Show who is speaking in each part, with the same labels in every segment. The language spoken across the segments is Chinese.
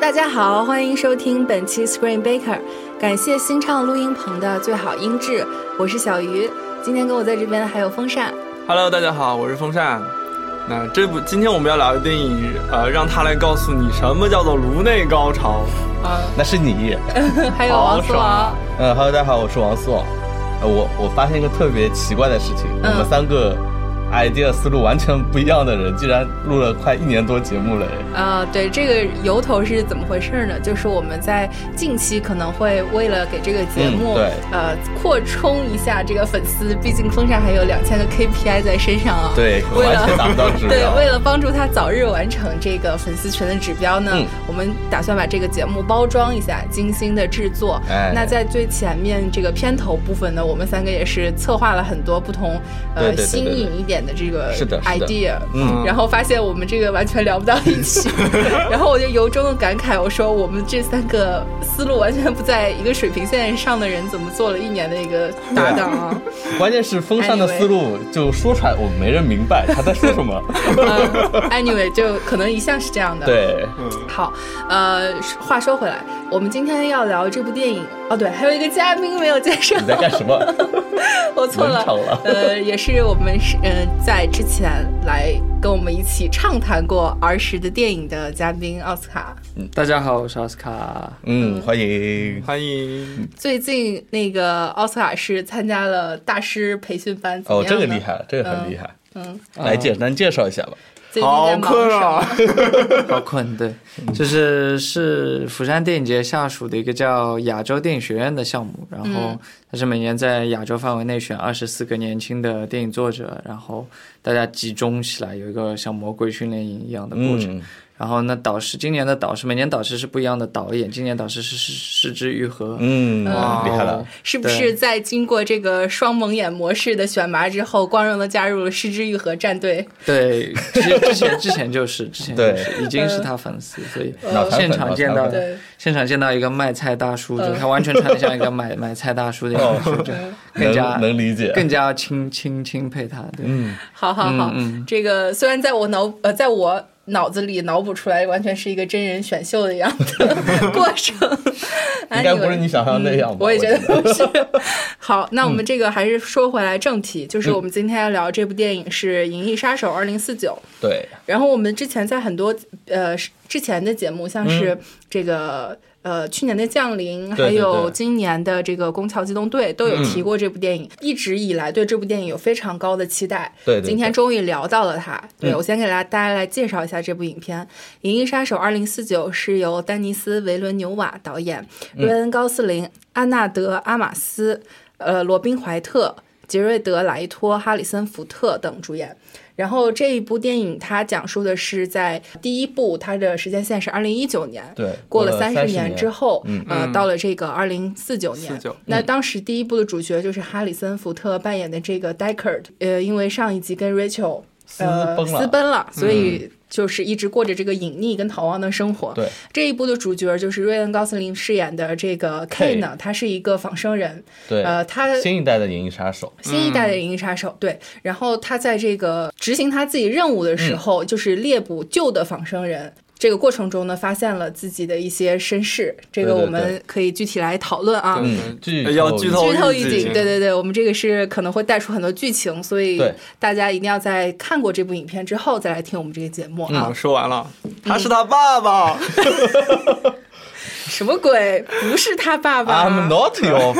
Speaker 1: 大家好，欢迎收听本期 Screen Baker，感谢新唱录音棚的最好音质，我是小鱼。今天跟我在这边的还有风扇，
Speaker 2: Hello，大家好，我是风扇。那这部今天我们要聊的电影，呃，让他来告诉你什么叫做颅内高潮。
Speaker 3: 那是你。
Speaker 1: 还有王思王。
Speaker 3: 嗯哈喽，大家好，我是王思网。呃我我发现一个特别奇怪的事情，
Speaker 1: 嗯
Speaker 3: 我们三个 idea 思路完全不一样的人，居然录了快一年多节目了。哎
Speaker 1: 啊，对，这个由头是怎么回事呢？就是我们在近期可能会为了给这个节目、
Speaker 3: 嗯对
Speaker 1: 呃扩充一下这个粉丝，毕竟风扇还有两千个 KPI 在身上啊。
Speaker 3: 对，
Speaker 1: 为了
Speaker 3: 完全达不到指
Speaker 1: 对，
Speaker 3: 标。
Speaker 1: 为了帮助他早日完成这个粉丝群的指标呢，
Speaker 3: 嗯
Speaker 1: 我们打算把这个节目包装一下，精心的制作。
Speaker 3: 哎
Speaker 1: 那在最前面这个片头部分呢，我们三个也是策划了很多不同呃
Speaker 3: 对对对对对
Speaker 1: 新颖一点的这个
Speaker 3: 是的是的
Speaker 1: idea。
Speaker 3: 嗯
Speaker 1: 然后发现我们这个完全聊不到一起， 然后我就由衷的感慨，我说我们这三个思路完全不在一个水平线上的人，怎么做了一年的一个搭档啊？
Speaker 3: 关键是风扇的思路就说出来，我没人明 白他在说什么。
Speaker 1: 嗯 anyway，就可能一向是这样的。
Speaker 3: 啊对，
Speaker 1: 好，呃，话说回来，我们今天要聊这部电影哦，对，还有一个嘉宾没有介绍
Speaker 3: 你，在干什么？
Speaker 1: 我错了
Speaker 3: 冷场了，
Speaker 1: 呃，也是我们是嗯、在之前来跟我们一起畅谈过儿时的电影的嘉宾奥斯卡。
Speaker 4: 大家好，我是奥斯卡。
Speaker 3: 嗯，欢迎。
Speaker 2: 欢迎，
Speaker 1: 最近那个奥斯卡是参加了大师培训班，怎么
Speaker 3: 哦，
Speaker 1: 样
Speaker 3: 这个
Speaker 1: 呢
Speaker 3: 厉害，这个很厉害。
Speaker 1: 嗯，
Speaker 3: 来简单介绍一下吧。
Speaker 1: 最近在
Speaker 2: 好
Speaker 1: 忙
Speaker 2: 困
Speaker 1: 什么？
Speaker 2: 啊！
Speaker 4: 好困，对，就是是釜山电影节下属的一个叫亚洲电影学院的项目，然后它是每年在亚洲范围内选二十四个年轻的电影作者，然后大家集中起来，有一个像魔鬼训练营一样的过程。
Speaker 3: 嗯，
Speaker 4: 然后呢，导师今年的导师每年导师是不一样的导演，今年导师是是是之愈合，
Speaker 3: 嗯，
Speaker 4: 哇哦，
Speaker 3: 厉害了。
Speaker 1: 是不是
Speaker 4: 对
Speaker 1: 在经过这个双蒙眼模式的选拔之后，光荣的加入了失之愈合战队？
Speaker 4: 对，之前之前之前就是之前就
Speaker 3: 对
Speaker 4: 是已经是他粉丝，所以
Speaker 3: 脑残粉
Speaker 4: 现场见
Speaker 3: 脑
Speaker 4: 到
Speaker 3: 残粉
Speaker 1: 对，
Speaker 4: 现场见到一个卖菜大叔，就他完全穿的像一个买买菜大叔的样子，就更
Speaker 3: 哦
Speaker 4: 加
Speaker 3: 能能理解
Speaker 4: 更加钦钦钦佩他。对，
Speaker 3: 嗯
Speaker 1: 好好好，这个虽然在我脑呃，在我脑子里脑补出来，完全是一个真人选秀的样子 过程。
Speaker 3: 应该不是你想象那样吧？
Speaker 1: 我也觉得
Speaker 3: 得。嗯
Speaker 1: 不是。 好，那我们这个还是说回来正题，就是我们今天要聊这部电影是《银翼杀手二零四九》。
Speaker 3: 对，
Speaker 1: 然后我们之前在很多呃是之前的节目，像是这个、呃去年的《降临》
Speaker 3: 嗯对对
Speaker 1: 还有
Speaker 3: 对嗯
Speaker 1: 今年的这个《宫桥机动队》都有提过这部电影。一直以来对这部电影有非常高的期待，
Speaker 3: 对对对嗯
Speaker 1: 今天终于聊到了它。对我先给大家大家来介绍一下这部影片，《银翼杀手二零四九》是由丹尼斯·维伦纽瓦导演，
Speaker 3: 嗯
Speaker 1: 瑞恩·高斯林、安纳德·阿玛斯、呃罗宾·怀特、杰瑞德·莱托、哈里森·福特等主演。然后这一部电影，它讲述的是在第一部，它的时间线是二零一九年，
Speaker 3: 对
Speaker 1: 过
Speaker 3: 过
Speaker 1: 了
Speaker 3: 了
Speaker 1: 三
Speaker 3: 30
Speaker 1: 年
Speaker 3: 年
Speaker 1: 之后，
Speaker 3: 嗯
Speaker 1: 呃，到了这个二零四九年。
Speaker 2: 49
Speaker 1: 那当时第一部的主角就是哈里森·福特扮演的这个 Deckard，呃，因为上一集跟 Rachel 呃
Speaker 3: 私奔了嗯
Speaker 1: 私奔了，所以就是一直过着这个隐匿跟逃亡的生活。
Speaker 3: 对，
Speaker 1: 这一部的主角就是瑞恩·高斯林饰演的这个 K 呢，他是一个仿生人，
Speaker 3: 对，
Speaker 1: 呃，他
Speaker 3: 新一代的银翼杀手，
Speaker 1: 新一代
Speaker 3: 嗯
Speaker 1: 的银翼杀手，对。然后他在这个执行他自己任务的时
Speaker 3: 嗯
Speaker 1: 候，就是猎捕旧的仿生人。这个过程中呢，发现了自己的一些身世，这个
Speaker 3: 对对
Speaker 1: 我们可以具体来讨论啊。
Speaker 3: 嗯，哦剧
Speaker 2: 呃要剧透
Speaker 1: 剧透
Speaker 2: 预
Speaker 1: 预
Speaker 2: 警
Speaker 1: 警，对对对，我们这个是可能会带出很多剧情，所以
Speaker 3: 对
Speaker 1: 大家一定要在看过这部影片之后再来听我们这个节目啊。
Speaker 3: 嗯
Speaker 2: 啊，说完了，他是他爸爸。
Speaker 1: 什么鬼？不是他爸爸。
Speaker 3: I'm not your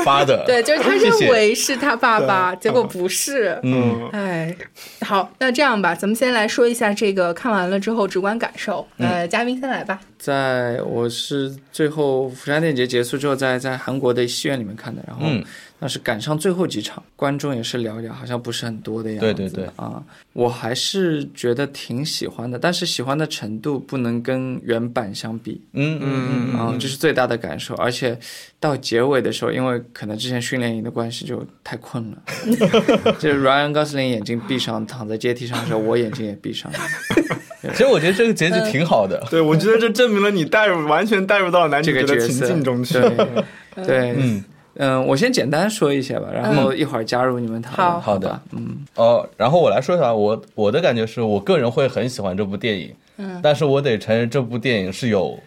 Speaker 3: father，
Speaker 1: 对，就是他
Speaker 3: 谢谢哦
Speaker 1: 认为是他爸爸，结果不是。
Speaker 3: 嗯，
Speaker 1: 哎，好，那这样吧，咱们先来说一下这个看完了之后直观感受。
Speaker 3: 嗯
Speaker 1: 呃，嘉宾先来吧。
Speaker 4: 在我是最后釜山电影节结束之后在，在韩国的戏院里面看的，然后
Speaker 3: 嗯
Speaker 4: 当时赶上最后几场，观众也是聊一聊，好像不是很多的样子。
Speaker 3: 对对对
Speaker 4: 啊，我还是觉得挺喜欢的，但是喜欢的程度不能跟原版相比。
Speaker 3: 嗯嗯嗯，
Speaker 4: 啊，这是最大的感受。而且到结尾的时候，因为可能之前训练营的关系，就太困了。 就是 Ryan Gosling 眼睛闭上，躺在阶梯上的时候，我眼睛也闭上了。
Speaker 3: 其实我觉得这个结
Speaker 1: 嗯
Speaker 3: 局挺好的，
Speaker 2: 对，我觉得这证明了你带入，完全带入到男
Speaker 4: 这
Speaker 2: 主 角的
Speaker 4: 个角
Speaker 2: 情
Speaker 4: 色，
Speaker 2: 境中去。
Speaker 3: 哎
Speaker 4: 对对，
Speaker 3: 嗯
Speaker 4: 嗯我先简单说一下吧，然后一会儿加入你们讨论。
Speaker 1: 好
Speaker 3: 好的
Speaker 4: 吧，嗯，
Speaker 3: 哦，然后我来说一下，我我的感觉是我个人会很喜欢这部电影，嗯，但是我得承认这部电影是有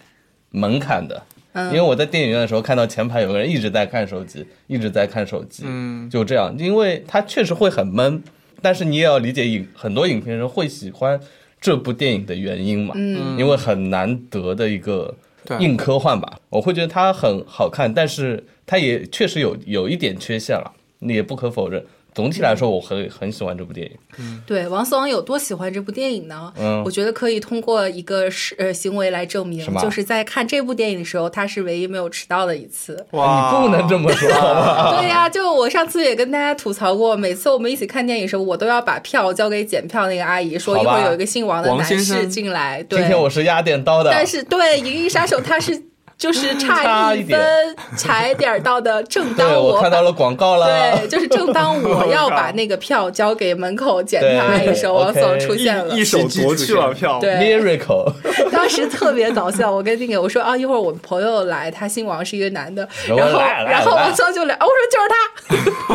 Speaker 3: 门槛的。因为我在电影院的时候看到前排有个人一直在看手机，一直在看手机，
Speaker 2: 嗯，
Speaker 3: 就这样，因为它确实会很闷，但是你也要理解影很多影评人会喜欢这部电影的原因嘛，
Speaker 1: 嗯
Speaker 3: 因为很难得的一个
Speaker 2: 对
Speaker 3: 硬科幻吧，我会觉得它很好看，但是它也确实有有一点缺陷了，你也不可否认。总体来说，我很很喜欢这部电影。
Speaker 1: 对，王思王有多喜欢这部电影呢？
Speaker 3: 嗯
Speaker 1: 我觉得可以通过一个是呃行为来证明
Speaker 3: 什，么
Speaker 1: 就是在看这部电影的时候，他是唯一没有迟到的一次。
Speaker 2: 哇，
Speaker 3: 你不能这么说，好 吧？
Speaker 1: 对呀、就我上次也跟大家吐槽过，每次我们一起看电影的时候，我都要把票交给检票那个阿姨，说一
Speaker 3: 好
Speaker 1: 会儿
Speaker 3: 吧
Speaker 1: 有一个姓王的
Speaker 2: 王
Speaker 1: 男
Speaker 2: 先
Speaker 1: 士
Speaker 2: 生
Speaker 1: 进来。
Speaker 3: 今
Speaker 1: 对，
Speaker 3: 天我是压啊点刀的，
Speaker 1: 但是对《银翼杀手》它是就是差
Speaker 3: 差
Speaker 1: 一
Speaker 3: 一点
Speaker 1: 分才点儿到的，正当
Speaker 3: 对我
Speaker 1: 把
Speaker 3: 看到了广告了。
Speaker 1: 对，就是正当我要
Speaker 2: 我靠
Speaker 1: 把那个票交给门口检票阿姨的时候，
Speaker 3: 对
Speaker 1: 王思王
Speaker 3: OK
Speaker 1: 出现了
Speaker 2: 一一。手夺去了票，
Speaker 1: 对
Speaker 3: Miracle，
Speaker 1: 当时特别搞笑，我跟那个我说啊，一会儿我们朋友来，他姓王，是一个男的，
Speaker 3: 我
Speaker 1: 然后
Speaker 3: 来了来了
Speaker 1: 然后
Speaker 3: 来了
Speaker 1: 王潇就来，啊我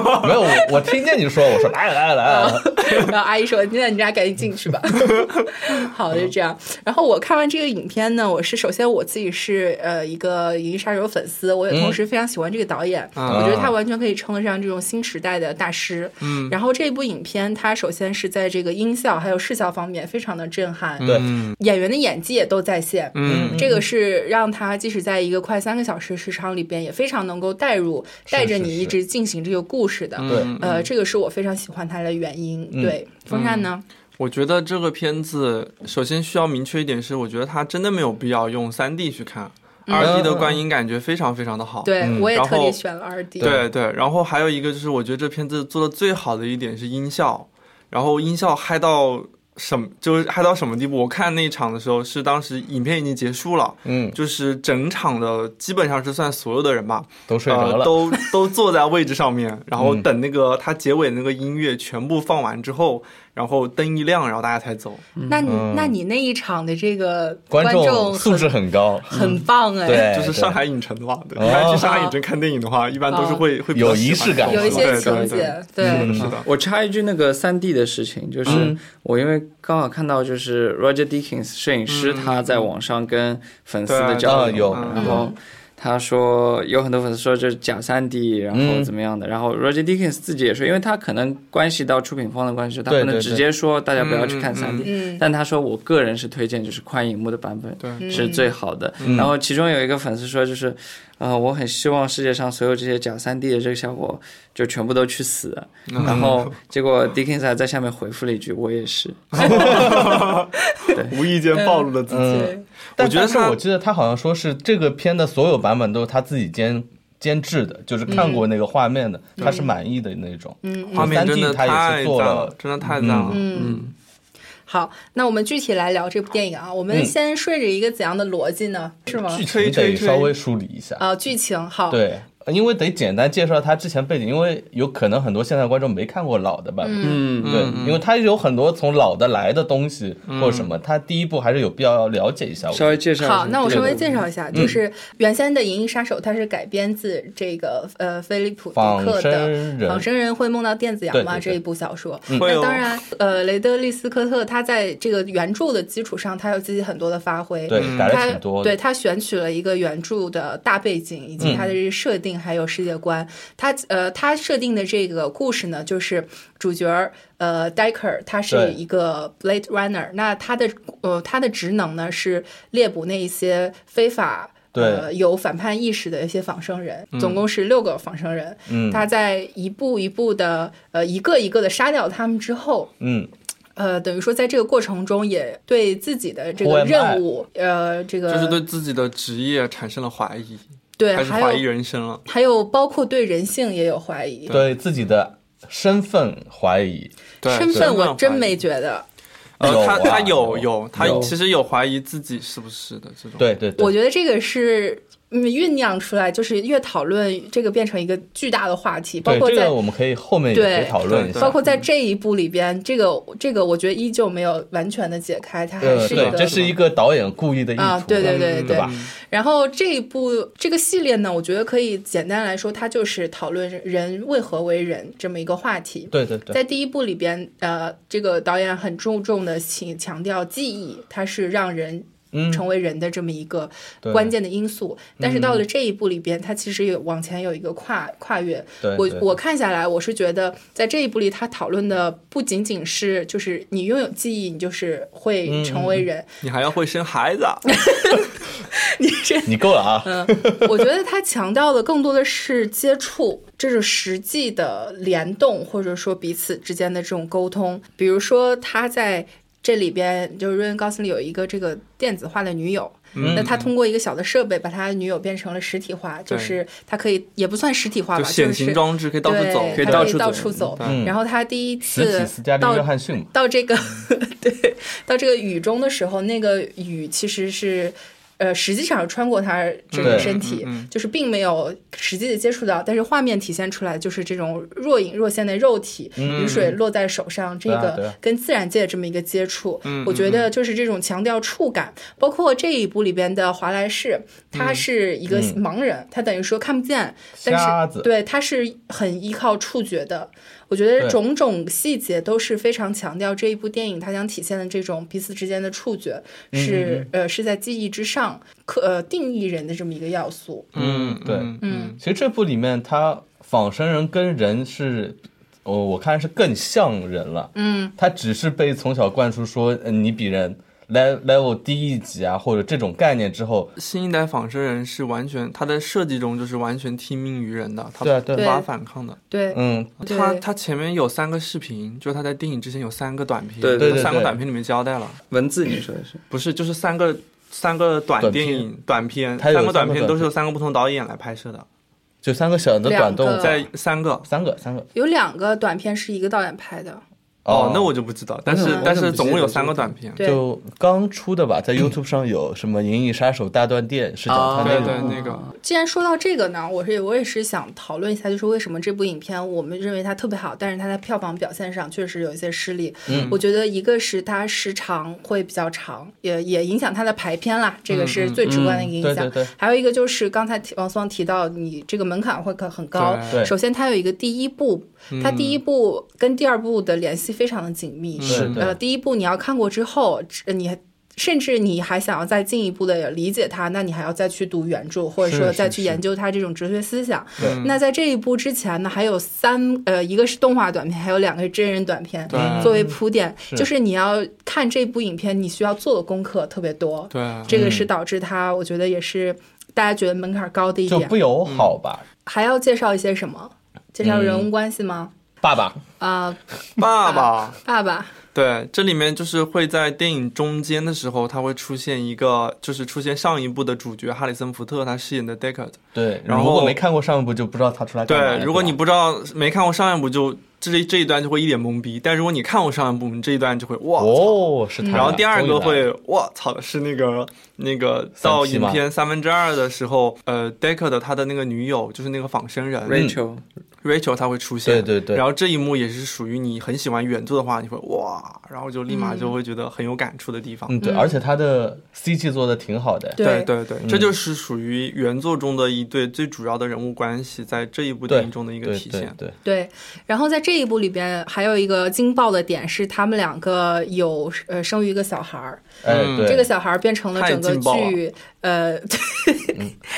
Speaker 1: 说
Speaker 3: 没有我，我听见你说，我说来来来，
Speaker 1: 就是 他，然后阿姨说那你俩赶紧进去吧， 好就这样。然后我看完这个影片呢，我是首先我自己是呃一个《银翼杀手》粉丝，我也同时非常喜欢这个导演，
Speaker 2: 嗯
Speaker 1: 我觉得他完全可以称得上这种新时代的大师。
Speaker 2: 嗯，
Speaker 1: 然后这部影片它首先是在这个音效还有视效方面非常的震撼，
Speaker 3: 对
Speaker 2: 嗯
Speaker 1: 演员的演技也都在线，
Speaker 2: 嗯，
Speaker 1: 这个是让他即使在一个快三个小时时长里边，也非常能够带入，带着你一直进行这个故事的。
Speaker 3: 对
Speaker 2: 嗯
Speaker 1: 呃，这个是我非常喜欢他的原因。
Speaker 3: 嗯
Speaker 1: 对，风扇呢？
Speaker 2: 我觉得这个片子首先需要明确一点是，我觉得它真的没有必要用三 D 去看，二 D 的观影感觉非常非常的好。
Speaker 1: 对、
Speaker 3: 嗯
Speaker 1: 我也
Speaker 2: 然
Speaker 1: 特地
Speaker 2: 后
Speaker 1: 选了二 D。
Speaker 2: 对对，然后还有一个就是，我觉得这片子做的最好的一点是音效，然后音效嗨到什么，就是嗨到什么地步？我看那一场的时候，是当时影片已经结束了，
Speaker 3: 嗯，
Speaker 2: 就是整场的基本上是算所有的人吧，
Speaker 3: 都睡着
Speaker 2: 呃、
Speaker 3: 了，
Speaker 2: 都都坐在位置上面，然后
Speaker 3: 嗯
Speaker 2: 等那个它结尾那个音乐全部放完之后，然后灯一亮，然后大家才走。
Speaker 1: 那你、
Speaker 3: 嗯
Speaker 1: 那你那一场的这个
Speaker 3: 观
Speaker 1: 众
Speaker 3: 素质很高，
Speaker 1: 很很棒哎。
Speaker 3: 对
Speaker 2: 就是上海影城的话，对，
Speaker 3: 哦
Speaker 2: 大家去上海影城看电影的话，一般都是会会比较
Speaker 3: 有仪式感
Speaker 2: 喜欢
Speaker 1: 哦有一些
Speaker 2: 对对
Speaker 1: 情
Speaker 2: 对
Speaker 1: 节，对，
Speaker 2: 是的，
Speaker 4: 我插一句那个三 D 的事情，就是
Speaker 3: 嗯
Speaker 4: 我因为刚好看到就是 Roger Deakins 摄影师
Speaker 2: 嗯
Speaker 4: 他在网上跟粉丝
Speaker 2: 对
Speaker 4: 的
Speaker 2: 啊
Speaker 4: 交
Speaker 3: 啊有
Speaker 4: 流嘛，然后他说有很多粉丝说这是假三 D，然后
Speaker 3: 嗯
Speaker 4: 怎么样的，然后 Roger Deakins 自己也说，因为他可能关系到出品方的关系，他
Speaker 3: 对
Speaker 4: 不能
Speaker 3: 对
Speaker 4: 直
Speaker 3: 对
Speaker 4: 接说大家不要去看
Speaker 2: 嗯
Speaker 4: 三 D，
Speaker 1: 嗯
Speaker 4: 但他说我个人是推荐就是宽银幕的版本，
Speaker 2: 对
Speaker 1: 嗯
Speaker 4: 是最好的。然后其中有一个粉丝说就是，呃，我很希望世界上所有这些假三 D 的这个效果就全部都去死。然后结果 Dickens 还在下面回复了一句我也是，
Speaker 2: 无意间暴露了自己。
Speaker 3: 嗯，
Speaker 1: 对，
Speaker 2: 我
Speaker 3: 但
Speaker 2: 觉得
Speaker 3: 但是
Speaker 2: 他
Speaker 3: 我记得他好像说是这个片的所有版本都是他自己监监制的，就是看过那个画面的，他是满意的那种。
Speaker 1: 嗯，
Speaker 2: 画面真的
Speaker 3: 3D 它也
Speaker 2: 太
Speaker 3: 是
Speaker 2: 赞
Speaker 3: 做了
Speaker 2: 了，真的太赞了。
Speaker 1: 嗯，好，那我们具体来聊这部电影啊。我们
Speaker 3: 嗯
Speaker 1: 先顺着一个怎样的逻辑呢？是吗？
Speaker 3: 剧情
Speaker 2: 吹
Speaker 3: 得
Speaker 2: 吹吹
Speaker 3: 稍微梳理一下，
Speaker 1: 啊、剧情好，
Speaker 3: 对。因为得简单介绍他之前背景，因为有可能很多现在观众没看过老的版本，
Speaker 4: 嗯，
Speaker 3: 对，因为他有很多从老的来的东西
Speaker 2: 嗯
Speaker 3: 或者什么，他第一步还是有必要了解一下。我觉
Speaker 4: 稍
Speaker 3: 得
Speaker 4: 微介绍一下
Speaker 1: 好，那我
Speaker 4: 这
Speaker 1: 稍
Speaker 4: 个
Speaker 1: 微介绍一下，
Speaker 3: 嗯
Speaker 1: 就是原先的《银翼杀手》，它是改编自这个呃菲利普·迪
Speaker 3: 仿
Speaker 1: 克的
Speaker 3: 生
Speaker 1: 《
Speaker 3: 人
Speaker 1: 仿生人会梦到电子羊》嘛
Speaker 3: 对对对嗯
Speaker 1: 这一部小说。
Speaker 2: 会
Speaker 1: 那
Speaker 2: 有
Speaker 1: 当然，呃，雷德利·斯科特他在这个原著的基础上，他有自己很多的发挥。
Speaker 3: 对
Speaker 2: 嗯
Speaker 3: 改
Speaker 1: 他
Speaker 3: 了挺多的
Speaker 1: 对他选取了一个原著的大背景，以及他的这个设定，还有世界观。他呃，他设定的这个故事呢，就是主角儿呃 Decker，他是
Speaker 3: 对
Speaker 1: 一个 Blade Runner，那他的呃他的职能呢是猎捕那一些非法。呃，有反叛意识的一些仿生人，
Speaker 2: 嗯
Speaker 1: 总共是六个仿生人。
Speaker 3: 嗯
Speaker 1: 他在一步一步的，呃，一个一个的杀掉他们之后，
Speaker 3: 嗯，
Speaker 1: 呃，等于说在这个过程中也对自己的这个
Speaker 3: OMI
Speaker 1: 任务，呃，这个
Speaker 2: 就是对自己的职业产生了怀疑，
Speaker 1: 对，
Speaker 2: 开始
Speaker 1: 还
Speaker 2: 怀疑
Speaker 1: 有
Speaker 2: 人生了。
Speaker 1: 还有包括对人性也有怀疑。
Speaker 3: 对自己的身份怀疑，
Speaker 2: 对，
Speaker 1: 身份我真
Speaker 2: 怀疑
Speaker 1: 没觉得，
Speaker 2: 呃，他
Speaker 3: 有啊
Speaker 2: 他有有，他
Speaker 3: 有
Speaker 2: 其实有怀疑自己是不是的这种。
Speaker 3: 对对对，
Speaker 1: 我觉得这个是。嗯，酝酿出来就是越讨论这个变成一个巨大的话题，包
Speaker 3: 对
Speaker 1: 括
Speaker 3: 这
Speaker 1: 在、
Speaker 3: 个我们可以后面也可以
Speaker 1: 对
Speaker 3: 讨论一
Speaker 2: 对
Speaker 3: 下
Speaker 1: 包。括在这一步里边，这个这个我觉得依旧没有完全的解开，它还
Speaker 3: 呃
Speaker 1: 是一
Speaker 3: 对，这
Speaker 1: 个。
Speaker 3: 是一个导演故意的意图
Speaker 1: 啊
Speaker 3: 了，
Speaker 1: 对对
Speaker 2: 对
Speaker 3: 对吧？
Speaker 1: 然后这一部这个系列呢，我觉得可以简单来说，它就是讨论人为何为人这么一个话题。
Speaker 3: 对对对，
Speaker 1: 在第一部里边，呃，这个导演很注重的请强调记忆，它是让人
Speaker 3: 嗯
Speaker 1: 成为人的这么一个
Speaker 3: 对嗯
Speaker 1: 关键的因素。但是到了这一步里边，它其实有往前有一个跨跨越。
Speaker 3: 对
Speaker 1: 我
Speaker 3: 对
Speaker 1: 我看下来，我是觉得在这一步里，他讨论的不仅仅是就是你拥有记忆，你就是
Speaker 3: 嗯
Speaker 1: 会成为人。
Speaker 2: 你还要会生孩子啊，
Speaker 1: 你这，
Speaker 3: 你够了啊！
Speaker 1: 嗯 我觉得他强调的更多的是接触，这是实际的联动，或者说彼此之间的这种沟通。比如说他在。这里边就是瑞恩·高斯里有一个这个电子化的女友，
Speaker 2: 嗯
Speaker 1: 那他通过一个小的设备把他女友变成了实体化，就
Speaker 2: 对
Speaker 1: 是他可以也不算实体化吧，
Speaker 2: 嗯就
Speaker 1: 就
Speaker 2: 显
Speaker 1: 是
Speaker 2: 形装置可以到处
Speaker 1: 对
Speaker 2: 走，
Speaker 1: 他
Speaker 4: 到
Speaker 1: 可以
Speaker 4: 处
Speaker 1: 到
Speaker 4: 走
Speaker 1: 处走。
Speaker 3: 嗯
Speaker 1: 然后他第一
Speaker 3: 实体
Speaker 1: 次
Speaker 3: 斯嘉丽
Speaker 1: 到
Speaker 3: 约翰逊嘛，
Speaker 1: 到这个 对到这个雨中的时候，那个雨其实是。呃，实际上穿过他整个
Speaker 3: 对
Speaker 1: 身体，
Speaker 2: 嗯嗯
Speaker 1: 就是并没有实际的接触到，但是画面体现出来就是这种若隐若现的肉体，雨水落在手上，这
Speaker 3: 对啊对
Speaker 1: 个
Speaker 3: 啊
Speaker 1: 跟自然界的这么一个接触，
Speaker 2: 嗯
Speaker 1: 我觉
Speaker 2: 嗯
Speaker 1: 得就是这种强调触感，包括这一部里边的华莱士，他是一个
Speaker 3: 嗯
Speaker 1: 盲人，他等于说看不见，但
Speaker 3: 瞎
Speaker 1: 是
Speaker 3: 子
Speaker 1: 对他是很依靠触觉的，我觉得
Speaker 3: 对
Speaker 1: 种种细节都是非常强调这一部电影它想体现的这种彼此之间的触觉
Speaker 3: 嗯
Speaker 1: 是呃是在记忆之上，可呃定义人的这么一个要素。
Speaker 2: 嗯，
Speaker 3: 对
Speaker 2: 嗯嗯
Speaker 3: 其实这部里面，他仿生人跟人是，我、我看是更像人了。嗯，他只是被从小灌输说，呃你比人 level level 低一级啊，或者这种概念之后，
Speaker 2: 新一代仿生人是完全，他在设计中就是完全听命于人的，他
Speaker 3: 对啊对啊
Speaker 2: 无法反抗的。
Speaker 1: 对，
Speaker 3: 嗯，
Speaker 1: 对
Speaker 2: 他他前面有三个视频，就是他在电影之前有三个短片，
Speaker 4: 对对
Speaker 2: 他
Speaker 3: 对
Speaker 2: 三个
Speaker 3: 对
Speaker 2: 短片里面交代了，
Speaker 4: 文字你说的是，
Speaker 2: 不是就是三个三个短
Speaker 3: 短
Speaker 2: 电
Speaker 3: 片
Speaker 2: 影短片，
Speaker 3: 他有
Speaker 2: 三个短
Speaker 3: 三个
Speaker 2: 片
Speaker 3: 短
Speaker 2: 都是由三个不同导演来拍摄的，
Speaker 3: 就三个小的短动
Speaker 1: 两
Speaker 3: 画
Speaker 1: 个，
Speaker 2: 在三个。
Speaker 3: 三个三个。
Speaker 1: 有两个短片是一个导演拍的，
Speaker 2: 哦，那我就不知道，但是、
Speaker 1: 嗯
Speaker 2: 但是总共有三个短片，
Speaker 1: 对
Speaker 3: 就刚出 的吧，在 YouTube 上有什么《银翼杀手大断电》是
Speaker 1: 哦
Speaker 3: 讲他那
Speaker 2: 对
Speaker 3: 个
Speaker 2: 对那个
Speaker 1: 既然说到这个呢，我是我也是想讨论一下，就是为什么这部影片我们认为它特别好，但是它在票房表现上确实有一些失利。嗯，我觉得一个是它时长会比较长，也也影响它的排片啦，这个是最直观的一个影响。
Speaker 3: 嗯对对对
Speaker 1: 还有一个就是刚才提王松提到，你这个门槛会可很高。
Speaker 3: 对
Speaker 1: 首先它有一个第一部，
Speaker 3: 嗯
Speaker 1: 它第一部跟第二部的联系非常的紧密。
Speaker 3: 是对
Speaker 1: 呃，第一部你要看过之后，呃你还甚至你还想要再进一步的理解它，那你还要再去读原著，或者
Speaker 3: 是
Speaker 1: 说
Speaker 3: 是
Speaker 1: 再去
Speaker 3: 是嗯
Speaker 1: 研究它这种哲学思想。
Speaker 3: 对
Speaker 2: 嗯
Speaker 1: 那在这一部之前呢，还有三呃，一个是动画短片，还有两个是真人短片
Speaker 2: 对，
Speaker 1: 作为铺垫，
Speaker 3: 是
Speaker 1: 就是你要看这部影片，你需要做的功课特别多。
Speaker 2: 对
Speaker 1: 这个是导致它，我觉得也是大家觉得门槛高的一
Speaker 3: 就
Speaker 1: 点
Speaker 3: 不。友好吧，
Speaker 2: 嗯
Speaker 1: 还要介绍一些什么？介
Speaker 3: 嗯
Speaker 1: 绍人物关系吗？
Speaker 3: 爸爸
Speaker 1: 啊，
Speaker 2: 爸爸，
Speaker 1: 爸爸，
Speaker 2: 对，这里面就是会在电影中间的时候，他会出现一个，就是出现上一部的主角哈里森福特他饰演的 Deckard。
Speaker 3: 对，
Speaker 2: 然后
Speaker 3: 如果没看过上一部就不知道他出来干嘛了。
Speaker 2: 对，如果你
Speaker 3: 吧
Speaker 2: 不知道没看过上一部就，这这一段就会一脸懵逼；但如果你看过上一部，你这一段就会哇。操
Speaker 3: 哦是他，
Speaker 2: 然后第二
Speaker 3: 终
Speaker 2: 个
Speaker 3: 于来了
Speaker 2: 会，我操，是那个那个
Speaker 3: 三
Speaker 2: 到
Speaker 3: 期
Speaker 2: 影
Speaker 3: 吗
Speaker 2: 片三分之二的时候，呃，Decker 的他的那个女友就是那个仿生人
Speaker 4: Rachel，
Speaker 2: Rachel，她会出现，
Speaker 3: 嗯对对对
Speaker 2: 然后这一幕也是属于你很喜欢原著的话，你会哇，然后就立马就会觉得很有感触的地方。
Speaker 3: 嗯，对，而且他的 CG 做的挺好的，
Speaker 2: 对对对，这就是属于原作中的一对最主要的人物关系，在这一部电影中的一个
Speaker 3: 对
Speaker 2: 体现。
Speaker 3: 对，
Speaker 1: 对，然后在这一部里边还有一个惊爆的点是，他们两个有呃生育一个小孩儿，
Speaker 3: 哎，
Speaker 2: 嗯
Speaker 3: 对，
Speaker 1: 这个小孩儿变成了
Speaker 2: 太
Speaker 1: 整个
Speaker 2: 劲爆了
Speaker 1: 剧呃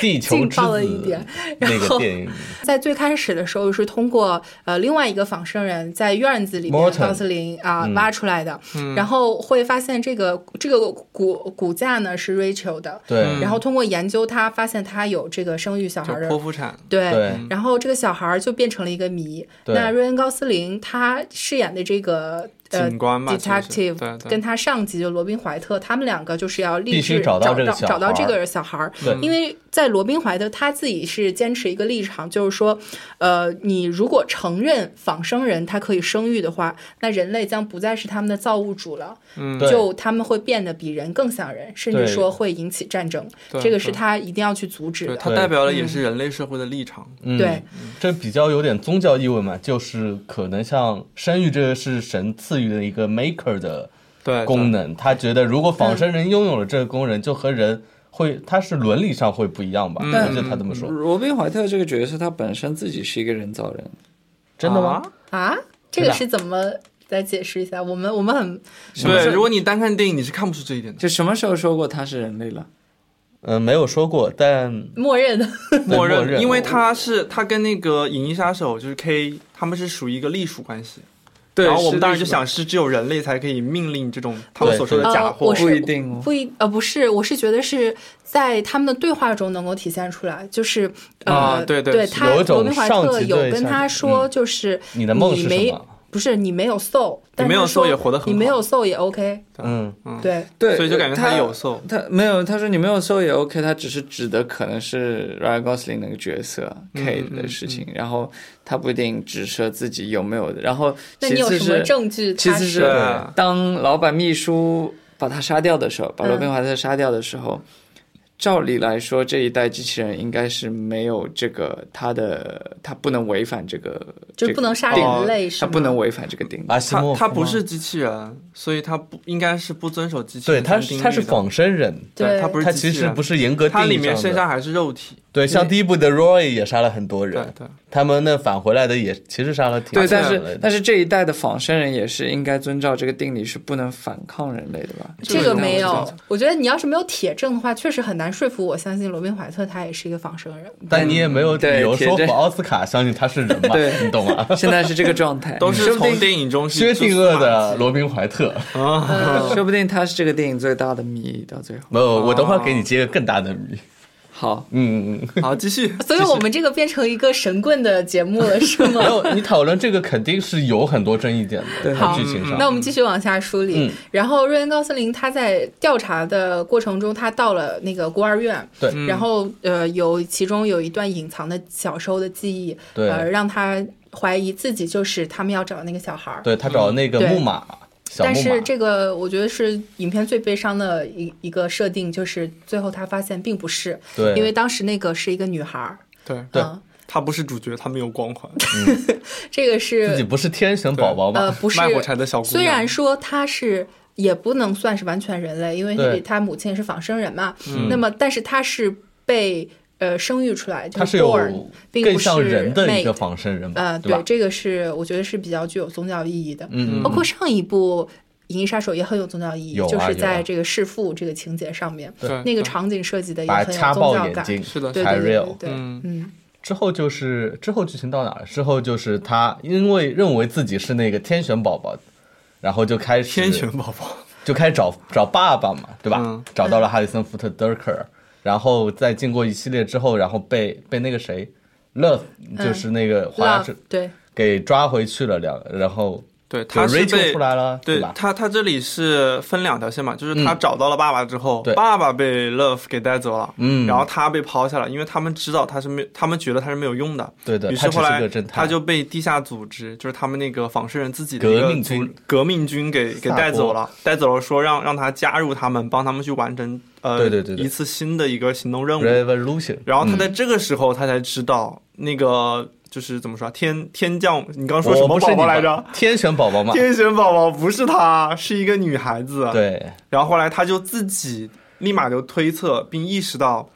Speaker 3: 地球
Speaker 1: 劲
Speaker 3: 之
Speaker 1: 爆了
Speaker 3: 子
Speaker 1: 一点
Speaker 3: 那
Speaker 1: 然后
Speaker 3: 个电影，
Speaker 1: 在最开始的时候是通过呃另外一个仿生人在院子里面
Speaker 3: Morton
Speaker 1: 钢丝林啊
Speaker 2: 嗯
Speaker 1: 挖出来的，然后会发现这个这个骨骨架呢是 Rachel 的，
Speaker 3: 对
Speaker 2: 嗯
Speaker 1: 然后通过研究它发现它有这个生育小孩
Speaker 2: 就
Speaker 1: 儿的
Speaker 2: 剖腹产，
Speaker 1: 对，
Speaker 3: 对
Speaker 1: 然后这个小孩儿就变成了一个谜。
Speaker 3: 对
Speaker 1: 那瑞恩·高斯林他饰演的这个呃
Speaker 2: 警官嘛其实
Speaker 1: detective，
Speaker 2: 是对对
Speaker 1: 跟他上级就罗宾·怀特，他们两个就是要立
Speaker 3: 必
Speaker 1: 志
Speaker 3: 须
Speaker 1: 找到
Speaker 3: 找到这个小
Speaker 1: 找到
Speaker 3: 孩
Speaker 1: 这
Speaker 3: 儿嗯
Speaker 1: 个小孩儿
Speaker 3: 对，
Speaker 1: 因为在罗宾·怀特他自己是坚持一个立场，就是说，呃，你如果承认仿生人他可以生育的话，那人类将不再是他们的造物主了。
Speaker 2: 嗯
Speaker 3: 对
Speaker 1: 就他们会变得比人更像人，甚至
Speaker 3: 对
Speaker 1: 说会引起战争，
Speaker 2: 对
Speaker 1: 这个是
Speaker 2: 对
Speaker 1: 他一定要去阻止
Speaker 2: 对，
Speaker 1: 的。
Speaker 2: 它代表了
Speaker 1: 嗯
Speaker 2: 也是人类社会的立场。
Speaker 3: 嗯
Speaker 1: 对，
Speaker 3: 这比较有点宗教意味嘛，就是可能像生育这个是神赐予的一个 maker 的
Speaker 2: 对，
Speaker 3: 功能，他觉得如果仿生人拥有了这个功能，就和人会，他是伦理上会不一样吧？
Speaker 2: 嗯
Speaker 3: 我记得他这么说，
Speaker 4: 罗宾怀特这个角色他本身自己是一个人造人，
Speaker 3: 真的
Speaker 2: 啊
Speaker 3: 吗？
Speaker 1: 啊，这个是怎么再解释一下，我们我们很
Speaker 4: 么时
Speaker 2: 对，
Speaker 4: 候
Speaker 2: 如果你单看电影，你是看不出这一点的。
Speaker 4: 就什么时候说过他是人类了？
Speaker 3: 嗯、没有说过，但
Speaker 1: 默认的，
Speaker 2: 默
Speaker 3: 默认
Speaker 2: 因为他是他跟那个《银翼杀手》就是 K，他们是属于一个隶属关系。
Speaker 4: 对
Speaker 2: 然后我们当时就
Speaker 4: 是的是的
Speaker 2: 想，是只有人类才可以命令这种他们
Speaker 3: 对
Speaker 2: 所说的
Speaker 1: 对
Speaker 2: 假
Speaker 1: 呃
Speaker 2: 货
Speaker 1: 我。是
Speaker 4: 不一定哦。
Speaker 1: 不一呃不是，我是觉得是在他们的对话中能够体现出来，就是呃、
Speaker 2: 啊对对
Speaker 1: 对，
Speaker 2: 是
Speaker 1: 他
Speaker 3: 有一种
Speaker 1: 罗宾怀
Speaker 3: 上
Speaker 1: 特
Speaker 3: 级
Speaker 1: 有
Speaker 3: 对
Speaker 1: 跟
Speaker 3: 下
Speaker 1: 他
Speaker 3: 级
Speaker 1: 说，
Speaker 3: 嗯
Speaker 1: 就是
Speaker 3: 你的梦是
Speaker 1: 没
Speaker 3: 什么？
Speaker 1: 不是你没有 soul，但
Speaker 2: 没
Speaker 1: 是
Speaker 2: 有
Speaker 1: 他说
Speaker 2: soul 也活得很
Speaker 1: 你没
Speaker 2: 好
Speaker 1: 有 soul 也 OK，
Speaker 3: 嗯，
Speaker 1: 对，
Speaker 4: 对，
Speaker 2: 所以就感觉他
Speaker 4: 他
Speaker 2: 有受
Speaker 4: 他没有，他说你没有搜也 OK，他只是指的可能是 Ryan Gosling 那个角色
Speaker 2: 嗯
Speaker 4: K 的事情，然后他不一定指涉自己有没有的。然后
Speaker 1: 那
Speaker 4: 其
Speaker 1: 你有
Speaker 4: 次
Speaker 1: 什么
Speaker 4: 是
Speaker 1: 证据
Speaker 4: 其
Speaker 1: 他？
Speaker 4: 次是
Speaker 2: 对啊
Speaker 4: 当老板秘书把他杀掉的时
Speaker 1: 嗯
Speaker 4: 候，把罗宾怀特杀掉的时候，照理来说这一代机器人应该是没有这个他的，他不能违反这个，
Speaker 1: 就是不能杀
Speaker 4: 定
Speaker 1: 人类，是
Speaker 4: 他
Speaker 1: 吗
Speaker 4: 不能违反这个定律。
Speaker 3: 阿西
Speaker 2: 他
Speaker 3: 莫夫
Speaker 2: 他不
Speaker 3: 吗
Speaker 2: 是机器人，所以他不应该是不遵守机器
Speaker 3: 对，
Speaker 2: 人三
Speaker 3: 他
Speaker 2: 定
Speaker 3: 是
Speaker 2: 律的。
Speaker 3: 他是仿生人，
Speaker 1: 对
Speaker 2: 他不是
Speaker 3: 他
Speaker 2: 机器
Speaker 3: 其实
Speaker 2: 人
Speaker 3: 不是严格定义
Speaker 2: 它里面
Speaker 3: 上
Speaker 2: 身
Speaker 3: 的
Speaker 2: 上还是肉体。
Speaker 3: 对，像第一部的 Roy 也杀了很多
Speaker 2: 对
Speaker 3: 人，
Speaker 2: 对，
Speaker 3: 他们那返回来的也其实杀了挺
Speaker 4: 对，
Speaker 3: 多
Speaker 4: 但
Speaker 3: 人
Speaker 4: 是
Speaker 3: 的。
Speaker 4: 但是这一代的仿生人也是应该遵照这个定理，是不能反抗人类的吧？
Speaker 1: 这个没
Speaker 4: 这
Speaker 1: 有
Speaker 4: 种，
Speaker 1: 我觉得你要是没有铁证的话，确实很难说服我相信罗宾怀特他也是一个仿生 人。
Speaker 3: 但你也没
Speaker 2: 嗯
Speaker 3: 有
Speaker 4: 对
Speaker 3: 理由
Speaker 4: 铁
Speaker 3: 说
Speaker 4: 证
Speaker 3: 服奥斯卡相信他是人吧？
Speaker 4: 对
Speaker 3: 你懂 吗？
Speaker 4: 现在是这个 状态，
Speaker 2: 都是
Speaker 4: 说不
Speaker 2: 从
Speaker 4: 定
Speaker 2: 电影中
Speaker 3: 薛
Speaker 2: 是
Speaker 3: 定谔的罗宾怀特，
Speaker 1: 嗯
Speaker 4: 说不定他是这个电影最大的谜，到最后。
Speaker 3: 没有，我等会儿给你揭个更大的谜。
Speaker 4: 好，
Speaker 3: 嗯， 嗯嗯
Speaker 2: 好，继续。
Speaker 1: 所以我们这个变成一个神棍的节目了，是吗
Speaker 3: 没？有，你讨论这个肯定是有很多争议点的，在
Speaker 1: 好嗯
Speaker 3: 剧情上。
Speaker 1: 那我们继续往下梳理。
Speaker 3: 嗯
Speaker 1: 然后瑞恩·高斯林他在调查的过程中，他到了那个孤儿院，
Speaker 3: 对
Speaker 2: 嗯
Speaker 1: 然后呃，有其中有一段隐藏的小时候的记忆，
Speaker 3: 对
Speaker 1: 呃，让他怀疑自己就是他们要找的那个小孩儿。
Speaker 3: 对他找那个
Speaker 1: 嗯对
Speaker 3: 木马，小
Speaker 1: 但
Speaker 3: 木
Speaker 1: 是
Speaker 3: 马，
Speaker 1: 这个我觉得是影片最悲伤的一一个设定，就是最后他发现并不是，
Speaker 3: 对，
Speaker 1: 因为当时那个是一个女孩儿，
Speaker 2: 对，
Speaker 3: 对
Speaker 1: 嗯
Speaker 2: 他不是主角，他没有光环。
Speaker 1: 这个
Speaker 3: 自己
Speaker 1: 是
Speaker 3: 不是天选宝宝
Speaker 1: 呃
Speaker 3: 嘛，
Speaker 1: 不是
Speaker 2: 卖火柴的小姑娘。
Speaker 1: 虽然说他是也不能算是完全人类，因为
Speaker 3: 对嗯
Speaker 1: 他母亲是仿生人嘛。那么，但是他是被呃生育出来，就
Speaker 3: 他是
Speaker 1: born，
Speaker 3: 有
Speaker 1: 并
Speaker 3: 更
Speaker 1: 不
Speaker 3: 像
Speaker 1: 是
Speaker 3: 人的一
Speaker 1: made
Speaker 3: 个仿生人嘛，
Speaker 1: 呃，
Speaker 3: 对吧
Speaker 1: 对，？这个是我觉得是比较具有宗教意义的。
Speaker 3: 嗯，嗯
Speaker 1: 包括上一部《银翼杀手》也很有宗教意义，
Speaker 3: 有啊
Speaker 1: 就是
Speaker 3: 有
Speaker 1: 在
Speaker 3: 啊
Speaker 1: 这个弑父这个情节上面，
Speaker 2: 对
Speaker 1: 那个
Speaker 2: 对
Speaker 1: 场景设计的也
Speaker 3: 把
Speaker 1: 很
Speaker 3: 他
Speaker 1: 有
Speaker 3: 掐
Speaker 1: 宗
Speaker 3: 爆
Speaker 1: 教
Speaker 3: 眼
Speaker 1: 感。
Speaker 3: 睛。
Speaker 2: 是的，
Speaker 1: 对
Speaker 2: 是
Speaker 1: 对
Speaker 2: 的
Speaker 1: 对对
Speaker 3: Tyrell
Speaker 1: 对，
Speaker 2: 嗯
Speaker 1: 嗯，
Speaker 3: 之后就是之后剧情到哪了？之后就是他因为认为自己是那个天选宝宝，然后就开始
Speaker 2: 天选宝宝。
Speaker 3: 就开始找找爸爸嘛，对吧？
Speaker 2: 嗯
Speaker 3: 找到了哈里森福特德尔克尔，然后再经过一系列之后，然后被被那个谁，Love 就是那个华拉
Speaker 1: 嗯 love
Speaker 3: 是
Speaker 1: 对，
Speaker 3: 给抓回去了两，然后
Speaker 2: 对，
Speaker 3: 就
Speaker 2: 他是
Speaker 3: Rachel
Speaker 2: 被
Speaker 3: 出来了，
Speaker 2: 对
Speaker 3: 吧？嗯
Speaker 2: 他，他这里是分两条线嘛，就是他找到了爸爸之后，
Speaker 3: 对
Speaker 2: 爸爸被 Love 给带走了，
Speaker 3: 嗯
Speaker 2: 然后他被抛下了，因为他们知道他是没，他们觉得他是没有用的，
Speaker 3: 对的
Speaker 2: 于
Speaker 3: 他
Speaker 2: 是
Speaker 3: 只是
Speaker 2: 后来
Speaker 3: 个侦探
Speaker 2: 他就被地下组织，就是他们那个仿生人自己的一个
Speaker 3: 革命军
Speaker 2: 组，革命军给给
Speaker 3: 萨博
Speaker 2: 带走了，带走了说让让他加入他们，帮他们去完成呃
Speaker 3: 对对对对
Speaker 2: 一次新的一个行动任务，
Speaker 3: Revolution，
Speaker 2: 然后他
Speaker 3: 嗯
Speaker 2: 在这个时候他才知道那个就是怎么说啊天天降，你刚刚说什
Speaker 3: 我
Speaker 2: 么
Speaker 3: 不是
Speaker 2: 宝
Speaker 3: 你
Speaker 2: 宝来
Speaker 3: 吧
Speaker 2: 着？？
Speaker 3: 天选宝宝嘛，
Speaker 2: 天啊选宝宝不是她，是一个女孩子。，
Speaker 3: 对，
Speaker 2: 然后后来她就自己立马就推测并意识到，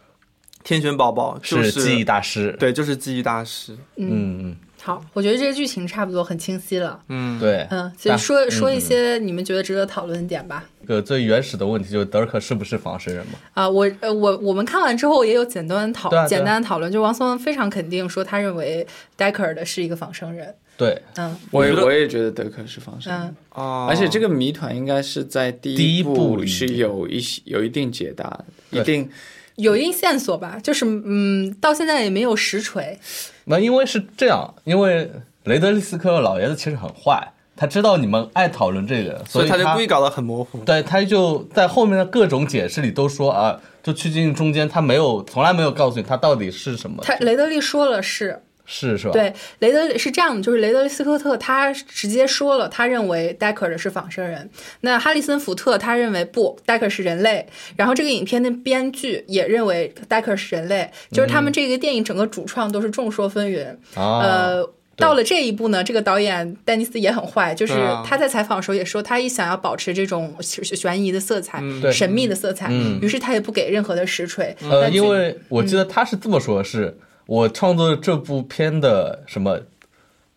Speaker 2: 天选宝宝就是
Speaker 3: 记忆大师，
Speaker 2: 对，就是记忆大师。
Speaker 3: 嗯
Speaker 1: 好，我觉得这个剧情差不多很清晰了。
Speaker 2: 嗯
Speaker 3: 嗯，，对，
Speaker 1: 嗯，所以
Speaker 3: 大
Speaker 1: 说说一
Speaker 3: 嗯
Speaker 1: 些你们觉得值得讨论的点吧。
Speaker 3: 这个最原始的问题就是德尔克是不是仿生人嘛？
Speaker 1: 啊，我呃我我们看完之后也有简单讨
Speaker 3: 对啊对啊
Speaker 1: 简单的讨论，就王松文非常肯定说他认为 Decker 的是一个仿生人。
Speaker 3: 对，
Speaker 1: 嗯
Speaker 4: 我也
Speaker 2: 我觉得
Speaker 4: 我也觉得德克是仿生人，
Speaker 1: 嗯，
Speaker 2: 哦，
Speaker 4: 而且这个谜团应该是在第
Speaker 3: 第一部
Speaker 4: 部
Speaker 3: 里
Speaker 4: 是有一些有一定解答的，一定
Speaker 1: 有一定线索吧，就是嗯，到现在也没有实锤。
Speaker 3: 那因为是这样，因为雷德利斯科特老爷子其实很坏，他知道你们爱讨论这个，
Speaker 2: 所
Speaker 3: 以
Speaker 2: 以
Speaker 3: 他嗯
Speaker 2: 他就故意搞得很模糊。
Speaker 3: 对，他就在后面的各种解释里都说啊，就趋近中间，他没有从来没有告诉你他到底是什么，
Speaker 1: 他雷德利说了是
Speaker 3: 是是吧？，
Speaker 1: 对，雷德利是这样的，就是雷德利斯科特他直接说了，他认为 Decker 的是仿生人。那哈里森福特他认为不，Decker 是人类。然后这个影片的编剧也认为 Decker 是人类，就是他们这个电影整个主创都是众说纷纭。
Speaker 3: 啊，
Speaker 1: 呃，到了这一步呢，这个导演丹尼斯也很坏，就是
Speaker 2: 对啊
Speaker 1: 他在采访的时候也说，他也想要保持这种悬悬疑的色彩、
Speaker 3: 对
Speaker 1: 神秘的色彩，于是他也不给任何的实锤。
Speaker 3: 呃，
Speaker 1: 但
Speaker 3: 因为我记得他是这么说，是我创作这部片的什么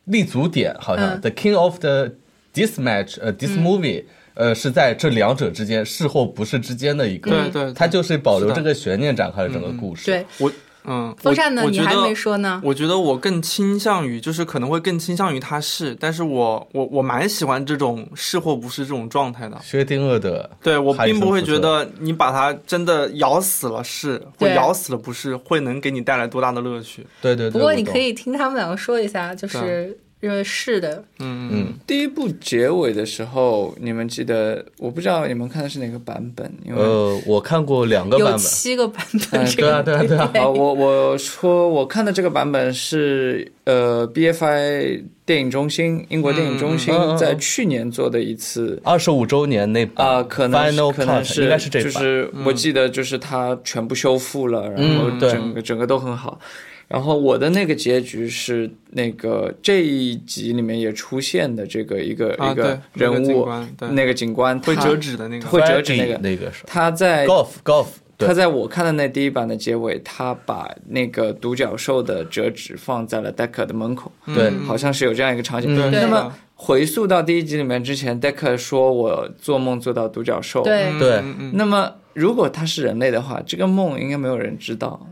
Speaker 3: 立足点，好像、
Speaker 1: 嗯嗯
Speaker 3: The King of the this match，呃，this movie，呃，是在这两者之间，是或不是之间的一个，
Speaker 2: 对对，
Speaker 3: 它就是保留
Speaker 2: 是的
Speaker 3: 这个悬念展开了整个故事。
Speaker 1: 对，
Speaker 2: 我嗯，
Speaker 1: 风扇呢？
Speaker 2: 我我
Speaker 1: 你
Speaker 2: 觉
Speaker 1: 还
Speaker 2: 得
Speaker 1: 没说呢。
Speaker 2: 我觉得我更倾向于，就是可能会更倾向于他是，但是我我我蛮喜欢这种是或不是这种状态的。
Speaker 3: 薛定谔的，
Speaker 2: 对我
Speaker 3: 哈里
Speaker 2: 并
Speaker 3: 森
Speaker 2: 不会
Speaker 3: 福
Speaker 2: 觉
Speaker 3: 特
Speaker 2: 得你把它真的咬死了是，或
Speaker 1: 对
Speaker 2: 咬死了不是，会能给你带来多大的乐趣。
Speaker 3: 对对对。
Speaker 1: 不过你
Speaker 3: 我懂
Speaker 1: 可，以听他们两个说一下，
Speaker 3: 啊
Speaker 1: 就是认为是的，
Speaker 2: 嗯嗯，
Speaker 3: 嗯，
Speaker 4: 第一部结尾的时候，你们记得？我不知道你们看的是哪个版本，因为
Speaker 3: 呃，我看过两个版
Speaker 1: 有
Speaker 3: 本，
Speaker 1: 七个版本。
Speaker 4: 嗯
Speaker 1: 这
Speaker 3: 对
Speaker 1: 个
Speaker 3: 啊，对啊，对 啊，
Speaker 4: 啊，我我说我看的这个版本是呃 BFI 电影中心英国电影中心
Speaker 3: 嗯嗯嗯
Speaker 4: 在去年做的一次
Speaker 3: 二十五周年那版
Speaker 4: 啊、可能
Speaker 3: Final
Speaker 4: 可能
Speaker 3: Cut 应该是这
Speaker 4: 就
Speaker 3: 版，
Speaker 4: 是我记得就是它全部修复了，然后
Speaker 3: 嗯对
Speaker 4: 整个整个都很好。然后我的那个结局是那个这一集里面也出现的这个一个、
Speaker 2: 啊
Speaker 4: 一个
Speaker 2: 对那
Speaker 4: 人
Speaker 2: 个警
Speaker 4: 物
Speaker 2: 官对
Speaker 4: 那个警官
Speaker 2: 会
Speaker 4: 他
Speaker 2: 折纸的那个，
Speaker 4: 会折纸那
Speaker 3: 那
Speaker 4: 个
Speaker 3: 那个是
Speaker 4: 他在
Speaker 3: Golf Golf，对
Speaker 4: 他在我看的那第一版的结尾，他把那个独角兽的折纸放在了 Decker 的门口，
Speaker 3: 对
Speaker 4: 好像是有这样一个场景。
Speaker 3: 嗯
Speaker 1: 对
Speaker 4: 那么回溯到第一集里面之前，Decker 说我做梦做到独角兽。，
Speaker 1: 对，
Speaker 3: 对
Speaker 2: 嗯嗯
Speaker 4: 那么如果他是人类的话，这个梦应该没有人知道。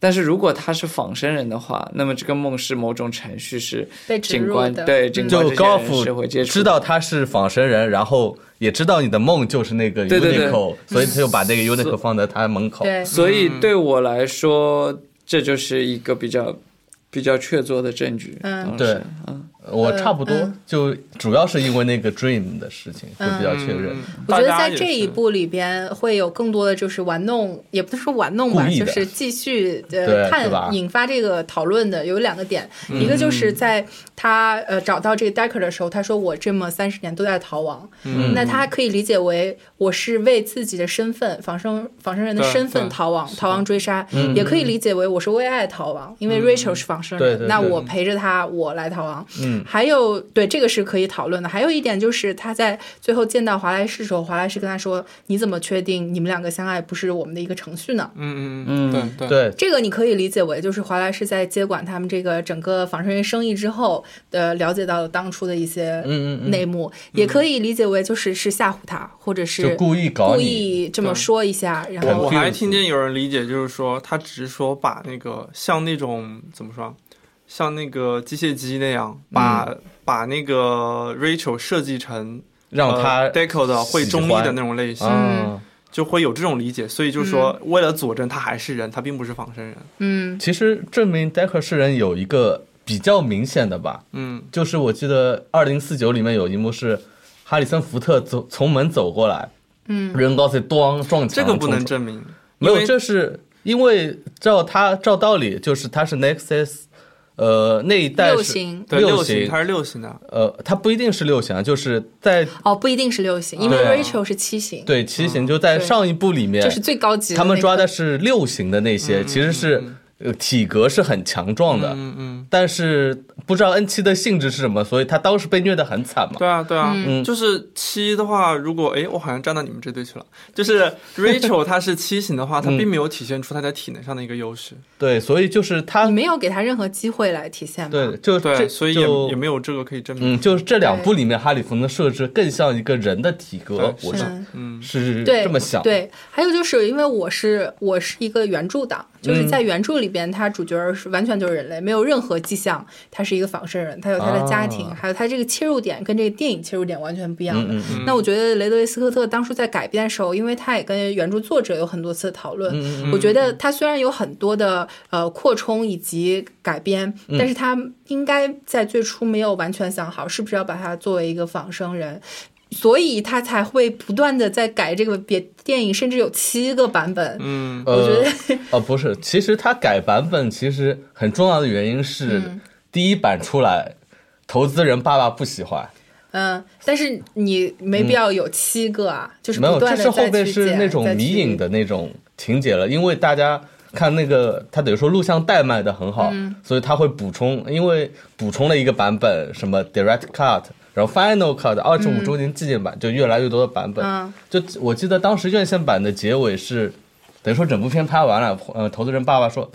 Speaker 4: 但是如果他是仿生人的话，那么这个梦是某种程序是
Speaker 1: 被植
Speaker 4: 警
Speaker 1: 入
Speaker 4: 官
Speaker 1: 的嗯
Speaker 4: 对警
Speaker 3: 就
Speaker 4: 官之
Speaker 3: 高
Speaker 4: 间
Speaker 3: 尔
Speaker 4: 人是会
Speaker 3: 夫
Speaker 4: 接触的
Speaker 3: 知道他是仿生人，然后也知道你的梦就是那个
Speaker 4: 对对对
Speaker 3: Unico，所以他就把那个 Unico 放在他门口。
Speaker 1: 对，
Speaker 4: 所以对我来说，这就是一个比较比较确凿的证据。
Speaker 1: 嗯
Speaker 4: 当时
Speaker 3: 对，
Speaker 4: 嗯，
Speaker 3: 我差不多
Speaker 1: 嗯
Speaker 3: 就主要是因为那个 Dream 的事情会比较确认。
Speaker 1: 我觉得在
Speaker 2: 嗯大家也
Speaker 1: 这一
Speaker 2: 是
Speaker 1: 步里边会有更多的就是玩弄，也不能说玩弄吧，
Speaker 3: 故意
Speaker 1: 就
Speaker 3: 的
Speaker 1: 是继续
Speaker 3: 对
Speaker 1: 呃
Speaker 3: 是吧
Speaker 1: 看引发这个讨论的有两个点，一个就是在他呃找到这个 Decker 的时候，他说我这么三十年都在逃亡，那他可以理解为我是为自己的身份仿生仿生人的
Speaker 2: 对
Speaker 1: 身份
Speaker 2: 对
Speaker 1: 逃亡，逃亡追杀，也可以理解为我是为爱逃亡，因为 Rachel 是仿生
Speaker 3: 对
Speaker 1: 人，
Speaker 3: 对
Speaker 1: 那
Speaker 3: 对
Speaker 1: 我陪着他，我来逃亡，
Speaker 3: 嗯，
Speaker 1: 还有对这个是可以讨论的。还有一点就是他在最后见到华莱士的时候，华莱士跟他说：“你怎么确定你们两个相爱不是我们的一个程序呢
Speaker 2: 嗯嗯嗯，对对，
Speaker 3: 对？”，
Speaker 1: 这个你可以理解为就是华莱士在接管他们这个整个仿生人生意之后，呃，了解到了当初的一些
Speaker 3: 嗯嗯嗯
Speaker 1: 内幕，也可以理解为就是是吓唬他，或者
Speaker 3: 就是故意搞
Speaker 1: 故
Speaker 3: 你。
Speaker 1: 意这么
Speaker 2: 对
Speaker 1: 说一下，然
Speaker 2: 我
Speaker 1: 后
Speaker 2: 我还
Speaker 3: confused
Speaker 2: 听见有人理解，就是说他只是说把那个像那种怎么说啊，像那个机械姬那样，把、
Speaker 3: 嗯
Speaker 2: 把那个 Rachel 设计成
Speaker 3: 让他
Speaker 2: 呃 Deco 的会中意
Speaker 3: 喜欢
Speaker 2: 的那种类型，
Speaker 1: 嗯
Speaker 3: 啊，
Speaker 2: 就会有这种理解。所以就是说，为了佐证他还是人，他并不是仿生人。
Speaker 1: 嗯
Speaker 3: 其实证明 Decker 是人有一个比较明显的吧，
Speaker 2: 嗯
Speaker 3: 就是我记得《二零四九》里面有一幕是哈里森福特走从门走过来，
Speaker 1: 嗯，
Speaker 3: 人高才咣撞墙，
Speaker 2: 这个不能
Speaker 3: 冲
Speaker 2: 证明，
Speaker 3: 没有，
Speaker 2: 因为
Speaker 3: 这是因为照他照道理就是他是 Nexus，呃那一代
Speaker 1: 六
Speaker 3: 是
Speaker 1: 型
Speaker 2: 对
Speaker 3: 六
Speaker 2: 六
Speaker 3: 型
Speaker 2: 型，他是六型的。
Speaker 3: 呃他不一定是六型啊，就是在
Speaker 1: 哦不一定是六型，因为
Speaker 3: 对啊
Speaker 1: Rachel 是七型，
Speaker 3: 对七型就在
Speaker 1: 对
Speaker 3: 上一部里面
Speaker 1: 这是最高级的那
Speaker 3: 他
Speaker 1: 个。
Speaker 3: 们抓的是六型的那些，其实是呃体格是很强壮的，
Speaker 2: 嗯嗯，
Speaker 3: 但是不知道 N 七的性质是什么，所以他当时被虐得很惨嘛。
Speaker 2: 对啊对啊，
Speaker 3: 嗯
Speaker 2: 就是七的话，如果哎，我好像站到你们这队去了。就是 Rachel 她是七型的话，她
Speaker 3: 嗯
Speaker 2: 并没有体现出她在体能上的一个优势。
Speaker 3: 对，所以就是他
Speaker 1: 你没有给他任何机会来体现吧？
Speaker 3: 啊对，就这
Speaker 2: 对，所以也
Speaker 3: 就
Speaker 2: 也没有这个可以证明。
Speaker 3: 嗯，就是这两部里面，哈里冯的设置更像一个人的体格，
Speaker 2: 对
Speaker 3: 我
Speaker 1: 是
Speaker 3: 是
Speaker 1: 的
Speaker 2: 嗯
Speaker 3: 是
Speaker 1: 对，
Speaker 3: 这么想。，
Speaker 1: 对，还有就是因为我是我是一个原著党，就是
Speaker 3: 嗯
Speaker 1: 在原著里边，他主角是完全就是人类，没有任何迹象他是一个仿生人，他有他的家庭，
Speaker 3: 啊
Speaker 1: 还有他这个切入点跟这个电影切入点完全不一样
Speaker 3: 嗯
Speaker 1: 的。
Speaker 3: 嗯嗯
Speaker 1: 那我觉得雷德利·斯科特当初在改编的时候，因为他也跟原著作者有很多次讨论，
Speaker 3: 嗯
Speaker 1: 我觉得他虽然有很多的呃扩充以及改编，
Speaker 3: 嗯
Speaker 1: 但是他应该在最初没有完全想好是不是要把它作为一个仿生人。所以他才会不断的在改这个别电影，甚至有七个版本。
Speaker 2: 嗯
Speaker 3: 呃，
Speaker 1: 我觉得
Speaker 3: 哦，不是，其实它改版本其实很重要的原因是，第一版出来，投资人爸爸不喜欢，呃
Speaker 1: 嗯，但是你没必要有七个啊，就是
Speaker 3: 嗯没
Speaker 1: 不
Speaker 3: 有，
Speaker 1: 断
Speaker 3: 这
Speaker 1: 的
Speaker 3: 是后面是那种迷影的那种情节了，因为大家看那个，他等于说录像带卖的很好，
Speaker 1: 嗯
Speaker 3: 所以他会补充，因为补充了一个版本，什么 direct cut，然后 final cut，二十五周年纪念版，就越来越多的版本。
Speaker 1: 嗯
Speaker 3: 就我记得当时院线版的结尾是，等于说整部片拍完了，呃，投资人爸爸说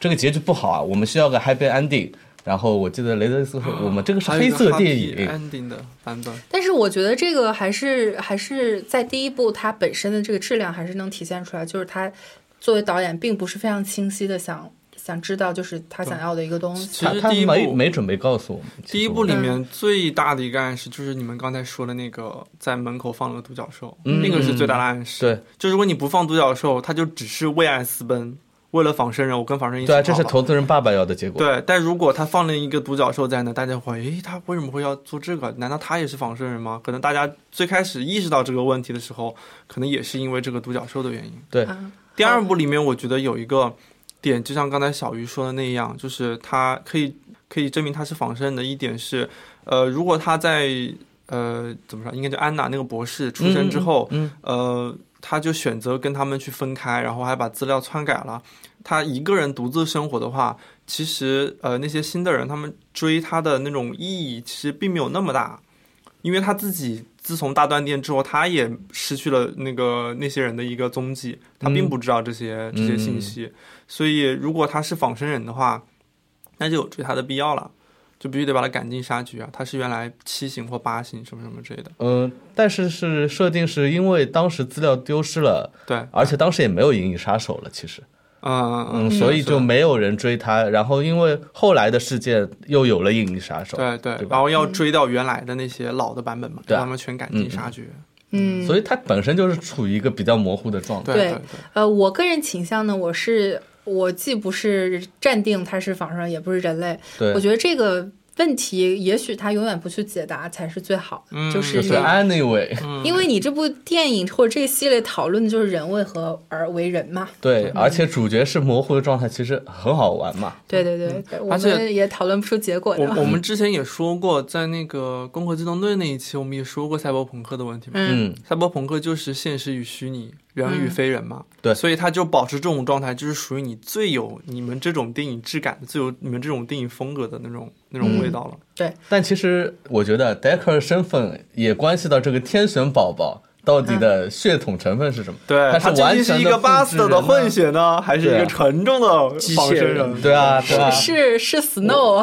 Speaker 3: 这个结局不好啊，我们需要个 happy ending。然后我记得雷德利·斯科我们这个是
Speaker 2: 啊还有
Speaker 3: 黑
Speaker 2: 一个哎
Speaker 3: 色
Speaker 2: happy
Speaker 3: 电影，
Speaker 2: ending 的版本，
Speaker 1: 但是我觉得这个还是还是在第一部它本身的这个质量还是能体现出来，就是他作为导演并不是非常清晰的想想知道就是他想要的一个东西。啊
Speaker 2: 其
Speaker 3: 他
Speaker 2: 实
Speaker 3: 他
Speaker 2: 第一
Speaker 3: 没
Speaker 2: 部
Speaker 3: 没准备告诉我们。其实
Speaker 2: 第一部
Speaker 3: 我
Speaker 2: 里面最大的一个暗示就是你们刚才说的那个在门口放了个独角兽，
Speaker 3: 嗯
Speaker 2: 那个是最大的暗示。
Speaker 3: 对
Speaker 2: 就如果你不放独角兽，他就只是为爱私奔，为了仿生人，我跟仿生人一起
Speaker 3: 对
Speaker 2: 跑
Speaker 3: 啊，
Speaker 2: 吧。
Speaker 3: 这是投资人爸爸要的结果。
Speaker 2: 对，但如果他放了一个独角兽在那，大家会，诶，他为什么会要做这个？难道他也是仿生人吗？可能大家最开始意识到这个问题的时候，可能也是因为这个独角兽的原因。
Speaker 3: 对
Speaker 1: 啊，
Speaker 2: 第二部里面，我觉得有一个点，就像刚才小鱼说的那样，就是他可以可以证明他是仿生人的一点是，呃，如果他在呃怎么说，应该叫安娜那个博士出生之后，
Speaker 3: 嗯，
Speaker 2: 呃，他就选择跟他们去分开，然后还把资料篡改了。他一个人独自生活的话，其实呃那些新的人他们追他的那种意义其实并没有那么大，因为他自己自从大断电之后，他也失去了那个那些人的一个踪迹，他
Speaker 3: 嗯
Speaker 2: 并不知道这些、这些信息，所以如果他是仿生人的话，那就有追他的必要了。就必须得把他赶尽杀绝啊！他是原来七型或八型什么什么之类的，
Speaker 3: 嗯，但是是设定是因为当时资料丢失了，
Speaker 2: 对，
Speaker 3: 而且当时也没有《银翼杀手》了，其实，
Speaker 2: 嗯嗯
Speaker 3: 嗯，所以就没有人追他。然后因为后来的事件又有了《银翼杀手》，
Speaker 2: 对对
Speaker 3: 对，吧
Speaker 2: 然后要追到原来的那些老的版本嘛，
Speaker 3: 对啊
Speaker 2: 让他们全赶尽杀绝。
Speaker 1: 嗯，
Speaker 3: 所以它本身就是处于一个比较模糊的状态。
Speaker 2: 对
Speaker 1: 对
Speaker 2: 对，
Speaker 1: 呃，我个人倾向呢，我是我既不是站定他是仿生人，也不是人类，
Speaker 3: 对，
Speaker 1: 我觉得这个问题也许他永远不去解答才是最好的，
Speaker 2: 嗯
Speaker 1: 就是
Speaker 3: 就
Speaker 1: 你
Speaker 3: 是 anyway，
Speaker 1: 因为你这部电影或者这个系列讨论的就是人为何而为人嘛。
Speaker 3: 对，
Speaker 2: 嗯
Speaker 3: 而且主角是模糊的状态，其实很好玩嘛。
Speaker 1: 对对对，对我
Speaker 2: 嗯而且
Speaker 1: 们也讨论不出结果
Speaker 2: 我
Speaker 1: 的。
Speaker 2: 我们之前也说过，在那个《攻壳机动队》那一期，我们也说过赛博朋克的问题嘛。
Speaker 1: 嗯
Speaker 3: 嗯，
Speaker 2: 赛博朋克就是现实与虚拟，人与非人嘛。
Speaker 3: 对
Speaker 2: 所以他就保持这种状态，就是属于你最有你们这种电影质感、最有你们这种电影风格的那种那种
Speaker 1: 嗯
Speaker 2: 味道了。
Speaker 3: 但其实我觉得 Decker 的身份也关系到这个天选宝宝到底
Speaker 1: 嗯
Speaker 3: 的血统成分是什么。
Speaker 2: 对，
Speaker 3: 它
Speaker 2: 他
Speaker 3: 是
Speaker 2: 究
Speaker 3: 完
Speaker 2: 竟
Speaker 3: 全
Speaker 2: 是一个巴斯特的混
Speaker 3: 血。
Speaker 2: 血呢，还是一
Speaker 3: 对啊
Speaker 2: 个纯正的仿生人？
Speaker 3: 对啊，对啊，
Speaker 1: 是是 Snow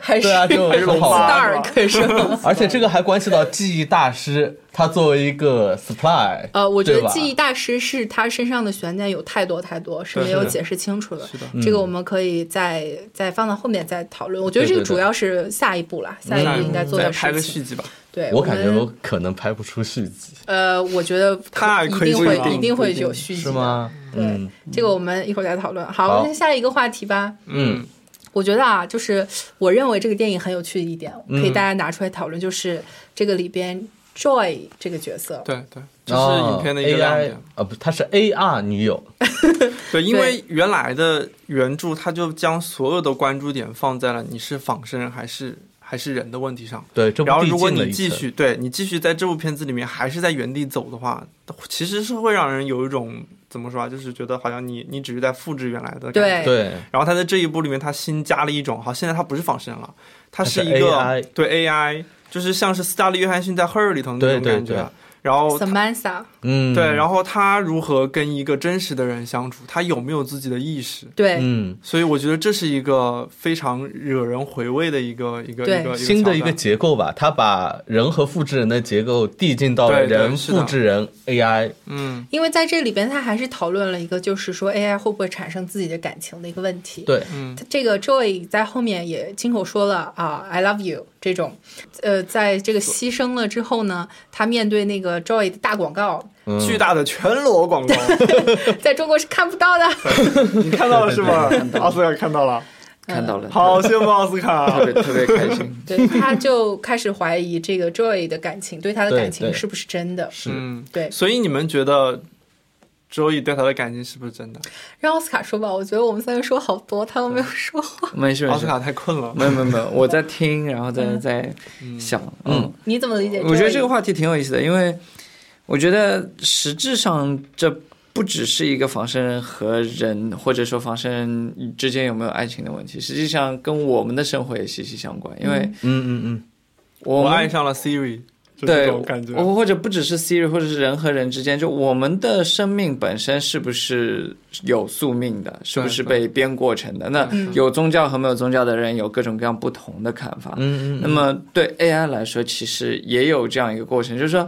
Speaker 1: 还是
Speaker 3: 对啊就
Speaker 1: 还是
Speaker 3: 很好玩
Speaker 1: Stark 是吗？
Speaker 3: 而且这个还关系到记忆大师，他作为一个 supply，
Speaker 1: 呃，我觉
Speaker 3: 对
Speaker 1: 得
Speaker 3: 吧
Speaker 1: 记忆大师是他身上的悬念有太多太多，是
Speaker 2: 对
Speaker 1: 没
Speaker 2: 是
Speaker 1: 有
Speaker 2: 的
Speaker 1: 解释清楚的。
Speaker 2: 是的
Speaker 1: 这个我们可以再再放到后面再讨论。我觉得
Speaker 3: 对
Speaker 1: 这个
Speaker 3: 对对
Speaker 1: 主要是下一步啦，下
Speaker 2: 那
Speaker 1: 一步应该做
Speaker 2: 再
Speaker 1: 的
Speaker 2: 拍个
Speaker 1: 事
Speaker 2: 续
Speaker 1: 情。
Speaker 2: 集吧。
Speaker 1: 对，
Speaker 3: 我感觉
Speaker 1: 们
Speaker 3: 我可能拍不出续集，
Speaker 1: 呃，我觉得
Speaker 2: 太
Speaker 1: 一
Speaker 2: 亏
Speaker 1: 定
Speaker 2: 心
Speaker 1: 会
Speaker 2: 了
Speaker 1: 一定会
Speaker 2: 不一定
Speaker 1: 有续集
Speaker 3: 是
Speaker 1: 的？
Speaker 3: 吗？
Speaker 1: 对，
Speaker 3: 嗯
Speaker 1: 这个我们一会儿再讨论。好，
Speaker 3: 好
Speaker 1: 那下一个话题吧。
Speaker 3: 嗯，
Speaker 1: 我觉得啊，就是我认为这个电影很有趣的一点，
Speaker 3: 嗯
Speaker 1: 可以大家拿出来讨论，就是这个里边 Joy 这个角色，
Speaker 2: 对对，这是影片的一个亮点。
Speaker 3: 哦 AI 呃，不，她是 AR 女友，
Speaker 2: 对，因为原来的原著，它就将所有的关注点放在了你是仿生人还是还是人的问题上。
Speaker 3: 对，这部
Speaker 2: 然后，
Speaker 3: 递
Speaker 2: 如果
Speaker 3: 进了
Speaker 2: 你
Speaker 3: 一
Speaker 2: 继
Speaker 3: 层，
Speaker 2: 续对你继续在这部片子里面还是在原地走的话，其实是会让人有一种怎么说啊，就是觉得好像你你只是在复制原来的感觉。
Speaker 1: 对
Speaker 3: 对，
Speaker 2: 然后他在这一部里面，他新加了一种，好，现在他不是仿生人了，他
Speaker 3: 是
Speaker 2: 是一个
Speaker 3: AI
Speaker 2: 对 AI，就是像是斯嘉丽约翰逊在《Her》里头那
Speaker 3: 对
Speaker 2: 种
Speaker 3: 对
Speaker 2: 感觉。
Speaker 3: 对
Speaker 2: 然后
Speaker 1: Samantha，
Speaker 3: 嗯，
Speaker 2: 对，
Speaker 3: 后
Speaker 2: 然后他如何跟一个真实的人相处，他有没有自己的意识？
Speaker 1: 对，
Speaker 3: 嗯，
Speaker 2: 所以我觉得这是一个非常惹人回味的一个一个
Speaker 1: 对
Speaker 2: 一个
Speaker 3: 新的一个
Speaker 2: 桥
Speaker 3: 结构吧，它把人和复制人的结构递进到了
Speaker 2: 对对
Speaker 3: 人
Speaker 2: 是的
Speaker 3: 复制人 AI，
Speaker 2: 段嗯，
Speaker 1: 因为在这里边他还是讨论了一个，就是说 AI 会不会产生自己的感情的一个问题。
Speaker 3: 对，
Speaker 1: 这个 Joy 在后面也亲口说了啊，I love you 这种，呃，在这个牺牲了之后呢，他面对那个 Joy 的大广告，
Speaker 3: 嗯
Speaker 2: 巨大的全裸广告，
Speaker 1: 在中国是看不到 的。
Speaker 2: 你看到了是吗？奥斯卡看到了，
Speaker 4: 看到了，
Speaker 2: 好羡慕奥斯卡
Speaker 4: 特。别特别开心。
Speaker 1: 对，他就开始怀疑这个 Joy 的感情，对他的
Speaker 3: 对
Speaker 1: 感情
Speaker 3: 对
Speaker 1: 是不是真的？
Speaker 3: 是
Speaker 2: 嗯，
Speaker 1: 对
Speaker 2: 所以你们觉得周易对他的感情是不是真的？
Speaker 1: 让奥斯卡说吧，我觉得我们三个说好多，他都没有
Speaker 3: 嗯
Speaker 1: 说话。
Speaker 4: 没事没
Speaker 2: 奥斯
Speaker 4: 事，
Speaker 2: 卡太困了。
Speaker 4: 没有没有没有，我在听，然后在在想，嗯，
Speaker 1: 你怎么理解 Joy？
Speaker 4: 我觉得这个话题挺有意思的，因为我觉得实质上这不只是一个仿生人和人，或者说仿生人之间有没有爱情的问题，实际上跟我们的生活也息息相关。因为
Speaker 3: 嗯嗯
Speaker 4: 我
Speaker 2: 我
Speaker 4: 们
Speaker 2: 爱上了 Siri，就这
Speaker 4: 对
Speaker 2: 种感觉。
Speaker 4: 我或者不只是 Siri，或者是人和人之间，就我们的生命本身是不是有宿命的，是不是
Speaker 2: 对
Speaker 4: 被编过程的？那有宗教和没有宗教的人有各种各样不同的看法。
Speaker 3: 嗯嗯
Speaker 4: 那么对 AI 来说，其实也有这样一个过程，就是说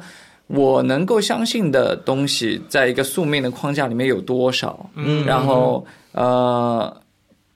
Speaker 4: 我能够相信的东西，在一个宿命的框架里面有多少？
Speaker 3: 嗯
Speaker 4: 然后呃，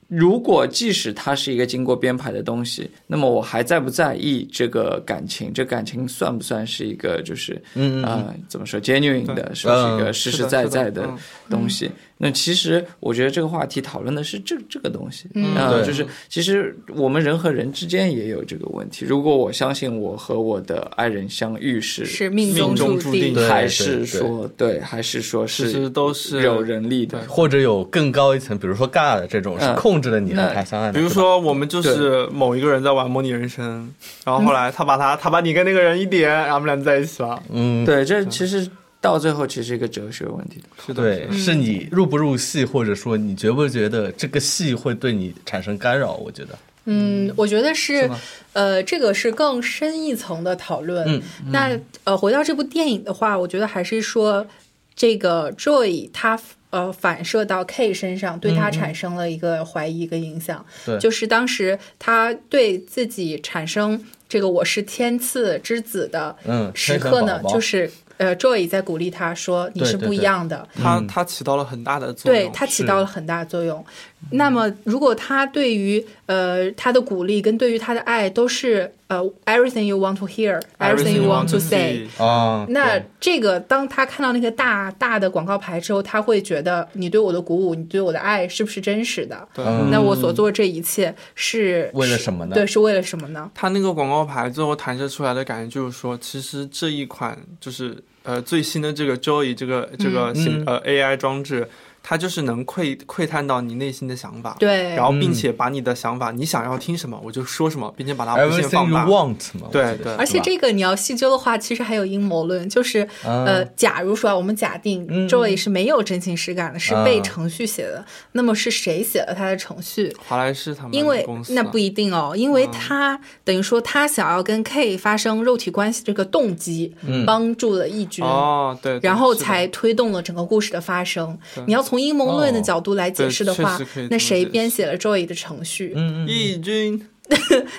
Speaker 4: 如果即使它是一个经过编排的东西，那么我还在不在意这个感情？这感情算不算是一个就是
Speaker 3: 嗯嗯
Speaker 2: 啊
Speaker 4: 呃怎么说 genuine 的，是不是一个实
Speaker 2: 是
Speaker 4: 实
Speaker 2: 的
Speaker 4: 在
Speaker 2: 是
Speaker 4: 在
Speaker 2: 的
Speaker 4: 的
Speaker 2: 嗯
Speaker 4: 东西？那其实我觉得这个话题讨论的是这这个东西，
Speaker 1: 嗯
Speaker 4: 啊、
Speaker 3: 对
Speaker 4: 就是其实我们人和人之间也有这个问题。如果我相信我和我的爱人相遇是
Speaker 1: 是命
Speaker 2: 命中
Speaker 1: 注
Speaker 2: 注定
Speaker 3: 对
Speaker 4: 还是说对，还是说
Speaker 2: 其实
Speaker 4: 是
Speaker 2: 都是
Speaker 4: 有人力的
Speaker 2: 对，
Speaker 3: 或者有更高一层，比如说 God 这种是
Speaker 4: 嗯
Speaker 3: 控制了你和
Speaker 4: 那
Speaker 3: 他相
Speaker 2: 啊
Speaker 3: 爱的，
Speaker 2: 比如
Speaker 3: 是吧
Speaker 2: 说，我们就是某一个人在玩模拟人生，然后后来他把他他把你跟那个人一点，然后我们俩就在一起了。
Speaker 3: 嗯，
Speaker 4: 对，这其实到最后其实是一个哲学问题的。
Speaker 2: 是的，
Speaker 3: 对，是你入不入戏，或者说你觉不觉得这个戏会对你产生干扰？我觉得，
Speaker 1: 嗯，我觉得是，
Speaker 3: 是吗
Speaker 1: 呃，这个是更深一层的讨论。
Speaker 3: 嗯
Speaker 1: 那呃，回到这部电影的话，我觉得还是说这个 Joy 他呃反射到 K 身上，对他产生了一个怀疑跟影响。
Speaker 3: 嗯对
Speaker 1: 就是当时他对自己产生这个我是天赐之子的
Speaker 3: 嗯，
Speaker 1: 时
Speaker 3: 天选
Speaker 1: 刻呢，
Speaker 3: 宝宝
Speaker 1: 就是呃 Joy 在鼓励他说你
Speaker 3: 对
Speaker 1: 是
Speaker 3: 对
Speaker 1: 不一
Speaker 3: 对
Speaker 1: 样的。
Speaker 2: 他
Speaker 3: 嗯
Speaker 2: 他起到了很大的作用。
Speaker 1: 对它起
Speaker 3: 是
Speaker 1: 到了很大的作用。那么，如果他对于呃他的鼓励跟对于他的爱都是呃 everything you want to hear，everything you want to say，
Speaker 3: 啊，
Speaker 1: 那
Speaker 3: 对
Speaker 1: 这个当他看到那个大大的广告牌之后，他会觉得你对我的鼓舞，你对我的爱是不是真实的？
Speaker 2: 对
Speaker 3: 嗯
Speaker 1: 那我所做这一切是
Speaker 3: 为了
Speaker 1: 是
Speaker 3: 什么呢
Speaker 1: 对，是为了什么呢？
Speaker 2: 他那个广告牌最后弹射出来的感觉就是说，其实这一款就是呃最新的这个 Joy 这个这个新、
Speaker 3: 嗯
Speaker 2: 呃 AI 装置，它就是能窥窥探到你内心的想法，
Speaker 1: 对，
Speaker 2: 然后
Speaker 3: 嗯
Speaker 2: 并且把你的想法，你想要听什么我就说什么，并且把它无限
Speaker 3: ，everything
Speaker 2: 啊放
Speaker 3: you
Speaker 2: 大。
Speaker 3: want 嘛，我
Speaker 2: 对
Speaker 3: 觉得
Speaker 2: 对
Speaker 1: 而且，
Speaker 3: 是吧
Speaker 1: 这个你要细究的话，其实还有阴谋论，就是、
Speaker 2: 嗯
Speaker 3: 啊
Speaker 1: 呃，假如说啊我们假定
Speaker 3: 嗯
Speaker 1: Joy 是没有真情实感的，是
Speaker 2: 嗯
Speaker 3: 啊
Speaker 1: 被程序写的，那么是谁写了他的程序？
Speaker 2: 华莱士他们
Speaker 1: 因为
Speaker 2: 嗯公司嗯
Speaker 1: 那不一定哦，因为他、等于说他想要跟 K 发生肉体关系这个动机，帮助了义军。
Speaker 2: 嗯哦对，对
Speaker 1: 然后
Speaker 2: 是的
Speaker 1: 才推动了整个故事的发生。你要从阴谋论的
Speaker 3: 哦
Speaker 1: 角度来解
Speaker 2: 对
Speaker 1: 释的
Speaker 2: 确
Speaker 1: 话
Speaker 2: 实可以，这
Speaker 1: 那
Speaker 2: 么
Speaker 1: 谁
Speaker 2: 解
Speaker 1: 编写了 Joy 的程序？
Speaker 3: 嗯嗯，
Speaker 2: 义军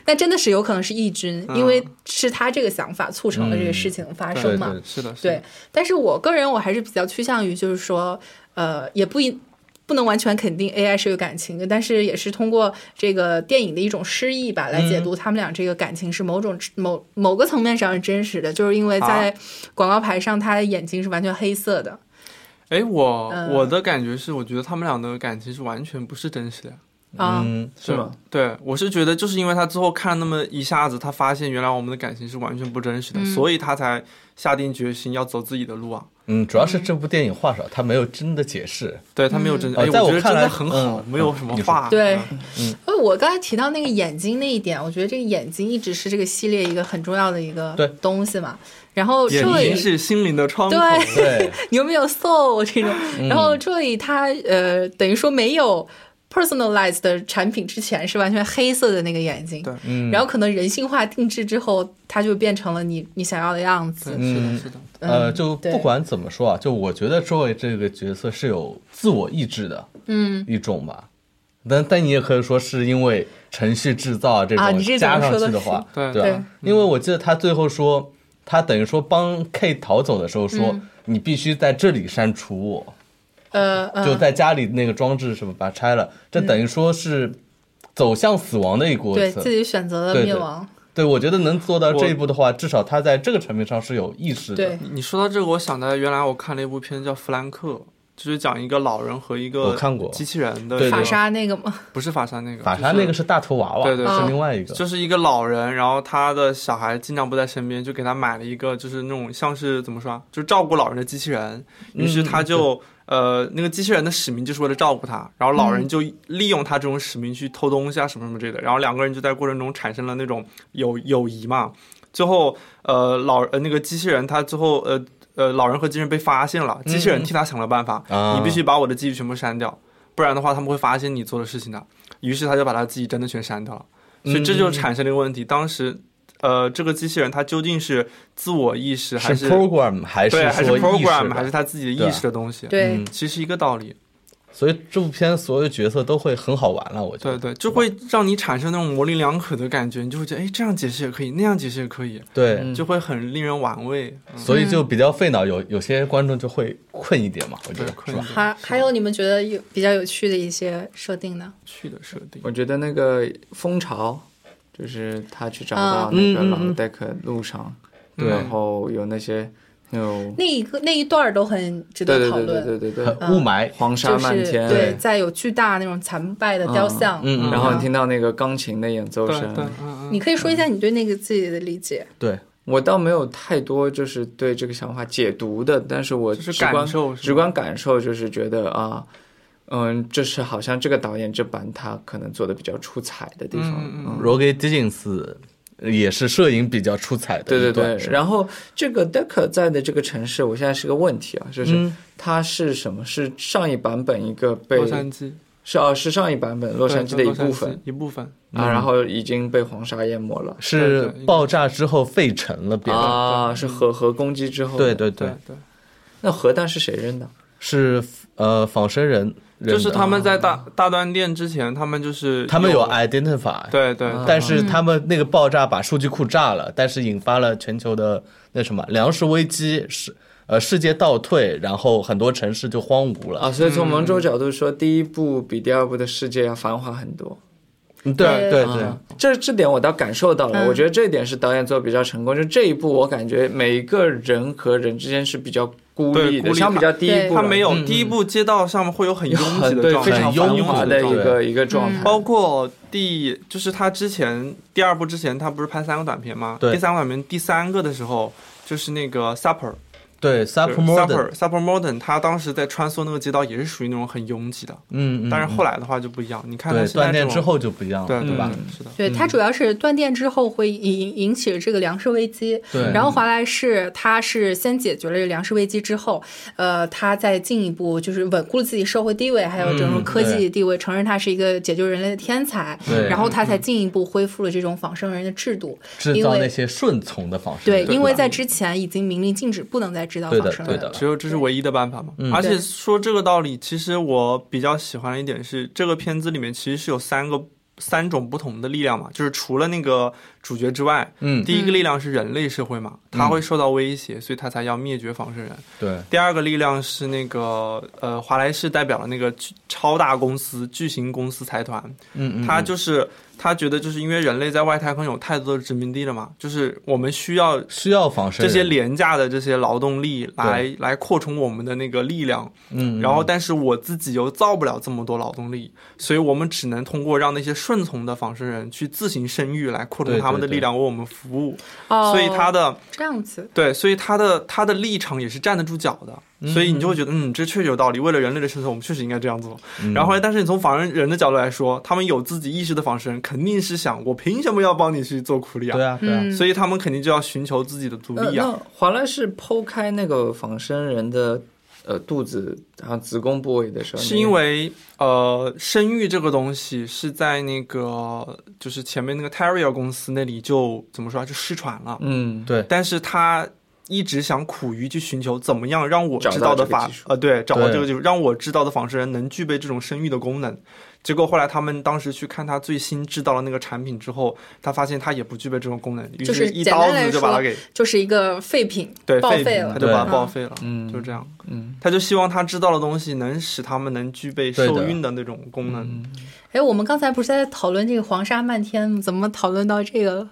Speaker 1: 那真的是有可能是义军，因为是他这个想法促成了这个事情的发生嘛。
Speaker 3: 嗯对对
Speaker 2: 是的，是的
Speaker 1: 对，但是我个人我还是比较趋向于，就是说，呃，也不一不能完全肯定 AI 是有感情的，但是也是通过这个电影的一种诗意吧，来解
Speaker 3: 嗯
Speaker 1: 读他们俩这个感情是某种某某个层面上是真实的，就是因为在广告牌上，他的眼睛是完全黑色的。
Speaker 2: 哎，我、
Speaker 1: 嗯
Speaker 2: 我的感觉是，我觉得他们俩的感情是完全不是真实的。
Speaker 1: 啊、
Speaker 3: 嗯
Speaker 4: 是吗？
Speaker 2: 对，我是觉得就是因为他之后看那么一下子，他发现原来我们的感情是完全不真实
Speaker 1: 嗯
Speaker 2: 的，所以他才下定决心要走自己的路啊。
Speaker 3: 嗯，主要是这部电影话少，它没有真的解释，
Speaker 2: 对他没有真，
Speaker 3: 呃
Speaker 2: 哎，
Speaker 3: 在我
Speaker 2: 觉得
Speaker 3: 看
Speaker 2: 真
Speaker 3: 来
Speaker 2: 的很好，
Speaker 3: 嗯
Speaker 2: 没有什么
Speaker 3: 嗯你说
Speaker 2: 话。
Speaker 1: 对
Speaker 2: 嗯，
Speaker 1: 呃我刚才提到那个眼睛那一点，我觉得这个眼睛一直是这个系列一个很重要的一个
Speaker 3: 对
Speaker 1: 东西嘛。然后
Speaker 2: 眼
Speaker 1: 这
Speaker 2: 睛是心灵的窗口。
Speaker 1: 对
Speaker 3: 对，
Speaker 1: 你有没有 soul 这种？
Speaker 3: 嗯
Speaker 1: 然后 Joy 它呃，等于说没有 personalized 的产品之前是完全黑色的那个眼睛，
Speaker 2: 对
Speaker 3: 嗯，
Speaker 1: 然后可能人性化定制之后，它就变成了你你想要的样子。
Speaker 2: 对，是
Speaker 3: 嗯
Speaker 2: 的，是的，
Speaker 3: 呃，
Speaker 1: 嗯
Speaker 3: 就
Speaker 1: 对
Speaker 3: 不管怎么说啊，就我觉得 Joy 这个角色是有自我意志的，嗯，一种吧。但但你也可以说是因为程序制造啊这
Speaker 1: 啊
Speaker 3: 种
Speaker 1: 你这怎么
Speaker 3: 加上
Speaker 1: 说的
Speaker 3: 去的
Speaker 1: 是
Speaker 3: 话，
Speaker 2: 对
Speaker 3: 对吧？因为我记得他最后说，他等于说帮 K 逃走的时候说，
Speaker 1: 嗯
Speaker 3: 你必须在这里删除我，
Speaker 1: 呃呃，
Speaker 3: 就在家里那个装置什么把它拆了，这等于说是走向死亡的一个过
Speaker 1: 嗯对
Speaker 3: 程。
Speaker 1: 自己选择了
Speaker 3: 对对
Speaker 1: 灭亡，
Speaker 3: 对，我觉得能做到这
Speaker 2: 我
Speaker 3: 一步的话，至少他在这个层面上是有意识的
Speaker 1: 对。
Speaker 2: 你你说到这个，我想到原来我看了一部片叫《弗兰克》，就是讲一个老人和一
Speaker 3: 我
Speaker 2: 个
Speaker 3: 看过
Speaker 2: 机器人的
Speaker 3: 对
Speaker 2: 一个
Speaker 1: 法沙那个嘛，
Speaker 2: 不是法沙那个，
Speaker 3: 法
Speaker 2: 就
Speaker 3: 沙那个是大头娃娃，
Speaker 2: 对对
Speaker 3: 是
Speaker 1: 对
Speaker 3: 另外一个。
Speaker 2: 就是一个老人，然后他的小孩尽量不在身边，就给他买了一个就是那种像是怎么说啊，就是照顾老人的机器人。
Speaker 3: 嗯
Speaker 2: 于是他就、呃，那个机器人的使命就是为了照顾他，然后老人就利用他这种使命去偷东西啊什么什么之类的，然后两个人就在过程中产生了那种 友友谊嘛。最后呃，老呃那个机器人他最后呃呃老人和机器人被发现了，机器
Speaker 3: 嗯
Speaker 2: 人替他想了办法，
Speaker 3: 啊
Speaker 2: 你必须把我的记忆全部删掉，不然的话他们会发现你做的事情的。于是他就把他自己真的全删掉了，所以这就产生了一个问题。当时呃，这个机器人它究竟是自我意识还
Speaker 3: 是 program 还
Speaker 2: 对，还是
Speaker 3: 说意识
Speaker 2: program 还
Speaker 3: 的
Speaker 2: 是它自己的
Speaker 3: 对
Speaker 2: 意识的东西？
Speaker 1: 对，
Speaker 2: 嗯，其实一个道理。
Speaker 3: 所以这部片所有角色都会很好玩了，我觉
Speaker 2: 对
Speaker 3: 得。
Speaker 2: 对，就会让你产生那种模棱两可的感觉，你就会觉得，哎，这样解释也可以，那样解释也可以，
Speaker 3: 对
Speaker 4: 嗯
Speaker 2: 就会很令人玩味。嗯
Speaker 3: 所以就比较费脑，有有些观众就会困一点嘛，我觉
Speaker 2: 对
Speaker 3: 得，是
Speaker 2: 困
Speaker 3: 吧？
Speaker 1: 还还有你们觉得有比较有趣的一些设定呢？
Speaker 2: 去的设定。
Speaker 4: 我觉得那个蜂巢，就是他去
Speaker 1: 嗯
Speaker 4: 找到那个老戴克路上，
Speaker 2: 嗯
Speaker 4: 然后有那些那种，
Speaker 1: 那一个那一段儿都很值
Speaker 4: 对
Speaker 1: 得
Speaker 4: 对
Speaker 1: 讨
Speaker 4: 对
Speaker 1: 论，
Speaker 4: 对对对对，
Speaker 3: 雾霾，
Speaker 4: 黄沙
Speaker 1: 就
Speaker 4: 漫
Speaker 1: 是
Speaker 4: 天，
Speaker 1: 对，在有巨大那种残败的雕像，
Speaker 3: 嗯嗯
Speaker 4: 然后你听到那个钢琴的演奏
Speaker 2: 对
Speaker 4: 声，
Speaker 2: 对，嗯嗯，
Speaker 1: 你可以说一下你对那个自己的理解，
Speaker 3: 对，
Speaker 4: 我倒没有太多就是对这个想法解读的，但是我
Speaker 2: 嗯就是
Speaker 4: 直观
Speaker 2: 感受是吧
Speaker 4: 直观感受就是觉得啊，嗯，这是好像这个导演这版他可能做的比较出彩的地方，
Speaker 2: 嗯嗯嗯
Speaker 3: Roger Dickens 也是摄影比较出彩的
Speaker 4: 对对
Speaker 3: 一段
Speaker 4: 对，
Speaker 3: 是吧，
Speaker 4: 然后这个 Decker 在的这个城市，我现在是个问题啊，就是它是什么？是上一版本一个被
Speaker 2: 洛杉矶，
Speaker 4: 是啊，是上一版本洛杉矶的
Speaker 2: 对
Speaker 4: 一
Speaker 2: 洛
Speaker 4: 部分
Speaker 2: 矶一部分。
Speaker 4: 啊，然后已经被黄沙淹没了
Speaker 3: 是爆炸之后沸腾了，变得，
Speaker 4: 啊，是核核攻击之后，
Speaker 3: 对，对
Speaker 2: 对
Speaker 3: 对，
Speaker 2: 对，
Speaker 4: 那核弹是谁扔的？
Speaker 3: 是呃仿生人，人
Speaker 2: 就是
Speaker 3: 的
Speaker 2: 他们在大大断电之前，他们就是
Speaker 3: 他们有 identify，
Speaker 2: 对对
Speaker 1: 啊
Speaker 2: 对
Speaker 3: 但是他们那个爆炸把数据库炸了，但是引发了全球的那什么粮食危机，世呃世界倒退，然后很多城市就荒芜了。
Speaker 4: 啊，所以从某种角度说，第一部比第二部的世界要繁华很多。
Speaker 3: 嗯对对对，
Speaker 4: 啊这这点我倒感受到了，
Speaker 1: 嗯
Speaker 4: 我觉得这一点是导演做的比较成功。就这一部，我感觉每一个人和人之间是比较孤
Speaker 2: 对
Speaker 4: 立
Speaker 2: 孤
Speaker 4: 的，
Speaker 2: 立
Speaker 4: 相比较第一
Speaker 1: 对
Speaker 4: 部
Speaker 2: 他
Speaker 4: 来
Speaker 2: 没
Speaker 4: 说
Speaker 2: 有第一部街道上面会有很拥挤
Speaker 4: 很
Speaker 2: 的
Speaker 4: 对
Speaker 2: 状
Speaker 4: 非
Speaker 2: 态，
Speaker 4: 常
Speaker 3: 很
Speaker 4: 繁
Speaker 3: 拥
Speaker 4: 华
Speaker 3: 挤的
Speaker 4: 的一
Speaker 3: 状态
Speaker 4: 个一个状
Speaker 1: 嗯
Speaker 4: 态。
Speaker 2: 包括第就是他之前第二部之前，他不是拍三个短片吗？
Speaker 3: 对
Speaker 2: 第三个短片第三个的时候，就是那个 supper
Speaker 3: 对 s u p e r m o d e r
Speaker 2: supper supper modern，他当时在穿梭那个街道也是属于那种很拥挤的，
Speaker 3: 嗯，嗯
Speaker 2: 但是后来的话就不一样。你看他
Speaker 3: 对
Speaker 2: 现在
Speaker 3: 断
Speaker 2: 这
Speaker 3: 电
Speaker 2: 种
Speaker 3: 之，后就不一样了，
Speaker 2: 对
Speaker 3: 对吧？嗯
Speaker 2: 对是的，
Speaker 1: 对，它主要是断电之后会引引起这个粮食危机。
Speaker 3: 对
Speaker 1: 然后华莱士它是先解决了这个粮食危机之后，呃，它再进一步就是稳固了自己社会地位，还有这种
Speaker 3: 嗯
Speaker 1: 科技地位，承认他是一个解救人类的天才。
Speaker 3: 对嗯
Speaker 1: 然后他才进一步恢复了这种仿生人的制度。
Speaker 3: 制
Speaker 1: 因
Speaker 3: 造
Speaker 1: 为
Speaker 3: 那些顺从的方式，
Speaker 1: 对，因为
Speaker 3: 吧
Speaker 1: 在之前已经明令禁止不能再制造
Speaker 3: 对的
Speaker 1: 仿生人
Speaker 3: 对的
Speaker 1: 了。
Speaker 2: 只有这是唯一的办法嘛。
Speaker 3: 嗯
Speaker 2: 而且
Speaker 1: 对
Speaker 2: 说这个道理，其实我比较喜欢的一点是，这个片子里面其实是有三个三种不同的力量嘛，就是除了那个主角之外，
Speaker 3: 嗯，
Speaker 2: 第一个力量是人类社会嘛，它会受到威胁，所以它才要灭绝仿生人。
Speaker 3: 对
Speaker 2: 第二个力量是那个呃，华莱士代表了那个巨超大公司、巨型公司财团，
Speaker 3: 嗯嗯，
Speaker 2: 他就是他觉得就是因为人类在外太空有太多的殖民地了嘛，就是我们需要
Speaker 3: 需要仿生
Speaker 2: 这
Speaker 3: 人
Speaker 2: 些廉价的这些劳动力来来扩充我们的那个力量，
Speaker 3: 嗯，嗯
Speaker 2: 然后但是我自己又造不了这么多劳动力，所以我们只能通过让那些顺从的仿生人去自行生育来扩充
Speaker 3: 对
Speaker 2: 他们的
Speaker 3: 对对
Speaker 2: 力量为我们服务，
Speaker 1: 哦，
Speaker 2: 所以他的。
Speaker 1: 这样子，
Speaker 2: 对，所以他的他的立场也是站得住脚的，所以你就会觉得，嗯，这确实有道理。为了人类的生存，我们确实应该这样做。
Speaker 3: 嗯
Speaker 2: 然后呢，但是你从仿生人的角度来说，他们有自己意识的仿生人，肯定是想，我凭什么要帮你去做苦力啊？
Speaker 3: 对啊对啊，
Speaker 1: 嗯，
Speaker 2: 所以他们肯定就要寻求自己的独
Speaker 4: 呃那
Speaker 2: 立啊。
Speaker 4: 那华莱士剖开那个仿生人的呃肚子然后子宫部位的时候，
Speaker 2: 是
Speaker 4: 你
Speaker 2: 因为呃，生育这个东西是在那个就是前面那个 Terrier 公司那里就怎么说啊，就失传了。
Speaker 4: 嗯
Speaker 3: 对
Speaker 2: 但是他一直想苦于去寻求怎么样让我
Speaker 4: 找
Speaker 2: 知道
Speaker 4: 到
Speaker 2: 的
Speaker 4: 这个
Speaker 2: 法
Speaker 4: 技术
Speaker 2: 呃，对，找到
Speaker 3: 对
Speaker 2: 这个技术，让我知道的仿生人能具备这种生育的功能。结果后来他们当时去看他最新制造的那个产品之后，他发现他也不具备这种功能，于
Speaker 1: 就是
Speaker 2: 是一
Speaker 1: 简
Speaker 2: 刀
Speaker 1: 单来
Speaker 2: 子就把
Speaker 1: 说
Speaker 2: 他给
Speaker 1: 就是一个废品，
Speaker 2: 对
Speaker 1: 报
Speaker 2: 废
Speaker 1: 废
Speaker 2: 品，
Speaker 1: 了
Speaker 2: 他就把它
Speaker 1: 嗯
Speaker 2: 报废了。
Speaker 4: 嗯
Speaker 2: 就这样，
Speaker 4: 嗯，
Speaker 2: 他就希望他知道的东西能使他们能具备
Speaker 3: 对的
Speaker 2: 受孕的那嗯种功能。
Speaker 1: 哎，我们刚才不是在讨论这个黄沙漫天吗，怎么讨论到这个了？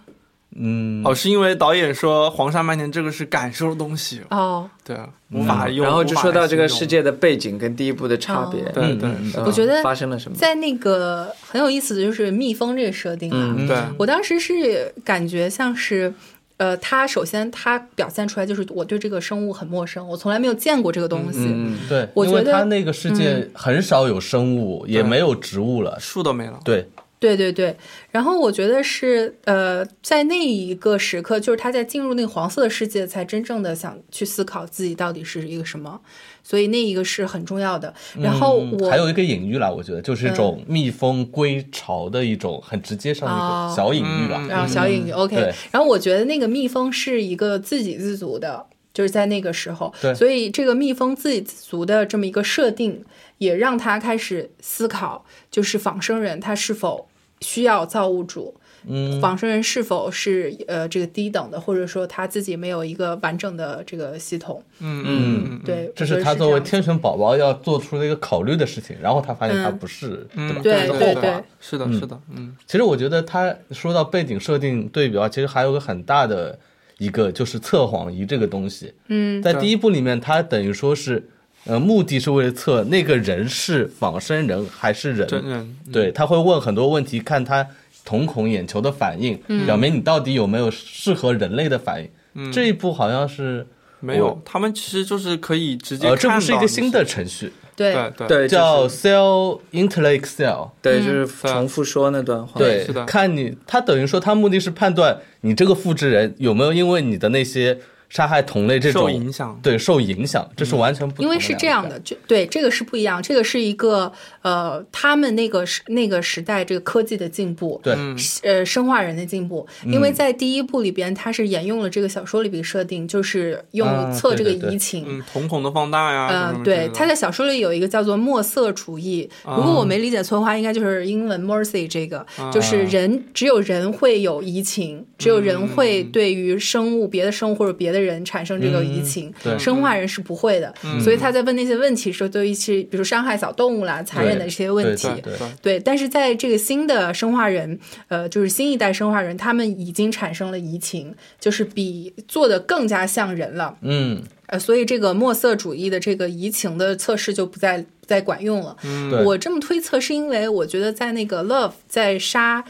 Speaker 3: 嗯
Speaker 2: 哦，是因为导演说《黄沙漫天》这个是感受的东西，
Speaker 1: 哦，
Speaker 2: 对啊，无法用。
Speaker 4: 嗯然后就
Speaker 2: 无法
Speaker 4: 说到这个
Speaker 2: 来形容
Speaker 4: 世，界的背景跟第一部的差别，
Speaker 1: 哦
Speaker 2: 对对
Speaker 3: 嗯嗯
Speaker 2: 是
Speaker 4: 嗯
Speaker 1: 我觉得
Speaker 4: 发生了什么？
Speaker 1: 在那个很有意思的就是蜜蜂这个设定啊，
Speaker 4: 嗯
Speaker 2: 对，
Speaker 1: 我当时是感觉像是。呃，它首先它表现出来就是我对这个生物很陌生，我从来没有见过这个东西。
Speaker 4: 嗯，
Speaker 3: 对，
Speaker 1: 我
Speaker 3: 因为
Speaker 1: 觉得嗯
Speaker 3: 他那个世界很少有生物，也没有植物了，
Speaker 2: 树都没了。
Speaker 3: 对
Speaker 1: 对对对，然后我觉得是呃，在那一个时刻，就是他在进入那个黄色的世界，才真正的想去思考自己到底是一个什么，所以那一个是很重要的。然后
Speaker 3: 嗯
Speaker 1: 我、
Speaker 3: 还有一个隐喻啦，我觉得就是一种蜜蜂归巢的一种很直接上的一
Speaker 1: 哦
Speaker 3: 个小隐
Speaker 2: 嗯
Speaker 3: 喻吧。
Speaker 1: 然后小隐喻、OK，
Speaker 3: 对
Speaker 1: 然后我觉得那个蜜蜂是一个自给自足的，就是在那个时候，
Speaker 3: 对
Speaker 1: 所以这个蜜蜂自给自足的这么一个设定，也让他开始思考，就是仿生人他是否需要造物主。
Speaker 3: 嗯，
Speaker 1: 仿生人是否是呃这个低等的，或者说他自己没有一个完整的这个系统？
Speaker 2: 嗯
Speaker 3: 嗯
Speaker 2: 嗯，
Speaker 1: 对，
Speaker 3: 这
Speaker 1: 我觉得
Speaker 3: 是
Speaker 1: 是
Speaker 3: 他作为
Speaker 1: 这样
Speaker 3: 天选宝宝要做出的一个考虑的事情，然后他发现他
Speaker 1: 嗯
Speaker 3: 不是，
Speaker 2: 嗯，
Speaker 3: 对吧？
Speaker 1: 对
Speaker 3: 这是
Speaker 1: 对
Speaker 3: 后
Speaker 1: 对
Speaker 3: 话。
Speaker 2: 是的，
Speaker 3: 嗯
Speaker 2: 是的，嗯
Speaker 3: 其实我觉得他说到背景设定对比啊，其实还有个很大的一个就是测谎仪这个东西。
Speaker 1: 嗯，
Speaker 3: 在第一部里面，他等于说是，呃，目的是为了测那个人是仿生人还是人，
Speaker 2: 真人，嗯
Speaker 3: 对，他会问很多问题，看他瞳孔、眼球的反应，
Speaker 2: 嗯
Speaker 3: 表明你到底有没有适合人类的反应。这一步好像是，
Speaker 2: 没有
Speaker 3: 我，
Speaker 2: 他们其实就是可以直接
Speaker 3: 呃，这
Speaker 2: 看
Speaker 3: 不是一
Speaker 2: 到
Speaker 3: 个
Speaker 2: 你
Speaker 3: 新的程序，
Speaker 1: 对
Speaker 2: 对对
Speaker 4: 对，
Speaker 3: 叫
Speaker 4: 就是
Speaker 3: Cell Intellect Cell。
Speaker 4: 对，
Speaker 1: 嗯
Speaker 4: 就是重复说那段话。
Speaker 3: 对，
Speaker 2: 哦是的
Speaker 3: 看你，他等于说他目的是判断你这个复制人有没有因为你的那些杀害同类这种
Speaker 2: 受影响，嗯
Speaker 3: 对受影响，这是完全不同
Speaker 1: 因为是这样
Speaker 3: 两
Speaker 1: 的，就对这个是不一样，这个是一个呃，他们那个时那个时代这个科技的进步，
Speaker 3: 个概念，
Speaker 2: 嗯
Speaker 1: 呃，生化人的进步。因
Speaker 3: 嗯
Speaker 1: 为在第一部里边，它是沿用了这个小说里边设定，就是用
Speaker 3: 啊
Speaker 1: 测这个
Speaker 3: 对对对
Speaker 1: 移情。
Speaker 2: 嗯，瞳孔的放大呀，什么什
Speaker 1: 嗯，
Speaker 2: 么
Speaker 1: 对，
Speaker 2: 之类的
Speaker 1: 他在小说里有一个叫做“墨色主义”，
Speaker 3: 啊
Speaker 1: 如果我没理解错的话，应该就是英文 “mercy” 这个，
Speaker 3: 啊
Speaker 1: 就是人只有人会有移情，只有
Speaker 3: 嗯
Speaker 1: 人会对于生物、别的生物或者别的人产生这个移情，
Speaker 3: 嗯对嗯
Speaker 1: 生化人是不会的。所以他在问那些问题的时候，都一些比如伤害小动物啦、残忍的这些问题
Speaker 3: 对。对
Speaker 2: 对
Speaker 1: 对，但是在这个新的生化人，呃，就是新一代生化人，他们已经产生了移情，就是比做的更加像人了。
Speaker 3: 嗯，
Speaker 1: 呃，所以这个墨色主义的这个移情的测试就不再不再管用了。
Speaker 2: 嗯
Speaker 3: 对
Speaker 1: 我这么推测是因为我觉得在那个 Love 在杀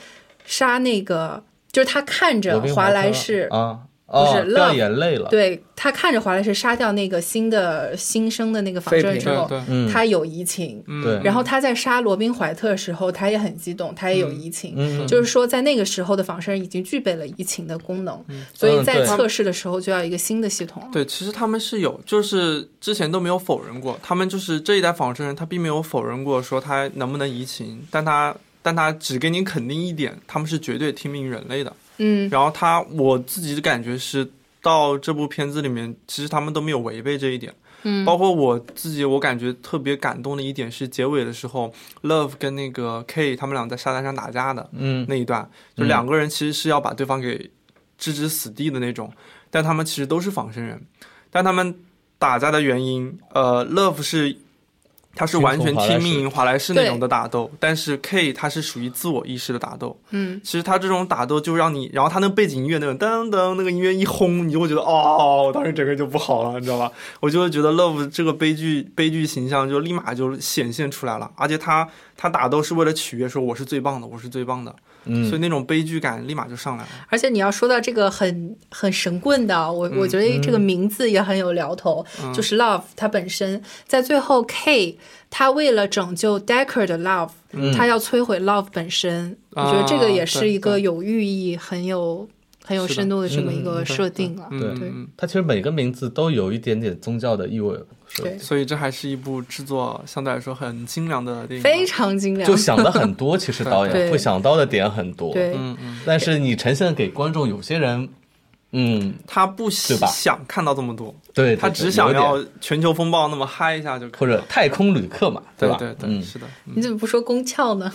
Speaker 1: 杀那个，就是他看着
Speaker 3: 罗宾
Speaker 1: 华莱
Speaker 3: 特
Speaker 1: 士，
Speaker 3: 啊，哦
Speaker 1: 不是
Speaker 3: 掉
Speaker 1: Love
Speaker 3: 眼泪了，
Speaker 1: 对他看着华莱士杀掉那个新的新生的那个仿生人
Speaker 4: 废
Speaker 1: 之
Speaker 4: 品
Speaker 1: 后
Speaker 2: 对，对，嗯
Speaker 3: 嗯
Speaker 1: 他有移情。
Speaker 3: 对
Speaker 1: 然后他在杀罗宾怀特的时候，他也很激动，他也有移情，
Speaker 3: 嗯
Speaker 1: 就是说在那个时候的仿生人已经具备了移情的功能，所以
Speaker 3: 嗯
Speaker 1: 在
Speaker 3: 对
Speaker 1: 测试的时候就要一个新的系统了。
Speaker 2: 对，其实他们是有，就是之前都没有否认过，他们就是这一代仿生人，他并没有否认过说他能不能移情，但他但他只给你肯定一点，他们是绝对听命于人类的。
Speaker 1: 嗯，
Speaker 2: 然后他我自己的感觉是，到这部片子里面，其实他们都没有违背这一点。
Speaker 1: 嗯
Speaker 2: 包括我自己，我感觉特别感动的一点是结尾的时候，Love 跟那个 K 他们俩在沙滩上打架的
Speaker 3: 嗯
Speaker 2: 那一段，就两个人其实是要把对方给置之死地的那种，但他们其实都是仿生人，但他们打架的原因，呃，Love 是。他是完全
Speaker 3: 听从华莱
Speaker 2: 听
Speaker 3: 士
Speaker 2: 命于华莱士那种的打斗，但是 K 他是属于自我意识的打斗，
Speaker 1: 嗯，
Speaker 2: 其实他这种打斗就让你，然后他那个背景音乐那种噔噔那个音乐一轰，你就会觉得哦，当时整个就不好了，你知道吧？我就会觉得 Love 这个悲剧悲剧形象就立马就显现出来了，而且他他打斗是为了取悦，说我是最棒的，我是最棒的，所
Speaker 3: 嗯
Speaker 2: 以那种悲剧感立马就上来了。
Speaker 1: 而且你要说到这个很很神棍的，啊我
Speaker 2: 嗯
Speaker 1: 我觉得这个名字也很有聊头，就是 Love 它本身在最后 K 他为了拯救 Decker 的 Love，、他
Speaker 3: 嗯
Speaker 1: 要摧毁 Love 本身，
Speaker 2: 嗯啊
Speaker 1: 我觉得这个也是一个
Speaker 2: 对
Speaker 1: 有寓意、很有很有
Speaker 2: 是的
Speaker 1: 深度的这么一个设定了。
Speaker 2: 嗯
Speaker 3: 对
Speaker 2: 嗯，
Speaker 3: 他其实每个名字都有一点点宗教的意味，是
Speaker 1: 对，
Speaker 2: 所以这还是一部制作相对来说很精良的电影吧。
Speaker 1: 非常精良
Speaker 3: 就。想的很多，其实导
Speaker 1: 啊 对
Speaker 3: 演会想到的点很多，
Speaker 1: 对，
Speaker 2: 嗯嗯，
Speaker 3: 但是你呈现给观众，有些人，嗯，
Speaker 2: 他不喜
Speaker 3: 对吧
Speaker 2: 想看到这么多，
Speaker 3: 对，
Speaker 2: 他
Speaker 3: 对
Speaker 2: 只想。
Speaker 3: 对有
Speaker 2: 要
Speaker 3: 点
Speaker 2: 全球风暴那么嗨一下就可
Speaker 3: 或
Speaker 2: 以
Speaker 3: 者
Speaker 2: 了。
Speaker 3: 太空旅客嘛，
Speaker 2: 对
Speaker 3: 吧？
Speaker 2: 对对，
Speaker 3: 嗯，
Speaker 2: 是的，嗯
Speaker 1: 你怎么不说宫壳呢？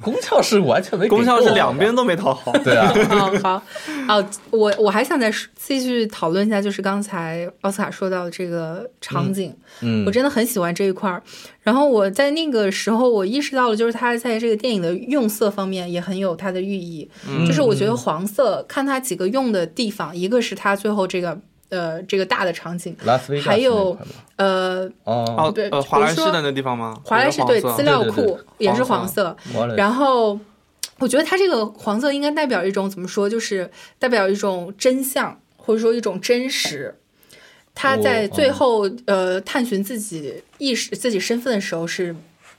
Speaker 3: 功效是完全没给过
Speaker 2: 功
Speaker 3: 的，
Speaker 2: 效是两边都没讨好。
Speaker 3: 对啊，
Speaker 1: 哦，好，哦，我我还想再说继续讨论一下，就是刚才奥斯卡说到的这个场景，
Speaker 3: 嗯
Speaker 1: 我真的很喜欢这一块儿。然后我在那个时候，我意识到了，就是它在这个电影的用色方面也很有它的寓意。
Speaker 3: 嗯
Speaker 1: 就是我觉得黄色，看它几个用的地方，一个是它最后这个呃这个大的场景，
Speaker 3: 拉斯维加斯
Speaker 1: 还有
Speaker 3: 那块嘛
Speaker 1: 呃
Speaker 3: 哦，
Speaker 2: 哦，
Speaker 1: 对
Speaker 2: 呃，
Speaker 1: 比
Speaker 2: 华
Speaker 1: 如
Speaker 2: 莱士
Speaker 1: 说
Speaker 2: 的那地方吗？
Speaker 1: 华莱士对
Speaker 2: 黄色
Speaker 1: 资料
Speaker 3: 对对
Speaker 1: 库也是黄
Speaker 2: 黄色
Speaker 1: 色，
Speaker 3: 完了
Speaker 1: 然后。我觉得它这个黄色应该代表一种怎么说，就是代表一种真相，或者说一种真实。他在
Speaker 3: 哦
Speaker 1: 最后、呃探寻自己意识、自己身份的时候是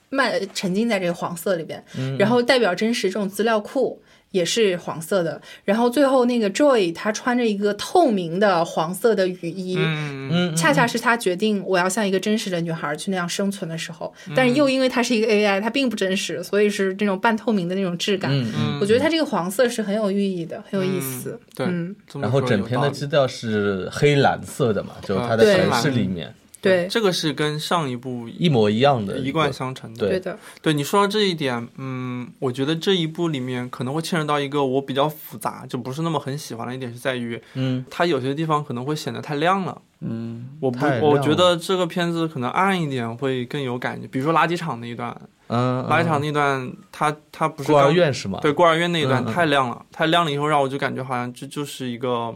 Speaker 1: 漫沉浸在这个黄色里边，
Speaker 3: 嗯
Speaker 1: 然后代表真实这种资料库。也是黄色的，然后最后那个 Joy 她穿着一个透明的黄色的雨衣，
Speaker 2: 嗯，
Speaker 3: 嗯，
Speaker 1: 恰恰是她决定我要像一个真实的女孩去那样生存的时候，
Speaker 3: 嗯
Speaker 1: 但是又因为她是一个 AI，她并不真实，所以是那种半透明的那种质感。
Speaker 3: 嗯嗯。
Speaker 1: 我觉得它这个黄色是很有寓意的，很有意思。
Speaker 2: 对
Speaker 1: 嗯，
Speaker 2: 这么
Speaker 3: 然后
Speaker 2: 说
Speaker 3: 整
Speaker 2: 有
Speaker 3: 篇
Speaker 2: 道
Speaker 3: 的
Speaker 2: 理
Speaker 3: 基调是黑蓝色的嘛，
Speaker 2: 啊
Speaker 3: 就是它的
Speaker 1: 对
Speaker 3: 城市里面
Speaker 1: 对，
Speaker 2: 这个是跟上一部
Speaker 3: 一模一样的
Speaker 2: 一贯相承的。
Speaker 3: 对
Speaker 1: 对的，
Speaker 2: 对你说到这一点，嗯，我觉得这一部里面可能会牵扯到一个我比较复杂，就不是那么很喜欢的一点，是在于
Speaker 3: 嗯
Speaker 2: 它有些地方可能会显得太亮了。
Speaker 4: 嗯，
Speaker 2: 我不
Speaker 3: 太，亮
Speaker 2: 我
Speaker 3: 了
Speaker 2: 觉得这个片子可能暗一点会更有感觉。比如说垃圾场那一段，
Speaker 3: 嗯，
Speaker 2: 垃圾场那段，它它不是
Speaker 3: 孤儿
Speaker 2: 刚
Speaker 3: 院是吗？
Speaker 2: 对孤儿院那一段
Speaker 3: 嗯嗯
Speaker 2: 太亮了，太亮了以后让我就感觉好像这就是一个，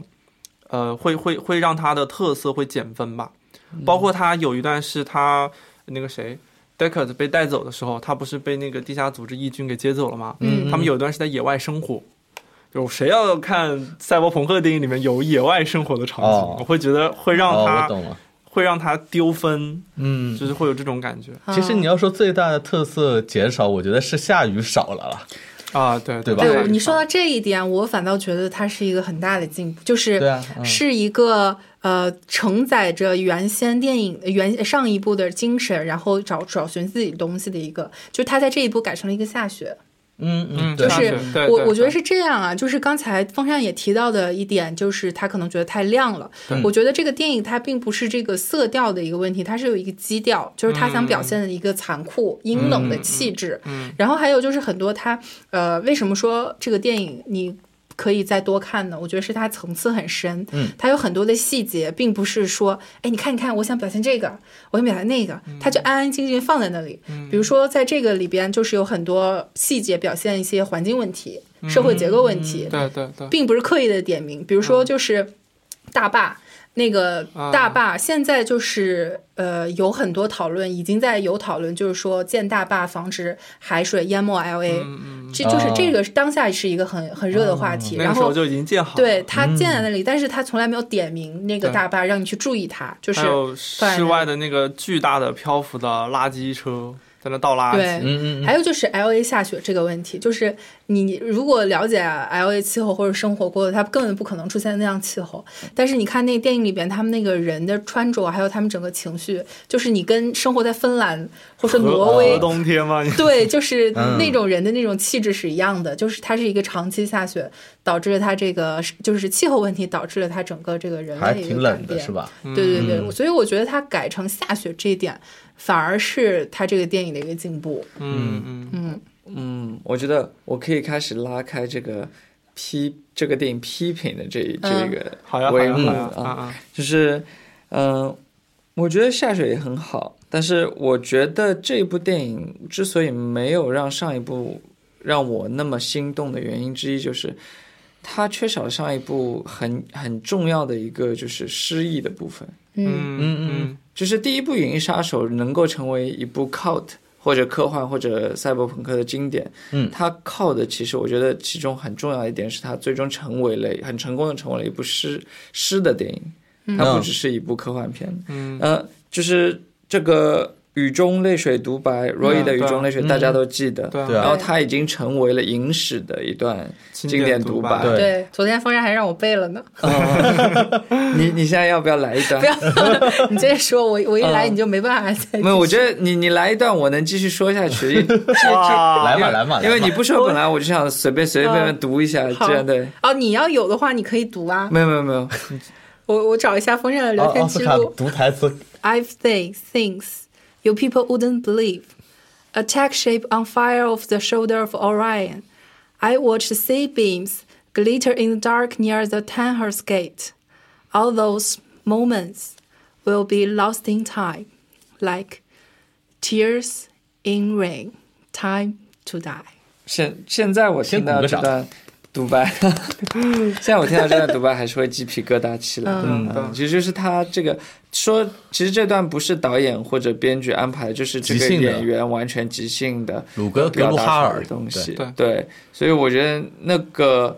Speaker 2: 呃，会会会让它的特色会减分吧。
Speaker 3: 嗯
Speaker 2: 包括他有一段是他那个谁 Deckard 被带走的时候，他不是被那个地下组织义军给接走了吗？
Speaker 1: 嗯
Speaker 2: 他们有一段是在野外生活。有谁要看赛博朋克电影里面有野外生活的场景？
Speaker 3: 哦
Speaker 2: 我会觉得会让
Speaker 3: 哦，我
Speaker 2: 他、
Speaker 3: 懂了，
Speaker 2: 会让他丢分，
Speaker 3: 嗯。
Speaker 2: 就是会有这种感觉
Speaker 3: 其实你要说最大的特色减少，我觉得是下雨少了啦。
Speaker 2: 啊，对
Speaker 3: 对吧
Speaker 1: 对你说到这一点，我反倒觉得它是一个很大的进步，就是
Speaker 3: 对啊，嗯
Speaker 1: 是一个呃承载着原先电影原上一部的精神，然后找找寻自己东西的一个，就是他在这一部改成了一个下雪。
Speaker 3: 嗯嗯，
Speaker 2: 嗯，
Speaker 3: 对
Speaker 1: 就，是
Speaker 2: 对
Speaker 1: 我我觉得
Speaker 2: 是
Speaker 1: 是这样啊，就是刚才风扇也提到的一点，就是他可能觉得太亮了
Speaker 3: 对。
Speaker 1: 我觉得这个电影它并不是这个色调的一个问题，它是有一个基调，就是他想表现的一个残酷、阴冷的气质。
Speaker 2: 嗯
Speaker 1: 然后还有就是很多它呃，为什么说这个电影你？可以再多看呢，我觉得是它层次很深，
Speaker 3: 嗯，
Speaker 1: 它有很多的细节，并不是说，哎，你看，你看，我想表现这个，我想表达那
Speaker 2: 嗯
Speaker 1: 个，他就安安静静放在那里。比如说，在这个里边，就是有很多细节表现一些环境问题、社会结构问题，
Speaker 2: 嗯对对对，
Speaker 1: 并不是刻意的点名。比如说，就是大坝。那个
Speaker 2: 啊
Speaker 1: 大坝现在就是呃有很多讨论，已经在有讨论，就是说建大坝防止海水淹没 L A，、
Speaker 2: 嗯嗯，嗯
Speaker 1: 这就是
Speaker 3: 哦
Speaker 1: 这个当下是一个很很热的话题。
Speaker 2: 那
Speaker 1: 然
Speaker 2: 个时
Speaker 1: 后
Speaker 2: 候就已经建好了，嗯
Speaker 1: 对他建在那里，但是他从来没有点名那个
Speaker 2: 对
Speaker 1: 大坝让你去注意它，就是
Speaker 2: 还有室外的那个巨大的漂浮的垃圾车在那倒垃圾，
Speaker 1: 对。
Speaker 3: 嗯嗯嗯，
Speaker 1: 还有就是 L A 下雪这个问题，就是你如果了解啊 L A 气候或者生活过的，它根本不可能出现那样气候。
Speaker 3: 嗯
Speaker 1: 但是你看那电影里边，他们那个人的穿着，还有他们整个情绪，就是你跟生活在芬兰或者说挪
Speaker 2: 和呃
Speaker 1: 威
Speaker 2: 冬天嘛，你
Speaker 1: 对，就是
Speaker 3: 呃嗯
Speaker 1: 那种人的那种气质是一样的，就是它是一个长期下雪导致了它这个就是气候问题导致了它整个这个人
Speaker 3: 还
Speaker 1: 类一
Speaker 3: 挺
Speaker 1: 个改
Speaker 3: 冷的
Speaker 1: 变
Speaker 3: 是。吧？嗯
Speaker 1: 对对对，所以我觉得它改成下雪这一点，反而是它这个电影的一个进步。
Speaker 2: 嗯嗯
Speaker 1: 嗯
Speaker 4: 嗯，我觉得我可以开始拉开这个批这个电影批评的这一这
Speaker 1: 嗯
Speaker 4: 个
Speaker 2: 好呀好
Speaker 4: 维
Speaker 2: 呀
Speaker 4: 护
Speaker 2: 好呀
Speaker 4: 啊，
Speaker 2: 啊
Speaker 4: 就是，嗯、我觉得下雪也很好，但是我觉得这部电影之所以没有让上一部让我那么心动的原因之一，就是它缺少了上一部很很重要的一个就是诗意的部分。
Speaker 1: 嗯
Speaker 2: 嗯
Speaker 3: 嗯
Speaker 2: 嗯
Speaker 4: 就是第一部《影翼杀手》能够成为一部 cult 或者科幻或者赛博朋克的经典，
Speaker 3: 嗯
Speaker 4: 它靠的其实我觉得其中很重要一点是它最终成为了很成功的成为了一部诗诗的电
Speaker 1: 嗯
Speaker 4: 影，它不只是一部科幻片，
Speaker 2: 嗯
Speaker 4: 呃，就是这个雨中泪水独白，罗伊的雨中泪水
Speaker 3: 嗯
Speaker 4: 大家都记得，
Speaker 2: 对啊
Speaker 3: 对啊
Speaker 4: 然后它已经成为了影史的一段经
Speaker 2: 经典
Speaker 4: 独
Speaker 2: 独
Speaker 4: 白，
Speaker 2: 白
Speaker 3: 对
Speaker 1: 对，昨天风扇还让我背了呢。
Speaker 4: 你你现在要不要来一段？
Speaker 1: 不要，你接着说，我我一来
Speaker 4: 嗯
Speaker 1: 你就没办法再。
Speaker 4: 没有，我觉得你你来一段，我能继续说下去。因
Speaker 2: 哇
Speaker 3: 来
Speaker 4: 因
Speaker 3: 嘛
Speaker 4: 为
Speaker 3: 来嘛，
Speaker 4: 因为
Speaker 3: 来嘛
Speaker 4: 你不说，本来我就想随便随便便读一下，
Speaker 1: 好
Speaker 4: 这样的。
Speaker 1: 哦，你要有的话，你可以读啊。
Speaker 4: 没有没有没有，
Speaker 1: 我我找一下风扇的聊
Speaker 3: 奥
Speaker 1: 天
Speaker 3: 哦奥
Speaker 1: 记
Speaker 3: 斯卡
Speaker 1: 录。
Speaker 3: 读台词，
Speaker 1: I've seen things you people wouldn't believe. A tech ship on fire off the shoulder of Orion. I watched sea beams glitter in the dark near the Tanhurst Gate. All those moments will be lost in time, like tears in rain. Time to die.
Speaker 4: 现现在我听到
Speaker 3: 先鼓个
Speaker 4: 这
Speaker 3: 掌
Speaker 4: 段独白， 现在我听到这段独白还是会鸡皮疙瘩起来。
Speaker 2: 嗯嗯
Speaker 4: 其实就是他这个说，其实这段不是导演或者编剧安排的，就是这
Speaker 3: 即
Speaker 4: 个
Speaker 3: 兴的
Speaker 4: 演员完全即兴的
Speaker 3: 鲁格格
Speaker 4: 表
Speaker 3: 鲁
Speaker 4: 达
Speaker 3: 哈
Speaker 4: 出来
Speaker 3: 尔
Speaker 4: 的东西。
Speaker 2: 对
Speaker 4: 所以我觉得那个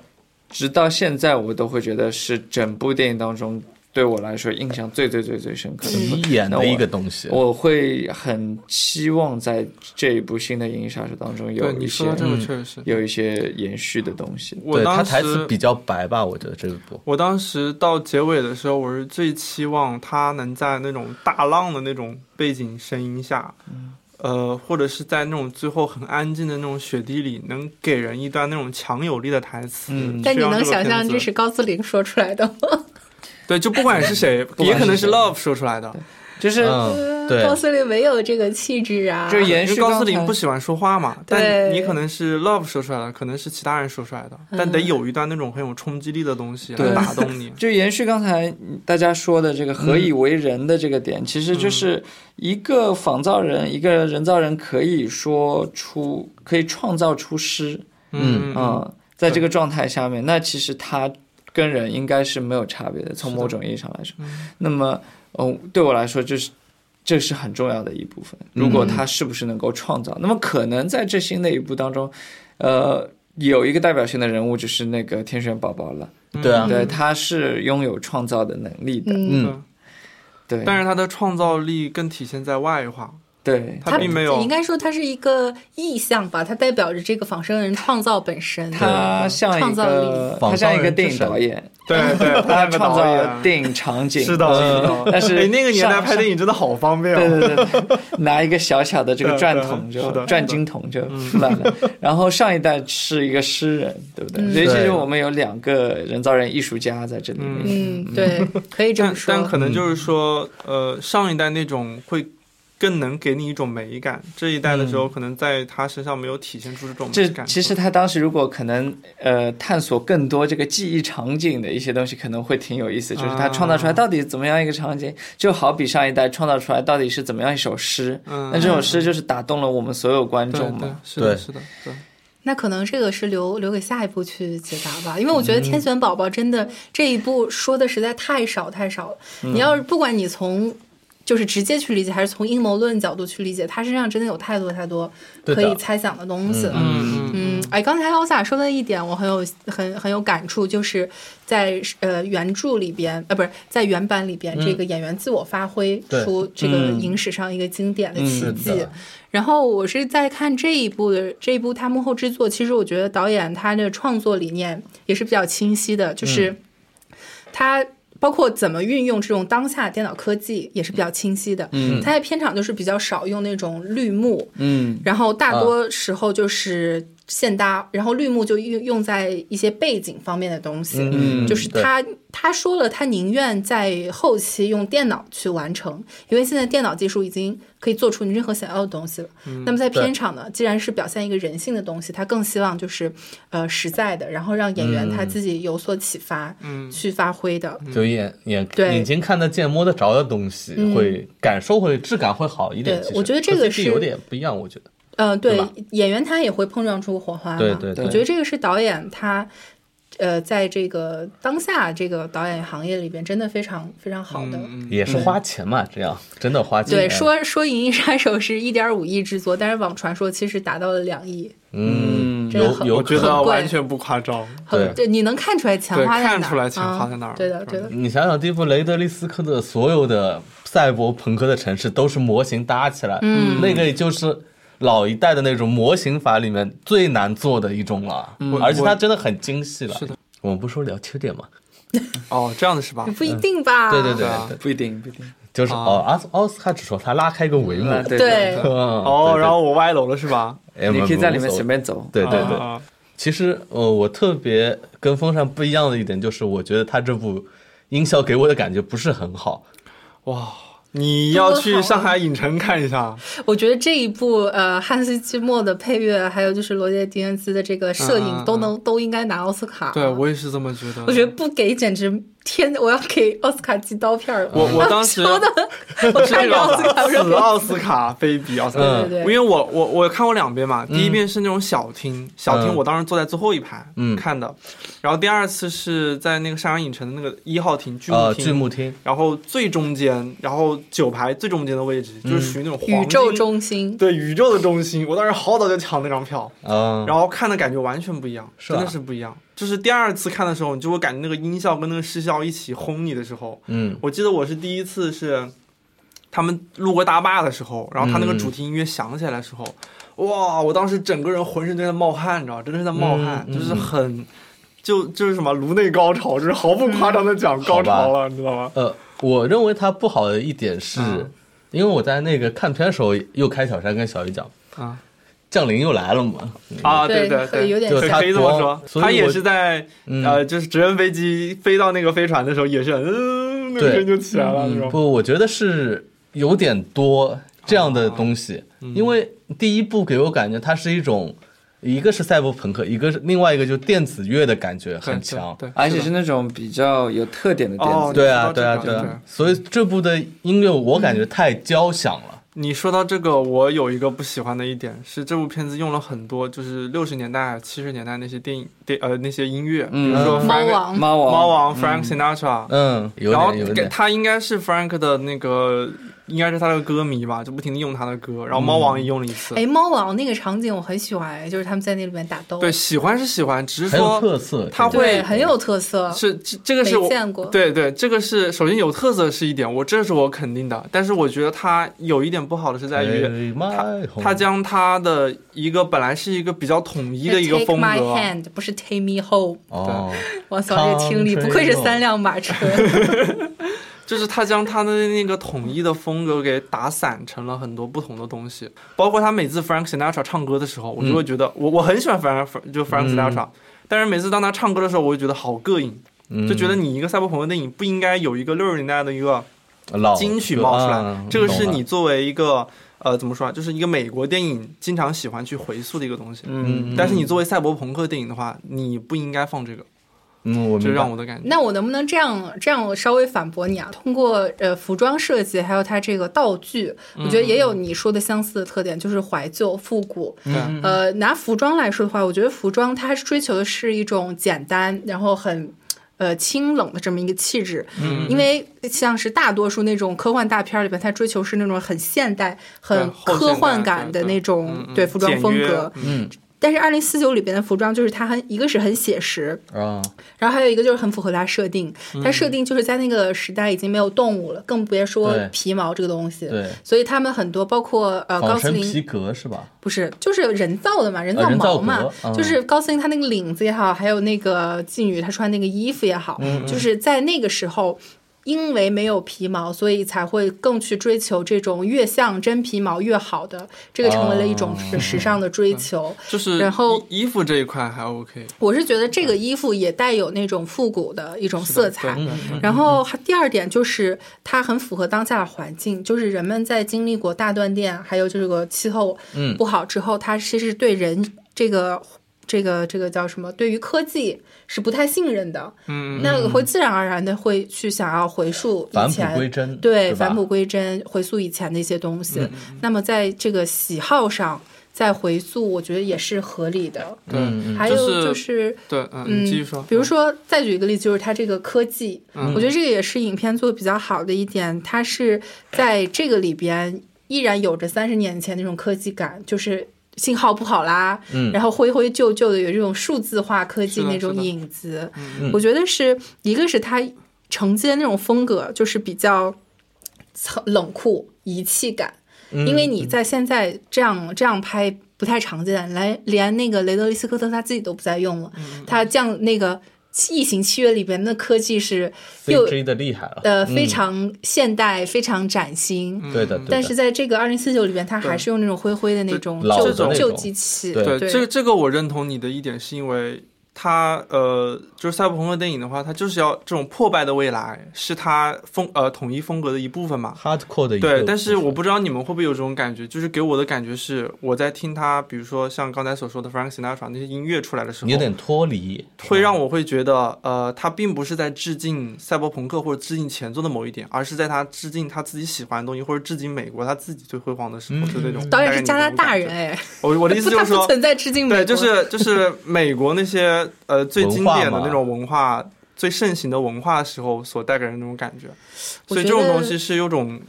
Speaker 4: 直到现在我都会觉得是整部电影当中对我来说印象最最最最深刻的部分。
Speaker 3: 题眼的一个东西，
Speaker 4: 我会很期望在这一部新的《银翼杀手》当中有
Speaker 2: 对你
Speaker 4: 一些嗯
Speaker 2: 说到这个确实是，
Speaker 4: 有一些延续的东西。
Speaker 2: 我
Speaker 3: 对他
Speaker 2: 当
Speaker 3: 台词
Speaker 2: 时
Speaker 3: 比较白吧，我觉得这一部。
Speaker 2: 我当时到结尾的时候，我是最期望他能在那种大浪的那种背景声音下，
Speaker 4: 嗯
Speaker 2: 呃，或者是在那种最后很安静的那种雪地里，能给人一段那种强有力的台词。
Speaker 4: 嗯
Speaker 1: 但你
Speaker 2: 去让
Speaker 1: 能
Speaker 2: 这个
Speaker 1: 想象
Speaker 2: 片子
Speaker 1: 这是高司令说出来的吗？
Speaker 2: 对，就不管是 谁，
Speaker 4: 管
Speaker 2: 也可能
Speaker 4: 是
Speaker 2: 是
Speaker 4: 谁
Speaker 2: Love 说出来的，
Speaker 4: 就是、
Speaker 3: 嗯，对
Speaker 1: 高，司令没有这个气质啊。
Speaker 4: 就延
Speaker 2: 因为
Speaker 4: 续
Speaker 2: 高斯
Speaker 4: 刚
Speaker 2: 林
Speaker 4: 才
Speaker 2: 不喜欢说话嘛，
Speaker 1: 对嗯
Speaker 2: 但你可能是 Love 说出来的，可能是其他人说出来的，但得有一段那种很有冲击力的东西来
Speaker 4: 对。
Speaker 2: 打动你
Speaker 4: 就延续刚才大家说的这个“何以为人”的这个
Speaker 2: 嗯
Speaker 4: 点，其实就是一个仿造人，一个人造人可以说出，可以创造出诗
Speaker 2: 嗯
Speaker 4: 啊、 嗯在这个状态下面，那其实他跟人应该是没有差别的，从
Speaker 2: 是的
Speaker 4: 某种意义上来说。
Speaker 2: 嗯
Speaker 4: 那么，嗯、对我来说，就是这是很重要的一部分。如
Speaker 2: 嗯
Speaker 4: 果他是不是能够创造，那么可能在这新的一部当中，呃，有一个代表性的人物就是那个天选宝宝了。
Speaker 3: 对
Speaker 2: 嗯
Speaker 3: 啊，
Speaker 4: 对，他是拥有创造的能力的，
Speaker 1: 嗯，
Speaker 3: 嗯
Speaker 2: 对，
Speaker 4: 对，
Speaker 2: 但是他的创造力更体现在外化，
Speaker 4: 对
Speaker 2: 他并没有
Speaker 1: 应该说它是一个意象吧，它代表着这个仿生人创造本身。
Speaker 4: 他像一
Speaker 1: 创造
Speaker 4: 个
Speaker 1: 力
Speaker 4: 他像一个电影 导演，
Speaker 2: 对对，
Speaker 4: 他
Speaker 2: 是个
Speaker 4: 创
Speaker 2: 导
Speaker 4: 造
Speaker 2: 演，
Speaker 4: 电影场景，
Speaker 2: 啊是的是的
Speaker 4: 但是
Speaker 2: 哎，那个年代
Speaker 4: 上
Speaker 2: 拍电影真的好方便
Speaker 4: 对
Speaker 2: 哦。
Speaker 4: 对对，对拿一个小小的这个
Speaker 2: 对
Speaker 4: 转
Speaker 2: 对
Speaker 4: 筒
Speaker 2: 是
Speaker 4: 就
Speaker 2: 的嗯
Speaker 4: 转经筒就出来了。 然后上一代是一个诗人，对不对？
Speaker 1: 嗯
Speaker 4: 所以这
Speaker 3: 对
Speaker 4: 就我们有两个人造人艺术家在这里面。
Speaker 1: 嗯，对，可以这么
Speaker 2: 但
Speaker 1: 说。
Speaker 2: 但可能就是说，呃，上一代那种会更能给你一种美感，这一代的时候可能在他身上没有体现出这种
Speaker 4: 嗯这
Speaker 2: 美感。
Speaker 4: 其实他当时如果可能，呃，探索更多这个记忆场景的一些东西，可能会挺有意思。就是他
Speaker 2: 啊
Speaker 4: 创造出来到底怎么样一个场景，就好比上一代创造出来到底是怎么样一首诗，
Speaker 2: 嗯，
Speaker 4: 那这首诗就是打动了我们所有观
Speaker 2: 对
Speaker 4: 众
Speaker 2: 对
Speaker 4: 嘛。
Speaker 2: 是的
Speaker 3: 对
Speaker 2: 是的对。
Speaker 1: 那可能这个是留留给下一步去解答吧，因为我觉得
Speaker 2: 嗯
Speaker 1: 《天选宝宝》真的这一步说的实在太少太少了。你要
Speaker 2: 嗯
Speaker 1: 是不管你从就是直接去理解，还是从阴谋论角度去理解，他身上真的有太多太多
Speaker 3: 对
Speaker 1: 可
Speaker 3: 的
Speaker 1: 以猜想的东西。
Speaker 2: 嗯
Speaker 1: 嗯，哎，刚才奥萨说的一点，我很有很很有感触，就是在呃原著里边，呃，不是在原版里边，这个演员自我发挥
Speaker 3: 对
Speaker 1: 出这个
Speaker 4: 嗯
Speaker 1: 影史上一个经典的奇
Speaker 3: 是
Speaker 1: 迹。
Speaker 3: 的
Speaker 1: 然后我是在看这一部的这一部他幕后制作，其实我觉得导演他的创作理念也是比较清晰的，就是他。包括怎么运用这种当下电脑科技也是比较清晰的。嗯，他在片场就是比较少用那种绿幕，
Speaker 4: 嗯，
Speaker 1: 然后大多时候就是现搭，然后绿幕就用用在一些背景方面的东西，
Speaker 3: 嗯
Speaker 1: 就是
Speaker 3: 对
Speaker 1: 他他说了，他宁愿在后期用电脑去完成，因为现在电脑技术已经可以做出你任何想要的东西了。那么在片场呢，既然是表现一个人性的东西，他更希望就是呃实在的，然后让演员他自己有所启发，
Speaker 2: 嗯
Speaker 1: 去发挥的。
Speaker 3: 就眼眼
Speaker 1: 对
Speaker 3: 眼睛看得见、摸得着的东西，会感受会质感会好一点。
Speaker 1: 对
Speaker 3: 其实
Speaker 1: 我觉得这个
Speaker 3: 和 CG
Speaker 1: 是
Speaker 3: 有点不一样，我觉得。
Speaker 1: 呃，对
Speaker 3: 对吧，
Speaker 1: 演员他也会碰撞出火花嘛。
Speaker 3: 对对对
Speaker 1: 我觉得这个是导演他，呃，在这个当下这个导演行业里边，真的非常非常好的。
Speaker 2: 嗯
Speaker 3: 也是花钱嘛，这样真的花
Speaker 1: 嗯
Speaker 3: 钱。
Speaker 1: 对，说 说《银翼杀手》是一点五亿制作，但是网传说其实达到了两亿，
Speaker 3: 嗯，
Speaker 1: 真的
Speaker 3: 有
Speaker 1: 很
Speaker 3: 有
Speaker 2: 我觉
Speaker 3: 可
Speaker 2: 得
Speaker 1: 很贵
Speaker 2: 完全不夸张。
Speaker 1: 很对，你能看出来钱花在哪儿，
Speaker 2: 对看出来钱花在哪儿
Speaker 1: 嗯对的，对的，
Speaker 3: 你想想，这部雷德利·斯科特所有的赛博朋克的城市都是模型搭起来，嗯，那个就是老一代的那种模型法里面最难做的一种了，
Speaker 2: 我
Speaker 3: 而
Speaker 2: 嗯
Speaker 3: 且
Speaker 2: 我
Speaker 3: 它真的很精细了。
Speaker 2: 是的，
Speaker 3: 我们不说聊缺点嘛？
Speaker 2: 哦，这样子是吧？
Speaker 1: 不一定吧？
Speaker 3: 对对对
Speaker 2: 啊
Speaker 3: 对，
Speaker 4: 不一定，不一定。
Speaker 3: 就是哦，奥斯奥斯卡只说他拉开个帷幕，
Speaker 4: 啊，对
Speaker 1: 对
Speaker 4: 对，
Speaker 3: 嗯
Speaker 2: 哦，
Speaker 3: 对
Speaker 2: 然后我歪楼了是吧？
Speaker 3: 对哎
Speaker 4: 你可以在里面
Speaker 3: 无所
Speaker 4: 随便走。
Speaker 3: 对对对，
Speaker 2: 啊
Speaker 3: 其实，呃，我特别跟风扇不一样的一点就是，我觉得他这部音效给我的感觉不是很好。
Speaker 2: 哇，你要去上海影城看一下，
Speaker 1: 我觉得这一部呃汉斯季默的配乐，还有就是罗杰·狄恩斯的这个摄
Speaker 2: 嗯嗯
Speaker 1: 影，
Speaker 2: 嗯
Speaker 1: 都能都应该拿奥斯卡。
Speaker 2: 对我也是这么觉得。
Speaker 1: 我觉得不给简直天，我要给奥斯卡寄刀片了。
Speaker 2: 我我当时
Speaker 1: 嗯 说 的，我看着奥斯卡我
Speaker 2: 死
Speaker 1: 说，
Speaker 2: 奥斯卡，非比奥斯卡。
Speaker 1: 对
Speaker 3: 嗯
Speaker 1: 对
Speaker 2: 因
Speaker 1: 对，
Speaker 2: 为我我我看过两遍嘛，第一遍是那种小厅，小厅
Speaker 3: 嗯
Speaker 2: 我当时坐在最后一排
Speaker 3: 嗯
Speaker 2: 看的，然后第二次是在那个上海影城的那个一号厅剧目
Speaker 3: 呃，剧
Speaker 2: 厅，
Speaker 3: 目厅，
Speaker 2: 然后最中间，然后九排最中间的位置，
Speaker 3: 嗯
Speaker 2: 就是属于那种黄金
Speaker 1: 宇宙中心。
Speaker 2: 对宇宙的中心，我当时好早就抢那张票，
Speaker 3: 嗯、
Speaker 2: 然后看的感觉完全不一样，
Speaker 3: 是
Speaker 2: 真
Speaker 3: 吧
Speaker 2: 的是不一样。就是第二次看的时候，你就会感觉那个音效跟那个视角一起轰你的时候，
Speaker 3: 嗯
Speaker 2: 我记得我是第一次是他们路过大坝的时候，然后他那个主题音乐响起来的时候，哇！我当时整个人浑身都在冒汗，你知道，真的是在冒汗，
Speaker 3: 嗯
Speaker 2: 就是很就就是什么颅内高潮，就是毫不夸张的讲高潮了，你知道吗？
Speaker 3: 呃，我认为它不好的一点是，
Speaker 2: 嗯
Speaker 3: 因为我在那个看片的时候又开小山跟小鱼讲，
Speaker 2: 啊
Speaker 3: 降临又来了嘛，
Speaker 2: 啊，
Speaker 1: 对
Speaker 2: 对
Speaker 1: 可以有
Speaker 2: 对。
Speaker 1: 点
Speaker 3: 就
Speaker 1: 像
Speaker 2: 可以可以
Speaker 3: 他
Speaker 2: 这么
Speaker 3: 光
Speaker 2: 说，
Speaker 3: 所以
Speaker 2: 他也
Speaker 3: 我
Speaker 2: 是在
Speaker 3: 嗯，
Speaker 2: 呃，就是直升飞机飞到那个飞船的时候，也是嗯，那个
Speaker 3: 对
Speaker 2: 声就起来了，是哦吧？
Speaker 3: 不，我觉得是有点多这样的东
Speaker 2: 啊
Speaker 3: 西，
Speaker 2: 嗯
Speaker 3: 因为第一部给我感觉它是一种，一个是赛博朋克，一个是另外一个就电子乐的感觉
Speaker 2: 对
Speaker 3: 很强，
Speaker 2: 对，对
Speaker 4: 而且
Speaker 2: 的
Speaker 4: 是那种比较有特点的电
Speaker 2: 哦
Speaker 4: 子。
Speaker 3: 对啊，对啊，
Speaker 2: 知道这
Speaker 3: 对
Speaker 2: 个
Speaker 3: 啊，所以这部的音乐我感觉太交响了，
Speaker 2: 你说到这个，我有一个不喜欢的一点是，这部片子用了很多就是六十年代、啊七十年代那些电影、电呃那些音乐，
Speaker 4: 嗯
Speaker 2: 比如说
Speaker 1: 猫
Speaker 2: Frank
Speaker 1: 王，
Speaker 4: 猫王，
Speaker 2: 猫王 Frank Sinatra，、
Speaker 3: 嗯，哦有
Speaker 2: 然后
Speaker 3: 点有
Speaker 2: 给
Speaker 3: 点，
Speaker 2: 他应该是 Frank 的那个，应该是他的歌迷吧，就不停的用他的歌，然后猫
Speaker 3: 嗯
Speaker 2: 王也用了一次。
Speaker 1: 哎，猫王那个场景我很喜欢，哎就是他们在那里面打斗，
Speaker 2: 对，喜欢是喜欢，只是
Speaker 3: 很有
Speaker 2: 说
Speaker 3: 特色，
Speaker 2: 他
Speaker 3: 这个
Speaker 1: 对
Speaker 2: 会
Speaker 1: 很有特色，
Speaker 2: 是这这个是
Speaker 1: 没
Speaker 2: 我
Speaker 1: 见过。
Speaker 2: 对对，这个是首先有特色是一点，我这是我肯定的，但是我觉得他有一点不好的是在于。
Speaker 3: 哎妈呀
Speaker 2: 他将他的一个本来是一个比较统一的一个
Speaker 1: Take
Speaker 2: 风
Speaker 1: my
Speaker 2: 格，啊
Speaker 1: hand，不是 Take me home。
Speaker 3: 哦，
Speaker 1: 我操，这个听力不愧是三辆马车。
Speaker 2: 就是他将他的那个统一的风格给打散成了很多不同的东西，包括他每次 Frank Sinatra 唱歌的时候，我就会觉得、我我很喜欢 Frank 就 Frank
Speaker 3: 嗯
Speaker 2: Sinatra，、但是每次当他唱歌的时候，我就觉得好膈应，
Speaker 3: 嗯
Speaker 2: 就觉得你一个赛博朋克电影不应该有一个六十年代的一个
Speaker 3: 老
Speaker 2: 金曲冒出来，
Speaker 3: 哦嗯
Speaker 2: 这个是
Speaker 3: 懂了
Speaker 2: 你作为一个呃怎么说啊，就是一个美国电影经常喜欢去回溯的一个东西。
Speaker 4: 嗯，
Speaker 3: 嗯
Speaker 2: 但是你作为赛博朋克电影的话，你不应该放这个，
Speaker 3: 嗯，我
Speaker 2: 这
Speaker 3: 明白
Speaker 2: 让我的感觉。
Speaker 1: 那我能不能这样这样我稍微反驳你啊？通过呃服装设计，还有它这个道具，
Speaker 2: 嗯
Speaker 1: 我觉得也有你说的相似的特点，就是怀旧复古。
Speaker 2: 对啊
Speaker 1: 呃，拿服装来说的话，我觉得服装它追求的是一种简单，然后很。呃，清冷的这么一个气质，
Speaker 2: 嗯
Speaker 1: 因为像是大多数那种科幻大片里边，它追求是那种很现代、
Speaker 2: 对
Speaker 1: 很
Speaker 2: 后现
Speaker 1: 科
Speaker 2: 代
Speaker 1: 幻感
Speaker 2: 对
Speaker 1: 的
Speaker 2: 对
Speaker 1: 那种
Speaker 2: 嗯嗯
Speaker 1: 对服装
Speaker 2: 简
Speaker 1: 风
Speaker 2: 约
Speaker 1: 格。
Speaker 3: 嗯
Speaker 1: 但是《二零四九》里边的服装就是它很一个是很写实，
Speaker 3: 啊，
Speaker 1: 然后还有一个就是很符合它设定，
Speaker 3: 嗯
Speaker 1: 它设定就是在那个时代已经没有动物了，更别说
Speaker 3: 对
Speaker 1: 皮毛这个东西。
Speaker 3: 对，
Speaker 1: 所以他们很多包括呃高
Speaker 3: 仿
Speaker 1: 斯
Speaker 3: 生皮
Speaker 1: 林
Speaker 3: 革是吧？
Speaker 1: 不是就是人造的嘛，人
Speaker 3: 呃
Speaker 1: 造
Speaker 3: 人造
Speaker 1: 毛嘛
Speaker 3: 革，嗯
Speaker 1: 就是高斯林他那个领子也好，还有那个妓女她穿那个衣服也好，
Speaker 3: 嗯
Speaker 1: 就是在那个时候。因为没有皮毛，所以才会更去追求这种越像真皮毛越好的，这个成为了一种
Speaker 3: 啊
Speaker 1: 时时尚的追求。
Speaker 2: 就是
Speaker 1: 然后
Speaker 2: 衣衣服这一块还 OK，
Speaker 1: 我是觉得
Speaker 3: 嗯
Speaker 1: 这个衣服也带有那种复古的一种色彩。
Speaker 2: 对对对
Speaker 1: 然后还第二点就是它很符合当下的环境，就是人们在经历过大断电，还有这个气候
Speaker 3: 嗯
Speaker 1: 不好之后，它其实对人这个。这个这个叫什么？对于科技是不太信任的，
Speaker 2: 嗯，
Speaker 1: 那个会自然而然的会去想要回溯以
Speaker 3: 返璞
Speaker 1: 前
Speaker 3: 归真，
Speaker 1: 对，
Speaker 3: 吧嗯
Speaker 1: 返璞归真，回溯以前的一些东西。那么在这个喜好上再回溯，我觉得也是合理的。
Speaker 2: 对
Speaker 3: 嗯
Speaker 1: 还有
Speaker 2: 就是
Speaker 1: 就是。
Speaker 2: 对，嗯，
Speaker 1: 嗯，
Speaker 2: 你继续说。
Speaker 1: 比如说，再举一个例子，就是它这个科技，
Speaker 2: 嗯
Speaker 1: 我觉得这个也是影片做的比较好的一点，它是在这个里边依然有着三十年前那种科技感，就是信号不好啦，
Speaker 3: 嗯
Speaker 1: 然后灰灰旧旧的，有这种数字化科技
Speaker 2: 是的
Speaker 1: 那种
Speaker 2: 是的
Speaker 1: 影子。
Speaker 2: 嗯
Speaker 1: 我觉得是一个是它承接那种风格，就是比较冷酷、仪器感，
Speaker 3: 嗯
Speaker 1: 因为你在现在这样这样拍不太常见，来连那个雷德利·斯科特他自己都不再用了，
Speaker 2: 嗯
Speaker 1: 他降那个。《异形契约》里边的科技是又
Speaker 3: CG 的厉害了，
Speaker 1: 呃
Speaker 3: 嗯
Speaker 1: 非常现代、非常崭新，
Speaker 3: 对的，对的
Speaker 1: 但是在这个二零四九里边，它还是用那种灰灰的那种
Speaker 3: 老
Speaker 1: 旧
Speaker 2: 的那
Speaker 1: 旧
Speaker 3: 种
Speaker 1: 机器，
Speaker 3: 对
Speaker 2: 对
Speaker 1: 对
Speaker 2: 这个这个我认同你的一点，是因为它呃，就是赛博朋克电影的话，它就是要这种破败的未来，是它风呃统一风格的一部分嘛。
Speaker 3: hardcore 的一个
Speaker 2: 对，但是我不知道你们会不会有这种感觉，就是给我的感觉是，我在听他，比如说像刚才所说的 Frank Sinatra 那些音乐出来的时候，
Speaker 3: 有点脱离，
Speaker 2: 会让我会觉得，呃，他并不是在致敬赛博朋克或者致敬前作的某一点，而是在他致敬他自己喜欢的东西，或者致敬美国他自己最辉煌的时候的那种。
Speaker 1: 导演
Speaker 2: 大概
Speaker 1: 是
Speaker 2: 你
Speaker 1: 加拿
Speaker 2: 懂我
Speaker 1: 大
Speaker 2: 感觉
Speaker 1: 人。哎，
Speaker 2: 我我的意
Speaker 1: 不，
Speaker 2: 思就
Speaker 1: 他
Speaker 2: 是
Speaker 1: 不
Speaker 2: 说，
Speaker 1: 存在致敬美国，
Speaker 2: 对，就是就是美国那些呃最经典的那种文化。最盛行的文化的时候所带给人的那种感觉，
Speaker 1: 我
Speaker 2: 所以
Speaker 1: 觉
Speaker 2: 这种
Speaker 1: 得
Speaker 2: 东西是有种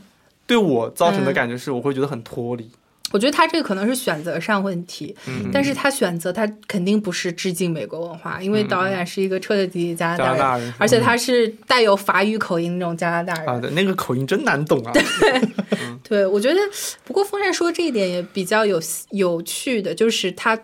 Speaker 2: 对我造成的
Speaker 1: 嗯
Speaker 2: 感觉是，我会觉得很脱离。
Speaker 1: 我觉得他这个可能是选择上问题，
Speaker 2: 嗯
Speaker 1: 但是他选择他肯定不是致敬美国文化，因为导演是一个彻彻底底加拿
Speaker 2: 嗯加拿
Speaker 1: 大
Speaker 2: 大
Speaker 1: 人，
Speaker 2: 人
Speaker 1: 而且他是带有法语口音那种加拿大人。
Speaker 2: 啊，对，那个口音真难懂啊。
Speaker 1: 对，我觉得，不过风扇说这一点也比较有有趣的，就是他。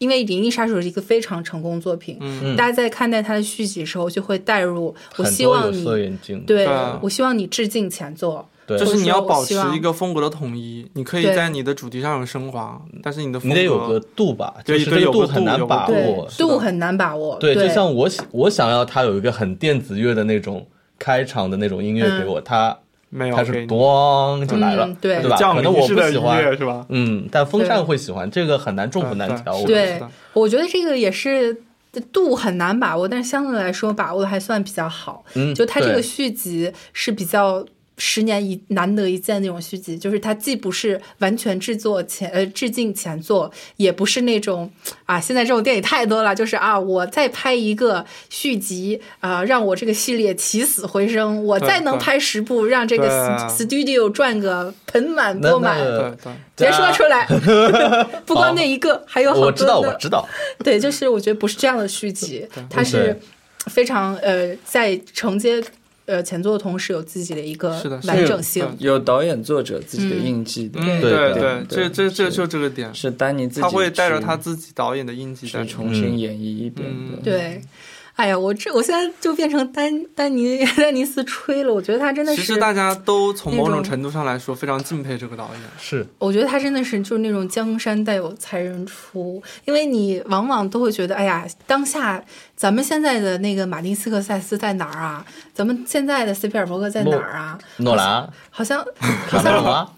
Speaker 1: 因为《银翼杀手》是一个非常成功作品，
Speaker 2: 嗯
Speaker 1: 大家在看待它的续集的时候，就会带入“我
Speaker 3: 很
Speaker 1: 希
Speaker 3: 多有
Speaker 1: 望你
Speaker 3: 色眼镜，
Speaker 1: 对
Speaker 2: 对啊
Speaker 1: 我希望你致敬前作，
Speaker 3: 对
Speaker 2: 就是你要保持
Speaker 1: 我希望
Speaker 2: 一个风格的统一，你可以
Speaker 1: 对
Speaker 2: 在你的主题上有升华，但是你的风
Speaker 3: 你
Speaker 2: 格
Speaker 3: 得有个度吧，就
Speaker 2: 对
Speaker 3: 是
Speaker 2: 对
Speaker 3: 这个
Speaker 2: 有个
Speaker 3: 度很
Speaker 2: 度
Speaker 3: 难
Speaker 2: 有个
Speaker 3: 把
Speaker 2: 度
Speaker 1: 对
Speaker 3: 握。
Speaker 2: 是的
Speaker 1: 度很难把握。
Speaker 3: 对，
Speaker 1: 对，
Speaker 3: 就像我喜我想要它有一个很电子乐的那种开场的那种音乐给我，它
Speaker 2: 没有
Speaker 3: 它
Speaker 2: 给
Speaker 3: 是
Speaker 2: 你
Speaker 3: 咣就来了，
Speaker 1: 嗯对
Speaker 3: 吧？
Speaker 2: 降
Speaker 3: 可能
Speaker 2: 临
Speaker 3: 我
Speaker 2: 式
Speaker 3: 不
Speaker 2: 的
Speaker 3: 喜
Speaker 2: 音
Speaker 3: 欢
Speaker 2: 乐，是吧？
Speaker 3: 嗯，但风扇
Speaker 1: 对
Speaker 3: 会喜欢，这个很难众口
Speaker 2: 对啊
Speaker 3: 难
Speaker 2: 对
Speaker 3: 调。
Speaker 2: 是的
Speaker 3: 我
Speaker 1: 对
Speaker 2: 是的，
Speaker 1: 我觉得这个也是度很难把握，但是相对来说把握的还算比较好。
Speaker 3: 嗯，
Speaker 1: 就它这个
Speaker 3: 对
Speaker 1: 续集是比较十年一难得一见那种续集，就是它既不是完全制作前呃致敬前作，也不是那种啊现在这种电影太多了，就是啊我再拍一个续集啊、让我这个系列起死回生，我
Speaker 2: 对
Speaker 1: 再能
Speaker 2: 对
Speaker 1: 拍十部，让这个
Speaker 2: 对
Speaker 1: stu- studio 赚个盆满
Speaker 3: 那
Speaker 1: 钵满。
Speaker 3: 啊那个
Speaker 2: 对对，
Speaker 1: 别说出 来，不光那一个，还有好多
Speaker 3: 我知道，
Speaker 1: 呢
Speaker 3: 我知道，
Speaker 1: 对，就是我觉得不是这样的续集，它是非常呃，在承接呃前作的同时，有自己的一个
Speaker 2: 是的是的
Speaker 1: 完整性
Speaker 2: 嗯。
Speaker 4: 有导演作者自己的印记的，
Speaker 2: 嗯，
Speaker 3: 对
Speaker 2: 对
Speaker 3: 对
Speaker 2: 这这这
Speaker 4: 是
Speaker 2: 就这个点，
Speaker 4: 是丹尼自己
Speaker 2: 他会带着
Speaker 4: 去
Speaker 2: 他自己导演的印记在
Speaker 4: 去
Speaker 2: 里面。
Speaker 4: 重新演绎一遍的。
Speaker 2: 嗯
Speaker 1: 对，哎呀，我这我现在就变成丹丹尼 丹尼斯吹了，我觉得他真的
Speaker 2: 其
Speaker 1: 是
Speaker 2: 实，大家都从某
Speaker 1: 那
Speaker 2: 种
Speaker 1: 种
Speaker 2: 程度上来说非常敬佩这个导演。
Speaker 3: 是
Speaker 1: 我觉得他真的是就是那种江山代有才人出，因为你往往都会觉得，哎呀，当下咱们现在的那个马丁斯科塞斯在哪儿啊？咱们现在的斯皮尔伯格在哪儿啊？
Speaker 3: 诺兰，
Speaker 1: 好 像
Speaker 3: 卡梅隆啊，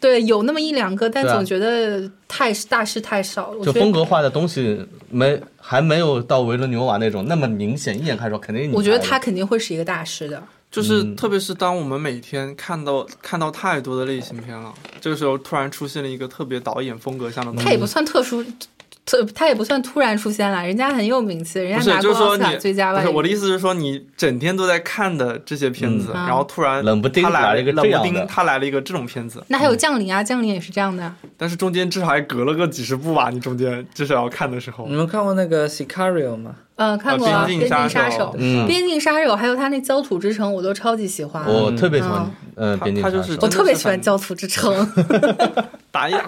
Speaker 1: 对，有那么一两个，但
Speaker 3: 对啊
Speaker 1: 总觉得太大事太少了。我
Speaker 3: 就
Speaker 1: 觉
Speaker 3: 风
Speaker 1: 得，
Speaker 3: 格化的东西没还没有到维伦纽瓦那种那么明显，一眼看出来肯定是你
Speaker 1: 我觉得
Speaker 3: 拍的
Speaker 1: 他肯定会是一个大师的。
Speaker 2: 就是，
Speaker 3: 嗯
Speaker 2: 特别是当我们每天看到看到太多的类型片了，这个时候突然出现了一个特别导演风格上的东西，
Speaker 1: 他也不算特殊，特他也不算突然出现了，人家很有名气，人
Speaker 2: 不
Speaker 1: 家
Speaker 2: 是，
Speaker 1: 拿
Speaker 2: 就
Speaker 1: 过
Speaker 2: 是说
Speaker 1: 奥斯
Speaker 2: 你
Speaker 1: 卡最佳
Speaker 2: 不
Speaker 1: 外
Speaker 2: 是
Speaker 1: 语。
Speaker 2: 我的意思是说，你整天都在看的这些片子，
Speaker 1: 嗯
Speaker 2: 然后突然
Speaker 3: 冷不丁
Speaker 2: 他来
Speaker 3: 来了一个
Speaker 2: 冷
Speaker 3: 这
Speaker 2: 不
Speaker 3: 样的
Speaker 2: 丁他来了一个这种片子，
Speaker 1: 那还有降临啊，降临也是这样的。
Speaker 2: 但是中间至少还隔了个几十部吧，你中间至少要看的时候
Speaker 4: 你，们看过那个《Sicario》吗？
Speaker 1: 嗯，看过
Speaker 2: 啊
Speaker 1: 啊《
Speaker 2: 边
Speaker 1: 边境
Speaker 2: 杀
Speaker 1: 杀手》
Speaker 3: 嗯
Speaker 1: 边境杀手》还有他那《焦土之城》，我都超级喜欢。
Speaker 3: 我特别喜欢，嗯，
Speaker 2: 啊他
Speaker 3: 边境
Speaker 2: 他
Speaker 3: 杀
Speaker 2: 就是
Speaker 3: 手
Speaker 1: 我特别
Speaker 2: 真的是
Speaker 1: 喜欢
Speaker 2: 很
Speaker 1: 《焦土之城》，
Speaker 2: 打呀，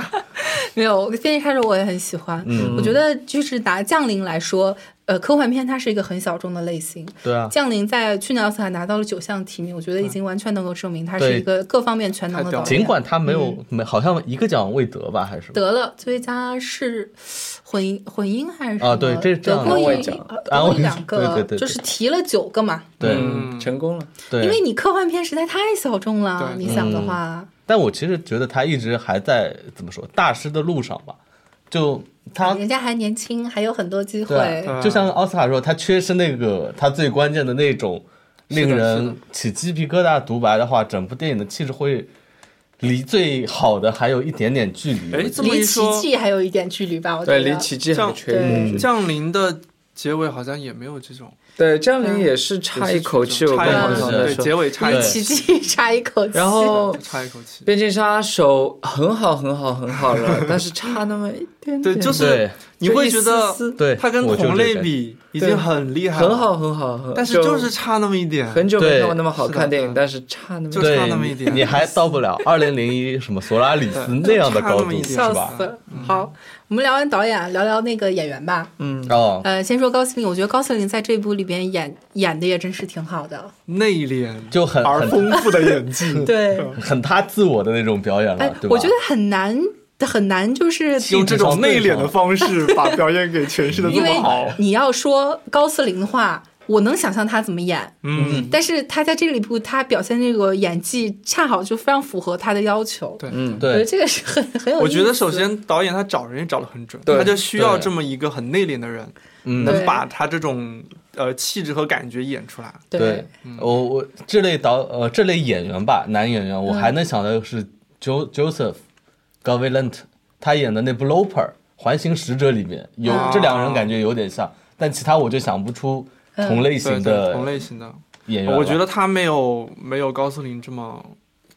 Speaker 1: 没有《边境杀手》我也很喜欢。
Speaker 3: 嗯
Speaker 1: 我觉得就是拿降临来说，呃，科幻片它是一个很小众的类型，
Speaker 3: 对啊，嗯
Speaker 1: 降临在去年奥斯卡拿到了九项提名，我觉得已经完全能够证明他是
Speaker 3: 对
Speaker 1: 一个各方面全能的导
Speaker 2: 太屌了
Speaker 1: 演。
Speaker 3: 尽管他没
Speaker 1: 嗯
Speaker 3: 有没好像一个奖未得吧，还是
Speaker 1: 得了最佳是混音混音还是什么
Speaker 3: 啊对这
Speaker 1: 得
Speaker 3: 这样
Speaker 1: 过
Speaker 4: 安慰
Speaker 1: 一
Speaker 4: 奖
Speaker 1: 呃得
Speaker 3: 安
Speaker 1: 过
Speaker 3: 慰
Speaker 1: 一两个，
Speaker 3: 对对对对
Speaker 1: 就是提了九个嘛。
Speaker 3: 对
Speaker 4: 嗯成功了。
Speaker 1: 因为
Speaker 3: 对。嗯
Speaker 1: 你科幻片实在太小众了，
Speaker 2: 对
Speaker 1: 你想的话，
Speaker 3: 但我其实觉得他一直还在怎么说大师的路上吧，就他
Speaker 1: 啊人家还年轻，还有很多机会。
Speaker 3: 对啊
Speaker 2: 对
Speaker 3: 就像奥斯卡说，他缺失那个他最关键的那种令
Speaker 2: 是的
Speaker 3: 人起鸡皮疙瘩独白的话，整部电影的气质会离最好的还有一点点距离。
Speaker 2: 哎，这么一
Speaker 1: 离奇
Speaker 2: 说，
Speaker 1: 迹还有一点距离吧，我觉
Speaker 4: 对，
Speaker 1: 得。
Speaker 4: 离奇迹还缺一
Speaker 1: 对
Speaker 4: 点。
Speaker 1: 嗯
Speaker 2: 降临的结尾好像也没有这种，
Speaker 4: 对，降
Speaker 1: 嗯
Speaker 4: 临也是差一口气，我
Speaker 2: 差
Speaker 4: 跟
Speaker 2: 一
Speaker 4: 黄
Speaker 2: 口气，
Speaker 4: 总在
Speaker 2: 对，结
Speaker 4: 说。
Speaker 2: 尾差一
Speaker 1: 离
Speaker 2: 口
Speaker 1: 奇
Speaker 2: 气，
Speaker 1: 迹差一口气。
Speaker 4: 然后
Speaker 2: 差一口气，
Speaker 4: 边境杀手很好，很好，很好了，但是差那么一点点。
Speaker 2: 对，就是
Speaker 3: 对
Speaker 2: 你会觉得
Speaker 4: 就一丝丝
Speaker 3: 对
Speaker 2: 它跟
Speaker 3: 我就
Speaker 2: 同
Speaker 3: 这
Speaker 2: 类
Speaker 3: 感
Speaker 2: 比已
Speaker 4: 对
Speaker 2: 经很厉害，
Speaker 4: 很，好，很好，很好
Speaker 2: 但是就是差那么一点，
Speaker 4: 很久没
Speaker 3: 对
Speaker 4: 看过那么好看电影，
Speaker 2: 是的嗯
Speaker 4: 但是差那么一
Speaker 2: 就
Speaker 4: 点。
Speaker 3: 对
Speaker 2: 差那么一点
Speaker 3: 你 你还到不了二零零一什么索拉里斯
Speaker 2: 对
Speaker 3: 那样的
Speaker 2: 差那
Speaker 3: 高
Speaker 2: 么
Speaker 3: 度
Speaker 2: 一点
Speaker 3: 是
Speaker 1: 笑
Speaker 3: 吧？
Speaker 1: 死！嗯
Speaker 3: 嗯
Speaker 1: 好，我们聊完导演，啊聊聊那个演员吧。
Speaker 4: 嗯，
Speaker 3: 哦，
Speaker 1: 呃，先说高司令，我觉得高司令在这部里边演演的也真是挺好的。
Speaker 2: 内敛
Speaker 3: 就很
Speaker 2: 而
Speaker 3: 很
Speaker 2: 丰富的演 技，
Speaker 1: 对，
Speaker 3: 很他自我的那种表演
Speaker 1: 哎
Speaker 3: 了，，对吧？
Speaker 1: 我觉得很难很难，就是
Speaker 2: 用这种内敛的方式把表演给诠释的这
Speaker 1: 因为
Speaker 2: 么好，
Speaker 1: 你要说高司令的话，我能想象他怎么演，
Speaker 2: 嗯，
Speaker 1: 但是他在这里部他表现这个演技，恰好就非常符合他的要求。
Speaker 2: 对，
Speaker 4: 嗯
Speaker 1: 我觉得
Speaker 3: 对
Speaker 1: 这个是很很有意思。
Speaker 2: 我觉得首先导演他找人也找得很准，
Speaker 4: 对
Speaker 2: 他就需要
Speaker 3: 对
Speaker 2: 这么一个很内敛的人，
Speaker 3: 嗯
Speaker 2: 能把他这种呃气质和感觉演出来。
Speaker 1: 对，
Speaker 2: 嗯
Speaker 3: 我我这类导呃这类演员吧，男演员
Speaker 1: 嗯
Speaker 3: 我还能想到是 Jo Joseph Gavilant，他演的那部《Loper》环形使者里面有、
Speaker 1: 嗯
Speaker 2: 啊
Speaker 3: 这两个人感觉有点像，但其他我就想不出
Speaker 1: 嗯
Speaker 3: 同类
Speaker 2: 对
Speaker 3: 型
Speaker 2: 对，
Speaker 3: 的
Speaker 2: 同类型的，
Speaker 3: 演员了
Speaker 2: 我觉得他没有没有高斯林这么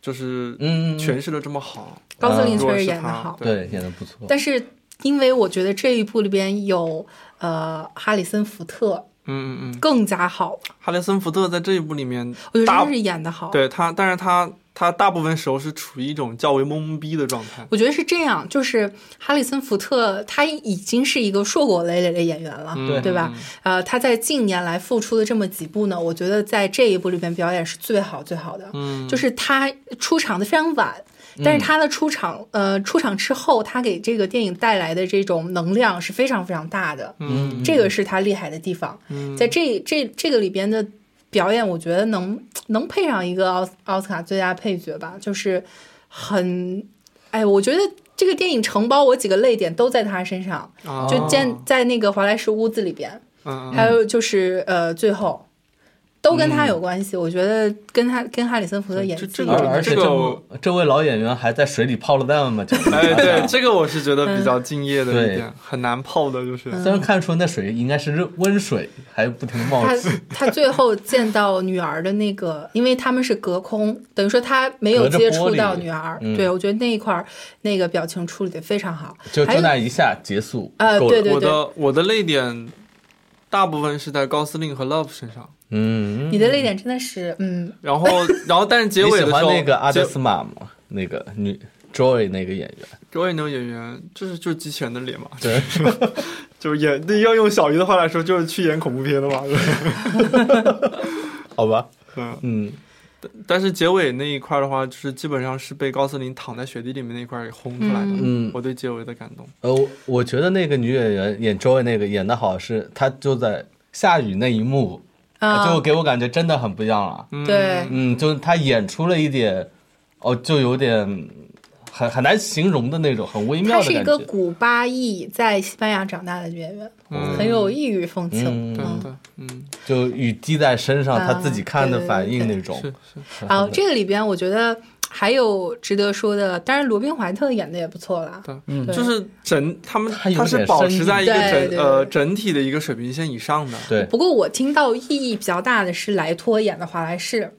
Speaker 2: 就是
Speaker 3: 嗯，
Speaker 2: 诠释的这么好。
Speaker 1: 高司令确
Speaker 2: 对
Speaker 1: 实
Speaker 2: 嗯是
Speaker 1: 演的
Speaker 2: 他
Speaker 1: 好，
Speaker 3: 对，演的不错。
Speaker 1: 但是因为我觉得这一部里边有呃哈里森福特
Speaker 2: 嗯嗯嗯，
Speaker 1: 更加好，
Speaker 2: 哈雷森福特在这一部里面，
Speaker 1: 我觉得
Speaker 2: 大
Speaker 1: 真是演的好。
Speaker 2: 对他，但是他他大部分时候是处于一种较为懵逼的状态。
Speaker 1: 我觉得是这样，就是哈里森福特他已经是一个硕果累累的演员了，
Speaker 2: 嗯
Speaker 1: 对吧？呃，他在近年来复出的这么几部呢，我觉得在这一部里边表演是最好最好的。
Speaker 2: 嗯，
Speaker 1: 就是他出场的非常晚，但
Speaker 3: 嗯
Speaker 1: 是他的出场，呃，出场之后，他给这个电影带来的这种能量是非常非常大的，
Speaker 2: 嗯
Speaker 1: 这个是他厉害的地方。
Speaker 2: 嗯
Speaker 1: 在这这这个里边的表演，我觉得能能配上一个奥斯奥斯卡最佳配角吧，就是很，哎，我觉得这个电影承包我几个泪点都在他身上，
Speaker 2: 啊
Speaker 1: 就见在那个华莱士屋子里边，
Speaker 2: 嗯嗯
Speaker 1: 还有就是呃，最后都跟他有关系。我觉得跟他跟哈里森福特演技
Speaker 2: 这这
Speaker 3: 而
Speaker 2: 个
Speaker 3: 而且
Speaker 2: 这个
Speaker 3: 这
Speaker 2: 我
Speaker 3: 部嗯这位老演员还在水里泡了蛋嘛，讲 得
Speaker 2: 哎，对，
Speaker 1: 嗯
Speaker 3: 像
Speaker 2: 这个我是觉得比较敬业的一
Speaker 3: 嗯对
Speaker 2: 点，很难泡的，就是
Speaker 3: 虽然看出那水应该是热温水，还不停地冒
Speaker 1: 他
Speaker 3: 气，
Speaker 1: 他最后见到女儿的那个，因为他们是隔空，等于说他没有
Speaker 3: 隔着
Speaker 1: 接
Speaker 3: 玻
Speaker 1: 触
Speaker 3: 璃
Speaker 1: 到女儿。
Speaker 3: 嗯
Speaker 1: 对我觉得那一块儿那个表情处理的非常好。
Speaker 3: 就
Speaker 1: 还有
Speaker 3: 就那一下结束。
Speaker 1: 呃
Speaker 3: 够了
Speaker 1: 对对
Speaker 2: 我的我的泪点大部分是在高司令和 Love 身上，
Speaker 3: 嗯，
Speaker 1: 你的泪点真的是，嗯，
Speaker 2: 然后然后但是结
Speaker 3: 你
Speaker 2: 尾
Speaker 3: 喜
Speaker 2: 的时
Speaker 3: 欢
Speaker 2: 候，
Speaker 3: 那个阿
Speaker 2: 结
Speaker 3: 德斯玛吗？那个女 Joy 那个演员，
Speaker 2: 结尾那个演员就是就是机器人的脸嘛，
Speaker 3: 对，
Speaker 2: 就是演那要用小鱼的话来说，就是去演恐怖片的嘛。 就是
Speaker 3: 好吧，
Speaker 2: 嗯，
Speaker 3: 嗯，
Speaker 2: 但是结尾那一块的话，就是基本上是被高司令躺在雪地里面那一块给轰出来的。
Speaker 3: 嗯
Speaker 2: 我对结尾的感动。
Speaker 3: 呃，我我觉得那个女演员演 Joy 那个演的好是，她就在下雨那一幕，
Speaker 1: 啊
Speaker 3: 就给我感觉真的很不一样了。
Speaker 2: 嗯
Speaker 1: 对，
Speaker 3: 嗯，就是她演出了一点，哦，就有点很很难形容的那种，很微
Speaker 1: 他
Speaker 3: 妙的
Speaker 1: 是一
Speaker 3: 感
Speaker 1: 个
Speaker 3: 觉。
Speaker 1: 古巴裔在西班牙长大的演员，
Speaker 2: 嗯
Speaker 1: 很有异域风情。
Speaker 3: 嗯
Speaker 2: 对
Speaker 1: 嗯
Speaker 2: 对，嗯，
Speaker 3: 就雨滴在身上，
Speaker 1: 啊
Speaker 3: 她自己看的反应那种。
Speaker 2: 是是，
Speaker 1: 然后这个里边我觉得还有值得说的，当然罗宾怀特演的也不错啦。
Speaker 2: 对，
Speaker 1: 对
Speaker 2: 就是整他们
Speaker 3: 他有
Speaker 2: 他是
Speaker 3: 点
Speaker 2: 保
Speaker 3: 生
Speaker 2: 持
Speaker 3: 硬
Speaker 2: 在一个
Speaker 1: 对对
Speaker 2: 整
Speaker 1: 对
Speaker 2: 呃整体的一个水平线以上的。
Speaker 3: 对，
Speaker 1: 不过我听到意义比较大的是莱托演的华莱士，
Speaker 2: 啊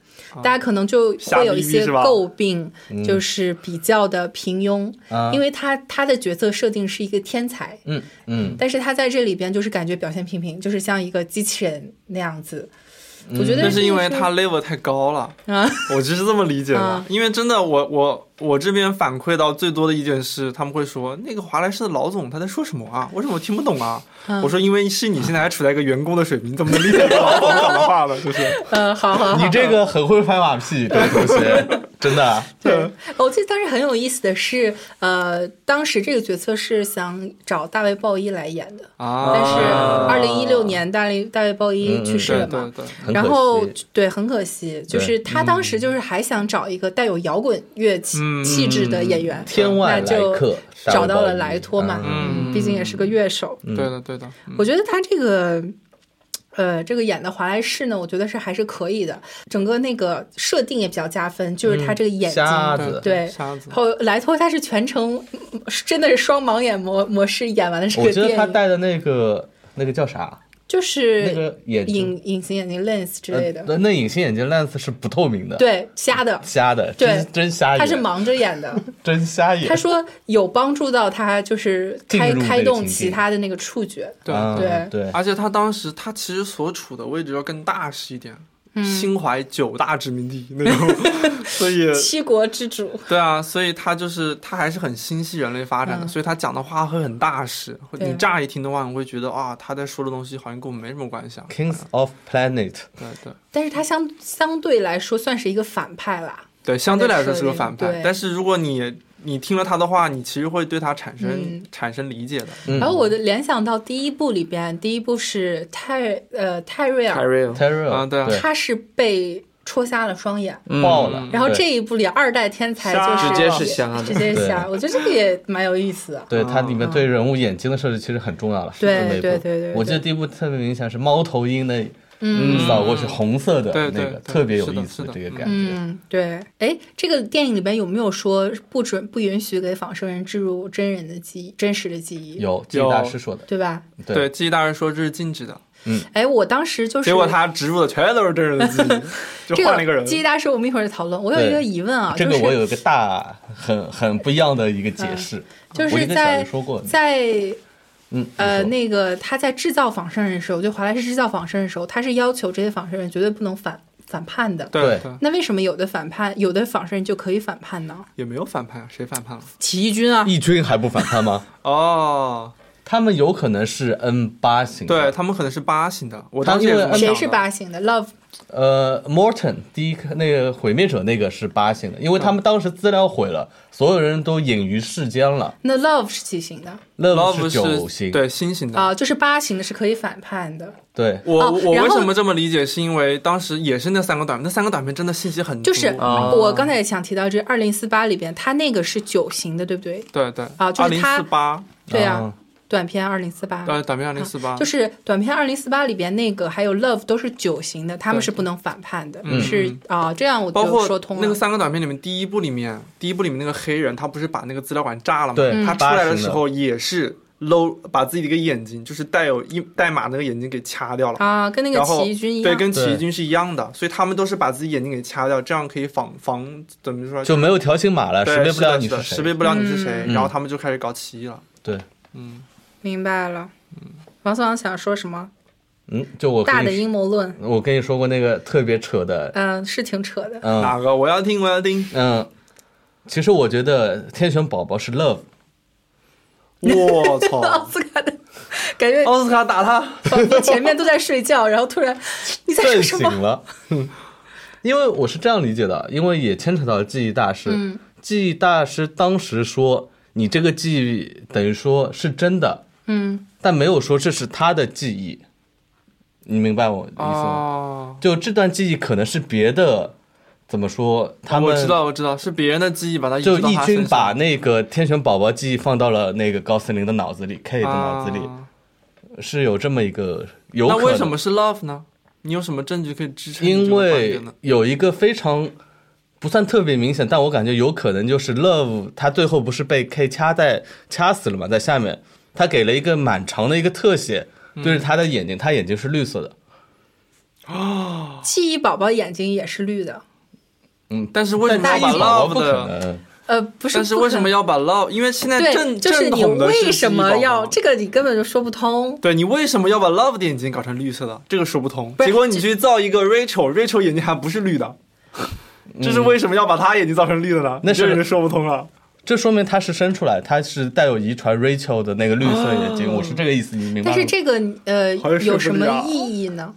Speaker 1: 大家可能就会有一
Speaker 2: 瞎逼逼
Speaker 1: 些
Speaker 2: 是吧嗯
Speaker 1: 诟病，就是比较的平庸，
Speaker 3: 啊
Speaker 1: 因为他他的角色设定是一个天才，
Speaker 3: 嗯嗯，
Speaker 1: 但是他在这里边就是感觉表现平平，就是像一个机器人那样子。我觉得
Speaker 2: 那
Speaker 1: 这
Speaker 2: 是因为他 level 太高了，
Speaker 1: 啊，
Speaker 2: 我就是这么理解的
Speaker 1: 啊。
Speaker 2: 因为真的，我我我这边反馈到最多的一件事，他们会说那个华莱士的老总他在说什么啊？为什么我听不懂啊？我说因为是你现在还处在一个员工的水平，怎么能理解到老总讲的话呢？就是
Speaker 1: 呃，好好好，
Speaker 3: 你这个很会拍马屁，这位 同学，真的。啊
Speaker 1: 对，我记得当时很有意思的是，呃，当时这个角色是想找大卫鲍伊来演的，
Speaker 2: 啊，嗯
Speaker 1: 但是二零一六年大卫大卫鲍伊去世了
Speaker 2: 对
Speaker 1: 嘛，
Speaker 2: 对对，
Speaker 3: 很
Speaker 1: 然
Speaker 3: 可
Speaker 1: 后
Speaker 3: 惜嗯
Speaker 1: 对，很可惜，就是他当时就是还想找一个带有摇滚乐气、
Speaker 2: 嗯
Speaker 1: 气质的演员，
Speaker 3: 天外来客
Speaker 1: 那就找到了
Speaker 3: 大卫鲍伊
Speaker 1: 莱托嘛，
Speaker 2: 嗯
Speaker 1: 毕竟也是个乐手。
Speaker 2: 对的对的，嗯
Speaker 1: 我觉得他这个。呃，这个演的华莱士呢，我觉得是还是可以的，整个那个设定也比较加分，就是他这个眼睛，
Speaker 3: 嗯瞎
Speaker 2: 对
Speaker 3: 子，
Speaker 1: 对
Speaker 2: 瞎子，
Speaker 1: 后莱托他是全程嗯是真的是双盲眼模模式演完了这
Speaker 3: 我
Speaker 1: 个
Speaker 3: 觉得
Speaker 1: 电
Speaker 3: 他
Speaker 1: 影，
Speaker 3: 戴的那个那个叫啥？
Speaker 1: 就是
Speaker 3: 那个眼镜
Speaker 1: 隐隐形眼镜 lens 之类的，
Speaker 3: 呃那隐形眼镜 lens 是不透明的，
Speaker 1: 对，瞎的，
Speaker 3: 瞎的，
Speaker 1: 对
Speaker 3: 真真瞎眼，
Speaker 1: 他是盲着演的。
Speaker 3: 真瞎眼。
Speaker 1: 他说有帮助到他，就是开
Speaker 3: 进入那个
Speaker 1: 开动
Speaker 3: 情
Speaker 1: 其
Speaker 3: 境
Speaker 1: 他的那个触觉。
Speaker 2: 对
Speaker 3: 嗯
Speaker 1: 对
Speaker 3: 对，
Speaker 2: 而且他当时他其实所处的位置要更大是一点，
Speaker 1: 嗯
Speaker 2: 心怀九大殖民地那 种，所以
Speaker 3: 呃
Speaker 1: 七国之主，
Speaker 2: 对啊，所以他就是他还是很心系人类发展的，
Speaker 1: 嗯
Speaker 2: 所以他讲的话会很大实。会
Speaker 1: 对
Speaker 2: 你乍一听的话，你会觉得啊，他在说的东西好像跟我们没什么关系 啊。
Speaker 3: Kings of Planet，
Speaker 2: 对对
Speaker 1: 但是他相相对来说算是一个反派啦。
Speaker 2: 对，相对来说是个
Speaker 1: 对
Speaker 2: 反派
Speaker 1: 对，
Speaker 2: 但是如果你你听了他的话，你其实会对他产生、
Speaker 1: 嗯
Speaker 2: 产生理解的。
Speaker 3: 嗯
Speaker 1: 然后我的联想到第一部里边，第一部是泰呃泰瑞
Speaker 4: 凯
Speaker 1: 尔，
Speaker 4: 瑞尔
Speaker 3: t e r r
Speaker 2: 啊对啊
Speaker 1: 他是被戳瞎了双眼。
Speaker 3: 爆了
Speaker 2: 嗯。
Speaker 1: 然后
Speaker 3: 对
Speaker 1: 这一部里二代天才就是
Speaker 4: 直接是瞎
Speaker 1: 直
Speaker 4: 的，
Speaker 1: 接
Speaker 3: 对
Speaker 1: 瞎，我觉得这个也蛮有意思的。
Speaker 3: 对它里面对人物眼睛的设置其实很重要了。
Speaker 1: 嗯对
Speaker 3: 这么一部
Speaker 1: 对对对对
Speaker 3: 我记得第一部特别明显是猫头鹰的
Speaker 1: 嗯
Speaker 3: 扫过去红色的
Speaker 2: 对
Speaker 3: 那
Speaker 2: 对
Speaker 3: 个，
Speaker 2: 对
Speaker 3: 特别有
Speaker 2: 是的
Speaker 3: 意
Speaker 2: 是
Speaker 3: 思
Speaker 2: 的
Speaker 3: 这个感觉。
Speaker 1: 嗯，对，哎，这个电影里边有没有说不准不允许给仿生人置入真人的记忆、真实的记忆，
Speaker 3: 有记忆大师说的，
Speaker 1: 对吧？
Speaker 2: 对，，记忆大师说这是禁止的，
Speaker 1: 哎，我当时就是
Speaker 2: 结果他植入的全都是真人 的记忆，
Speaker 1: 这
Speaker 2: 就换了一个人。
Speaker 1: 记忆大师，我们一会儿再讨论。我有
Speaker 3: 对
Speaker 1: 一个疑问啊，
Speaker 3: 这个
Speaker 1: 就是
Speaker 3: 我有一个大很很不一样的一个解释，
Speaker 1: 嗯就
Speaker 3: 我
Speaker 1: 是
Speaker 3: 就跟小
Speaker 1: 在
Speaker 3: 鱼说过，
Speaker 1: 在
Speaker 3: 嗯，
Speaker 1: 呃
Speaker 3: 你说
Speaker 1: 那个他在制造仿生人的时候，就华莱士制造仿生人的时候，他是要求这些仿生人绝对不能反反叛的。
Speaker 2: 对
Speaker 3: 对
Speaker 2: 对，
Speaker 1: 那为什么有的反叛，有的仿生人就可以反叛呢？
Speaker 2: 也没有反叛，啊谁反叛了？
Speaker 1: 起义军啊，
Speaker 3: 义军还不反叛吗？
Speaker 2: 哦，
Speaker 3: 他们有可能是 N 八型
Speaker 2: 对
Speaker 3: 的，
Speaker 2: 他们可能是八型的，我
Speaker 3: 他
Speaker 2: 当时也
Speaker 3: 因为
Speaker 2: 这么
Speaker 3: 按
Speaker 2: 呃
Speaker 1: 谁
Speaker 2: 想的
Speaker 1: 是八型的？Love
Speaker 3: 呃，Morton 第一个那个毁灭者那个是八型的，因为他们当时资料毁了，所有人都隐于世间了。
Speaker 1: 那 Love 是几型的
Speaker 3: Love
Speaker 2: ？Love
Speaker 3: 是九型，
Speaker 2: 对新型的。
Speaker 1: 啊？就是八型的是可以反叛的，
Speaker 3: 对
Speaker 2: 我、
Speaker 1: 哦
Speaker 2: 我
Speaker 1: 然
Speaker 2: 为
Speaker 1: 后
Speaker 2: 什么这么理解？是因为当时也是那三个短片，那三个短片真的信息很
Speaker 1: 就
Speaker 2: 多，
Speaker 1: 是
Speaker 4: 啊
Speaker 1: 我刚才也想提到这二零四八里边，他那个是九型的，对不对？
Speaker 2: 对对
Speaker 1: 啊就
Speaker 2: 二
Speaker 1: 是
Speaker 2: 零
Speaker 1: 他
Speaker 2: 四八
Speaker 1: 对啊
Speaker 3: 嗯，
Speaker 1: 短片二零四八，
Speaker 2: 呃短片二零四八
Speaker 1: 啊就，是短片《二零四八》里边那个还有《Love》都是九型的，他们是不能反叛的，是啊、这样我
Speaker 2: 包
Speaker 1: 就
Speaker 2: 括
Speaker 1: 说通了。
Speaker 2: 那个三个短片里面，第一部里面，第一部里面那个黑人，他不是把那个资料馆炸了吗？
Speaker 3: 对嗯
Speaker 2: 他出来的时候也是搂把自己的一个眼睛，就是带有一代码那个眼睛给掐掉了。
Speaker 1: 啊，跟那个
Speaker 2: 然后
Speaker 1: 起义军一
Speaker 2: 对，
Speaker 1: 样，
Speaker 2: 跟起义
Speaker 3: 对
Speaker 2: 军是一样的，所以他们都是把自己眼睛给掐掉，这样可以防防怎么说？
Speaker 3: 啊就没有条形码了，
Speaker 2: 对
Speaker 3: 识别不
Speaker 2: 是
Speaker 3: 了
Speaker 2: 的
Speaker 3: 你
Speaker 2: 是的识
Speaker 3: 谁
Speaker 2: 别。不了你是谁，
Speaker 3: 嗯
Speaker 2: 然后他们就开始搞起义了。
Speaker 3: 对，
Speaker 1: 明白了。王思阳想说什么？
Speaker 3: 嗯，就我
Speaker 1: 大
Speaker 3: 跟
Speaker 1: 的
Speaker 3: 你
Speaker 1: 阴谋论，
Speaker 3: 我跟你说过那个特别扯的，
Speaker 1: 嗯、是挺扯的。
Speaker 3: 嗯
Speaker 2: 哪个？我要听，我要 听。
Speaker 3: 嗯，其实我觉得天选宝宝是 Love，
Speaker 2: 我
Speaker 1: 奥
Speaker 2: 操！
Speaker 1: 斯卡的 感觉，
Speaker 2: 奥斯卡打他，
Speaker 1: 仿佛前面都在睡觉，然后突 然你在说
Speaker 3: 震
Speaker 1: 什
Speaker 3: 醒
Speaker 1: 么？
Speaker 3: 了。 因为我是这样理解的，因为也牵扯到记忆大师。
Speaker 1: 嗯
Speaker 3: 记忆大师当时说，你这个记忆等于说是真的，
Speaker 1: 嗯，
Speaker 3: 但没有说这是他的记忆。你明白我意思吗？
Speaker 2: 哦，
Speaker 3: 就这段记忆可能是别的，怎么说？他们
Speaker 2: 我知道，我知道，是别人的记忆把他移
Speaker 3: 就
Speaker 2: 植到
Speaker 3: 义
Speaker 2: 他身
Speaker 3: 军
Speaker 2: 上
Speaker 3: 把那个天选宝宝记忆放到了那个高斯林的脑子里，K 的脑子里，
Speaker 2: 啊
Speaker 3: 是有这么一个有
Speaker 2: 那
Speaker 3: 可能。
Speaker 2: 为什么是 love 呢？你有什么证据可以支撑你这
Speaker 3: 因
Speaker 2: 个观点
Speaker 3: 为
Speaker 2: 呢？
Speaker 3: 有一个非常不算特别明显，但我感觉有可能就是 Love，他最后不是被 K 掐在掐死了嘛，在下面，他给了一个蛮长的一个特写，对着他的眼睛，他眼睛是绿色的，
Speaker 1: 记忆宝宝眼睛也是绿的，
Speaker 2: 但是为什么
Speaker 3: 嗯但
Speaker 2: 要
Speaker 3: 是一
Speaker 2: 把
Speaker 3: 宝
Speaker 2: love
Speaker 3: 宝不可
Speaker 2: 的？
Speaker 3: 能，
Speaker 1: 呃，不是。
Speaker 2: 但是为什么
Speaker 1: 要？
Speaker 2: 要把 love？因为现在正
Speaker 1: 对，就是
Speaker 2: 正
Speaker 1: 你
Speaker 2: 统的
Speaker 1: 为
Speaker 2: 是
Speaker 1: 什
Speaker 2: 记忆宝
Speaker 1: 么
Speaker 2: 宝
Speaker 1: 要这个？你根本就说不通。
Speaker 2: 对你为什么要把 love 的眼睛搞成绿色的？这个说不通。
Speaker 1: 不是
Speaker 2: 结果你去造一个 Rachel，Rachel 眼睛还不是绿的，这是为什么要把她眼睛造成绿的呢？
Speaker 3: 那是
Speaker 2: 这人说不通了。
Speaker 3: 这说明他是生出来，他是带有遗传 Rachel 的那个绿色眼睛，我是这个意思，你明白
Speaker 1: 但
Speaker 3: 吗？
Speaker 1: 是这个呃
Speaker 2: 好像是
Speaker 1: 有什
Speaker 2: 不是
Speaker 1: 么
Speaker 2: 啊
Speaker 1: 意义呢？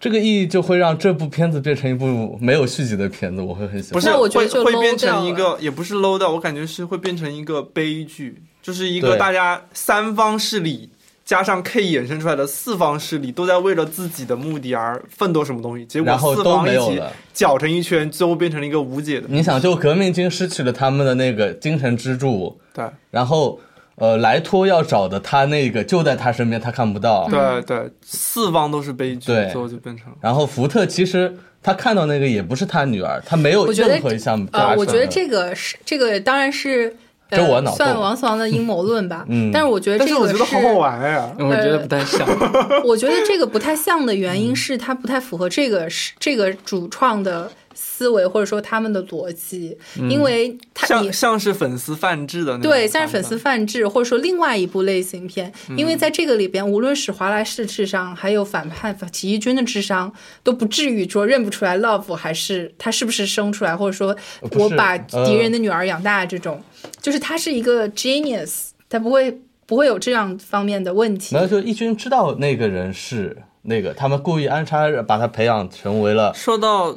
Speaker 3: 这个意义就会让这部片子变成一部没有续集的片子，我会很喜
Speaker 2: 不
Speaker 3: 欢。
Speaker 2: 是
Speaker 1: 那我觉得
Speaker 2: 会
Speaker 1: 就
Speaker 2: 会
Speaker 1: low
Speaker 2: 变
Speaker 1: 掉
Speaker 2: 成
Speaker 1: 了
Speaker 2: 一个，也不是 low 掉，我感觉是会变成一个悲剧，就是一个
Speaker 3: 对
Speaker 2: 大家三方势力加上 K 衍生出来的四方势力都在为了自己的目的而奋斗什么东西，结果
Speaker 3: 然后
Speaker 2: 四
Speaker 3: 都
Speaker 2: 方
Speaker 3: 没
Speaker 2: 一
Speaker 3: 有
Speaker 2: 起
Speaker 3: 了
Speaker 2: 搅成一圈，最后变成了一个无解的。
Speaker 3: 你想，就革命军失去了他们的那个精神支柱，
Speaker 2: 对
Speaker 3: 然后呃，莱托要找的他那个就在他身边，他看不
Speaker 1: 嗯
Speaker 3: 到。
Speaker 2: 对对，四方都是悲剧，
Speaker 3: 对
Speaker 2: 最后就变成了
Speaker 3: 然后福特其实他看到那个也不是他女儿，他没有
Speaker 1: 我觉得
Speaker 3: 任何一项加
Speaker 1: 呃，
Speaker 3: 深
Speaker 1: 我觉得
Speaker 3: 的
Speaker 1: 这个是这个当然是呃
Speaker 3: 这我脑洞
Speaker 1: 算王思王的阴谋论吧。
Speaker 3: 嗯
Speaker 1: 但是我觉得
Speaker 2: 但
Speaker 1: 这
Speaker 2: 是
Speaker 1: 个
Speaker 2: 我觉得好好玩呀、
Speaker 4: 嗯我觉
Speaker 1: 呃
Speaker 4: 得不太像。
Speaker 1: 我觉得这个不太像的原
Speaker 3: 嗯
Speaker 1: 因是它不太符合这个是这个主创的思维或者说他们的逻辑，
Speaker 3: 嗯
Speaker 1: 因为他你
Speaker 2: 像像是粉丝泛制的那种
Speaker 1: 对，像是粉
Speaker 2: 版
Speaker 1: 丝
Speaker 2: 本
Speaker 1: 泛制，或者说另外一部类型片，因
Speaker 3: 嗯
Speaker 1: 为在这个里边，无论是华莱士智商，还有反叛起义军的智商，都不至于说认不出来 Love 还是他是不是生出来，或者说
Speaker 3: 呃不
Speaker 1: 我
Speaker 3: 是
Speaker 1: 把
Speaker 3: 呃
Speaker 1: 敌人的女儿养大这种，就是他是一个 genius，他不会不会有这样方面的问题
Speaker 3: 没。有，就义军知道那个人是那个，他们故意安插把他培养成为了
Speaker 2: 说到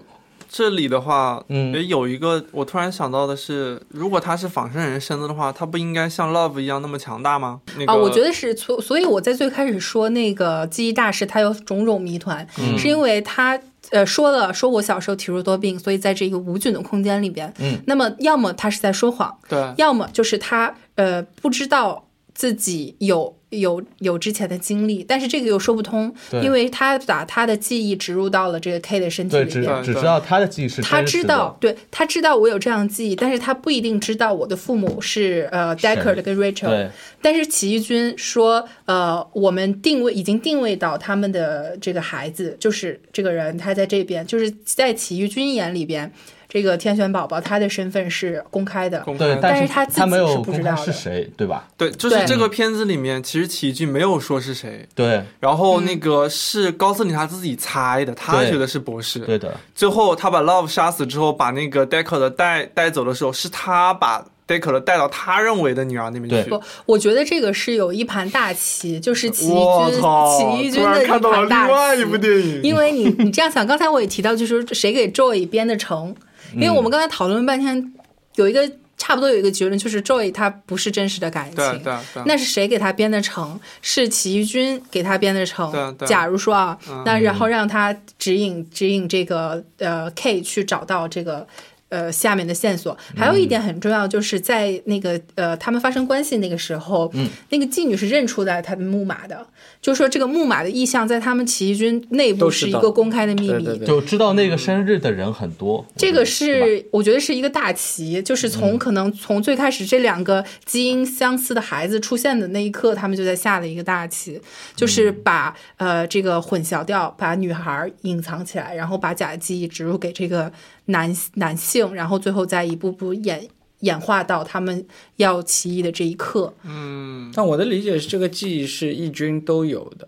Speaker 2: 这里的话，
Speaker 3: 嗯
Speaker 2: 也有一个我突然想到的是，如果他是仿生人生的话，他不应该像 Love 一样那么强大吗？那个、
Speaker 1: 啊，我觉得是，所所以我在最开始说那个记忆大师他有种种谜团，
Speaker 3: 嗯
Speaker 1: 是因为他呃说了说我小时候体弱多病，所以在这个无菌的空间里边，
Speaker 3: 嗯，
Speaker 1: 那么要么他是在说谎，
Speaker 2: 对
Speaker 1: 要么就是他呃不知道自己有有有之前的经历，但是这个又说不通，
Speaker 3: 对
Speaker 1: 因为他把他的记忆植入到了这个 K 的身体
Speaker 3: 对，
Speaker 1: 里
Speaker 3: 只
Speaker 1: 面。
Speaker 2: 对
Speaker 3: 只知道他的记忆是
Speaker 1: 他
Speaker 3: 真实
Speaker 1: 知
Speaker 3: 的
Speaker 1: 道，，对他知道我有这样的记忆，但是他不一定知道我的父母是呃 Deckard 跟 Rachel。
Speaker 3: 对，
Speaker 1: 但是起义军说，呃，我们定位已经定位到他们的这个孩子，就是这个人，他在这边，就是在起义军眼里边，这个天选宝宝他的身份是公开的。
Speaker 2: 公
Speaker 3: 对
Speaker 2: 开，
Speaker 1: 但
Speaker 3: 是
Speaker 1: 是他自己
Speaker 3: 没
Speaker 1: 是
Speaker 3: 有
Speaker 1: 不
Speaker 3: 公
Speaker 1: 知
Speaker 3: 开
Speaker 1: 道
Speaker 3: 是
Speaker 1: 的
Speaker 3: 谁，对吧？
Speaker 2: 对，就是
Speaker 1: 对
Speaker 2: 这个片子里面，其实起义军没有说是谁，
Speaker 3: 对，
Speaker 2: 然后
Speaker 1: 嗯
Speaker 2: 那个是高斯林他自己猜的，他
Speaker 3: 对
Speaker 2: 觉得是博士。
Speaker 3: 对的，
Speaker 2: 最后他把 Love 杀死之后，把那个 Decker 的带带走的时候，是他把 Decker 的带到他认为的女儿那边去
Speaker 1: 不。，我觉得这个是有一盘大棋，就是起义
Speaker 2: 我
Speaker 1: 军，
Speaker 2: 操！
Speaker 1: 起义
Speaker 2: 突
Speaker 1: 军的
Speaker 2: 然
Speaker 1: 一
Speaker 2: 看到了
Speaker 1: 盘
Speaker 2: 另
Speaker 1: 大
Speaker 2: 外
Speaker 1: 棋
Speaker 2: 一部电影，
Speaker 1: 因为你你这样想，刚才我也提到，就是谁给 Joy 编的程，
Speaker 2: 嗯
Speaker 1: 因为我们刚才讨论了半天，有一个差不多有一个结论，就是 Joy 他不是真实的感情。
Speaker 2: 对对对，
Speaker 1: 那是谁给他编的程？是起义军给他编的程
Speaker 2: 对。对
Speaker 1: 假如说啊，
Speaker 2: 嗯
Speaker 1: 那然后让他指引指引这个呃 K 去找到这个。呃，下面的线索还有一点很重要，就是在那个呃，他们发生关系那个时候，
Speaker 4: 嗯
Speaker 1: 那个妓女是认出来他的木马的，就说这个木马的意象在他们起义军内部
Speaker 4: 都
Speaker 1: 是
Speaker 4: 知
Speaker 1: 一
Speaker 4: 道
Speaker 1: 个公开的 秘密。
Speaker 4: 对对对，
Speaker 3: 就知道那个生日的人很多。我
Speaker 1: 这
Speaker 3: 觉
Speaker 1: 个
Speaker 3: 得吧嗯
Speaker 1: 是我觉得是一个大棋，就是从可能从最开始这两个基因相似的孩子出现的那一刻，他们就在下的一个大棋，就是
Speaker 3: 嗯
Speaker 1: 把呃这个混淆掉，把女孩隐藏起来，然后把假的记忆植入给这个男男性，然后最后再一步步演演化到他们要起义的这一刻。
Speaker 2: 嗯，
Speaker 4: 但我的理解是，这个记忆是义军都有的，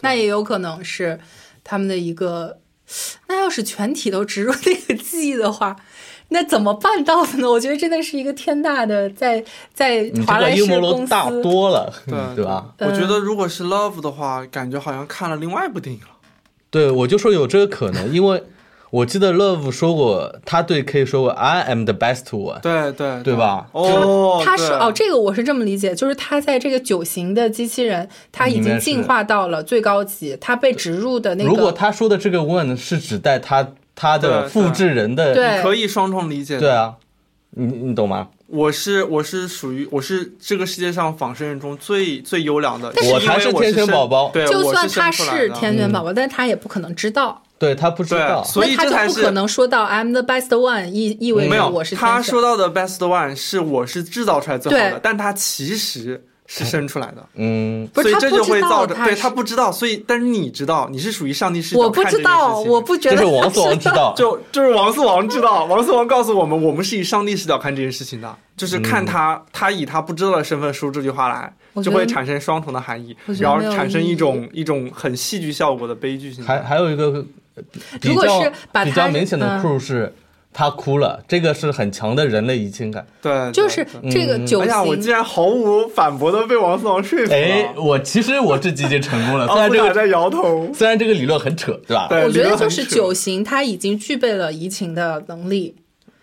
Speaker 1: 那也有可能是他们的一个。那要是全体都植入那个记忆的话，那怎么办到的呢？我觉得真的是一个天大的，在在
Speaker 3: 嗯
Speaker 2: 嗯
Speaker 3: 你这
Speaker 1: 华
Speaker 3: 个
Speaker 1: 莱
Speaker 3: 阴
Speaker 1: 士
Speaker 3: 谋
Speaker 1: 公
Speaker 3: 论
Speaker 1: 司，
Speaker 3: 大多了，嗯
Speaker 2: 对
Speaker 3: 对吧？？
Speaker 1: 嗯
Speaker 2: 我觉得如果是 Love 的话，感觉好像看了另外一部电影了。
Speaker 3: 对，我就说有这个可能，因为我记得 Love 说过，他对 K 说过，I am the best one。
Speaker 2: 对对
Speaker 3: 对吧
Speaker 2: 哦，
Speaker 1: 他是
Speaker 2: 对
Speaker 1: 哦，这个我是这么理解，就是他在这个九型的机器人，他已
Speaker 3: 里
Speaker 1: 经
Speaker 3: 面是
Speaker 1: 进化到了最高级，他被植入的那个，
Speaker 3: 如果他说的这个 one 是指代他他
Speaker 2: 对
Speaker 3: 的复制人的，
Speaker 1: 对
Speaker 2: 可以双重理解。
Speaker 3: 对，啊，你你懂吗？
Speaker 2: 我是我是属于我是这个世界上仿生人中最最优良的，
Speaker 3: 是
Speaker 2: 因为
Speaker 3: 我才
Speaker 2: 我
Speaker 3: 是
Speaker 2: 是
Speaker 3: 天选
Speaker 2: 生
Speaker 3: 宝宝
Speaker 2: 对，
Speaker 1: 就
Speaker 2: 我
Speaker 1: 算
Speaker 2: 生
Speaker 1: 他
Speaker 2: 出来
Speaker 1: 是
Speaker 2: 的
Speaker 1: 天选宝宝，但他也不可能知道，
Speaker 3: 对他不知道
Speaker 2: 对，，所以
Speaker 1: 那
Speaker 2: 这
Speaker 1: 他
Speaker 2: 才
Speaker 1: 就不
Speaker 2: 是
Speaker 1: 可能说到 I'm the best one 意意味着
Speaker 2: 没有
Speaker 1: 我是天选。
Speaker 2: 他说到的 best one 是我是制造出来最好的
Speaker 1: 对，
Speaker 2: 但他其实是生出来的。
Speaker 3: 嗯，
Speaker 1: 不是
Speaker 2: 所以
Speaker 1: 他
Speaker 2: 这
Speaker 1: 不
Speaker 2: 就
Speaker 1: 知
Speaker 2: 会
Speaker 1: 道
Speaker 2: 造成，
Speaker 1: 他
Speaker 2: 对
Speaker 1: 是
Speaker 2: 他不知道，所以但是你知道，你是属于上帝视角
Speaker 1: 我不
Speaker 2: 看
Speaker 1: 知
Speaker 2: 这件
Speaker 1: 道，
Speaker 2: 事情
Speaker 1: 我不觉
Speaker 3: 这
Speaker 1: 得
Speaker 3: 是王思 王知道，
Speaker 2: 就就是王思王知道，王思王告诉我们，我们是以上帝视角看这件事情的，
Speaker 3: 嗯
Speaker 2: 就是看他、他以他不知道的身份说出这句话来
Speaker 1: 我，觉
Speaker 2: 就
Speaker 1: 得
Speaker 2: 会产生双重的含义
Speaker 1: 我，觉得
Speaker 2: 然后
Speaker 1: 没有
Speaker 2: 产生
Speaker 1: 意义
Speaker 2: 一种一种很戏剧效果的悲剧性。
Speaker 3: 还还有一个 比
Speaker 1: 如果
Speaker 3: 较
Speaker 1: 是把
Speaker 3: 比
Speaker 1: 他
Speaker 3: 较明显的
Speaker 1: 嗯
Speaker 3: clue 是，他哭了，这个是很强的人类移情感。
Speaker 2: 对，
Speaker 1: 就是
Speaker 2: 对
Speaker 3: 嗯
Speaker 1: 这个九
Speaker 2: 哎呀，我竟
Speaker 1: 型，
Speaker 2: 然毫无反驳的被王思王说服了，
Speaker 3: 哎，我其实我这集已经成功了，虽
Speaker 2: 奥
Speaker 3: 然
Speaker 2: 斯
Speaker 3: 这
Speaker 2: 卡
Speaker 3: 个
Speaker 2: 在摇头。
Speaker 3: 虽然这个理论很扯，对吧？
Speaker 2: 对，
Speaker 1: 我觉得
Speaker 2: 理论
Speaker 1: 就
Speaker 2: 很
Speaker 1: 是
Speaker 2: 扯
Speaker 1: 九型，他已经具备了移情的能力，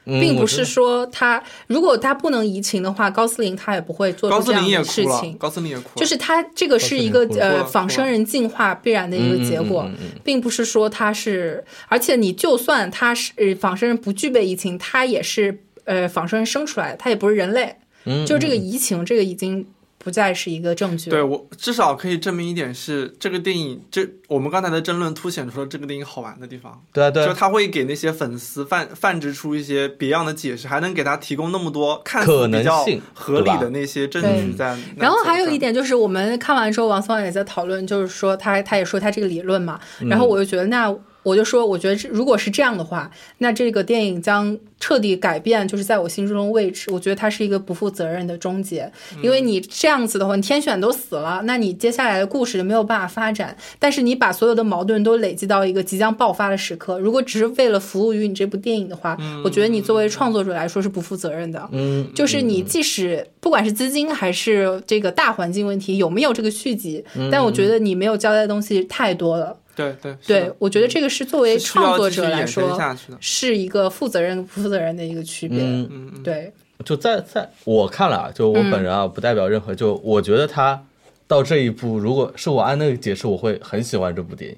Speaker 3: 嗯
Speaker 1: 并不
Speaker 3: 我知
Speaker 1: 是说他如果他不能移情的话，高斯林他也不会做
Speaker 2: 高
Speaker 1: 出这
Speaker 2: 斯
Speaker 1: 样
Speaker 2: 林也
Speaker 1: 的事
Speaker 2: 哭了，
Speaker 1: 情。
Speaker 2: 高斯林也哭了，
Speaker 1: 就是他这个是一个
Speaker 3: 高斯林哭了
Speaker 2: 哭
Speaker 1: 呃
Speaker 2: 了
Speaker 1: 仿生人进化必然的一个结果
Speaker 3: 嗯嗯嗯嗯，
Speaker 1: 并不是说他是，而且你就算他是呃仿生人不具备移情，他也是呃仿生人生出来的，他也不是人类，
Speaker 3: 嗯
Speaker 1: 就这个移情这个已经不再是一个证据了。
Speaker 2: 对我至少可以证明一点是，这个电影这我们刚才的争论凸显出了这个电影好玩的地方，
Speaker 3: 对啊，对
Speaker 2: 就
Speaker 3: 啊，
Speaker 2: 它会给那些粉丝泛泛指出一些别样的解释，还能给他提供那么多看
Speaker 3: 可
Speaker 2: 似
Speaker 3: 能
Speaker 2: 比较
Speaker 3: 性
Speaker 2: 合
Speaker 3: 对
Speaker 2: 理
Speaker 3: 吧
Speaker 2: 的那些证据
Speaker 1: 对
Speaker 2: 在。
Speaker 1: 然后还有一
Speaker 2: 点，
Speaker 1: 点就是，我们看完之后，王思王也在讨论，就是说他他也说他这个理论嘛，然后我就觉得那我就说，我觉得这如果是这样的话，那这个电影将彻底改变，就是在我心中的位置。我觉得它是一个不负责任的终结，因为你这样子的话，你天选都死了，那你接下来的故事就没有办法发展。但是你把所有的矛盾都累积到一个即将爆发的时刻，如果只是为了服务于你这部电影的话，我觉得你作为创作者来说是不负责任的。
Speaker 3: 嗯，
Speaker 1: 就是你即使不管是资金还是这个大环境问题，有没有这个续集，但我觉得你没有交代的东西太多了。
Speaker 2: 对对是
Speaker 1: 对
Speaker 2: 的，
Speaker 1: 我觉得这个是作为
Speaker 2: 是需要
Speaker 1: 创作
Speaker 2: 继续
Speaker 1: 者来
Speaker 2: 延伸
Speaker 1: 说，
Speaker 2: 下去的，
Speaker 1: 是一个负责任不负责任的一个区别。
Speaker 3: 嗯，
Speaker 2: 嗯嗯，
Speaker 1: 对，
Speaker 3: 就在在我看来啊，就我本人啊，不代表任何，就我觉得他到这一步，如果是我按那个解释，我会很喜欢这部电影。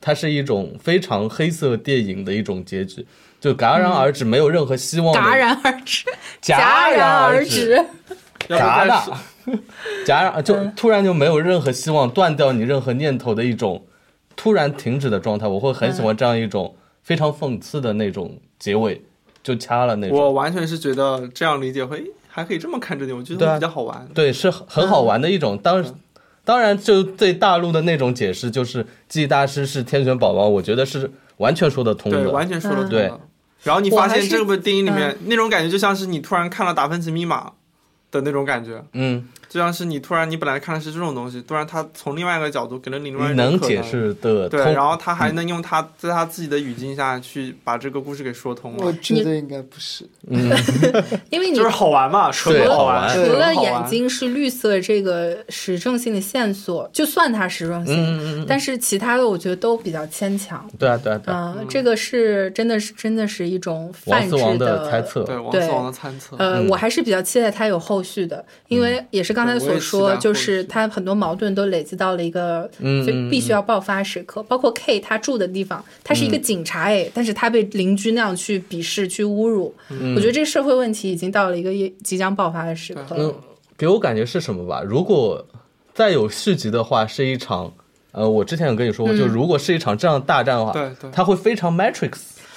Speaker 3: 它是一种非常黑色电影的一种结局，就戛然而止，没有任何希望的。
Speaker 1: 戛然而止，
Speaker 3: 哦戛然
Speaker 1: 而
Speaker 3: 而止，
Speaker 1: 止。
Speaker 2: 要不
Speaker 3: 嘎
Speaker 2: 再
Speaker 3: 的
Speaker 2: 说，
Speaker 3: 戛然就突然就没有任何希望，断掉你任何念头的一种突然停止的状态。我会很喜欢这样一种非常讽刺的那种结尾，就掐了那种。
Speaker 2: 我完全是觉得这样理解会，诶还可以这么看这点，我觉
Speaker 3: 对
Speaker 2: 得
Speaker 3: 啊
Speaker 2: 比较好玩。
Speaker 3: 对，是很很好玩的一种。当当然，就对大陆的那种解释，就是记忆大师是天选宝宝，我觉得是完全说得通
Speaker 2: 对，
Speaker 3: 的。
Speaker 2: 完全说得通
Speaker 3: 对
Speaker 2: 的。然后你
Speaker 1: 我
Speaker 2: 发
Speaker 1: 还
Speaker 2: 现
Speaker 1: 是
Speaker 2: 这部电影里面那种感觉，就像是你突然看了《达芬奇密码》的那种感觉，
Speaker 3: 嗯，
Speaker 2: 就像是你突然你本来看的是这种东西，突然他从另外一个角度给了你另外一种
Speaker 3: 你能
Speaker 2: 可
Speaker 3: 解释的
Speaker 2: 对，然
Speaker 3: 通。
Speaker 2: 后他还能用他在他自己的语境下去把这个故事给说通
Speaker 4: 我
Speaker 2: 了，
Speaker 4: 觉得应该不是，
Speaker 3: 嗯，
Speaker 1: 因为你
Speaker 2: 就是好玩嘛，纯
Speaker 3: 对
Speaker 2: 纯
Speaker 3: 好
Speaker 2: 玩，
Speaker 3: 玩
Speaker 1: 除
Speaker 2: 纯
Speaker 1: 了
Speaker 2: 好玩
Speaker 1: 眼，睛是绿色这个实证性的线索，就算它实证性，
Speaker 3: 嗯嗯嗯，
Speaker 1: 但是其他的我觉得都比较牵强。
Speaker 3: 对啊对啊对啊，
Speaker 1: 嗯，这个是真的是真的是一种
Speaker 3: 王
Speaker 1: 泛
Speaker 3: 思
Speaker 1: 制
Speaker 3: 王猜测，
Speaker 2: 对王
Speaker 1: 对
Speaker 2: 思王的参测，
Speaker 1: 呃，
Speaker 3: 嗯
Speaker 1: 我还是比较期待它有后续的，因为也是刚才
Speaker 2: 对嗯我
Speaker 1: 所
Speaker 2: 也期
Speaker 1: 说，
Speaker 2: 待
Speaker 1: 就
Speaker 2: 后
Speaker 1: 是
Speaker 2: 续
Speaker 1: 它很多矛盾都累积到了一个
Speaker 3: 嗯
Speaker 1: 就
Speaker 3: 嗯
Speaker 1: 必须要爆发时刻。包括 K 他住的地方，他是一个
Speaker 2: 嗯
Speaker 1: 警察哎，但是他被邻居那样去鄙视、去侮辱，
Speaker 2: 嗯
Speaker 1: 我觉得这个社会问题已经到了一个即将爆发的时刻了。
Speaker 3: 嗯，给我感觉是什么吧？如果再有续集的话，是一场，呃，我之前有跟你说过，就如果是一场这样的大战的话，
Speaker 2: 对对
Speaker 3: 它会非常 Matrix，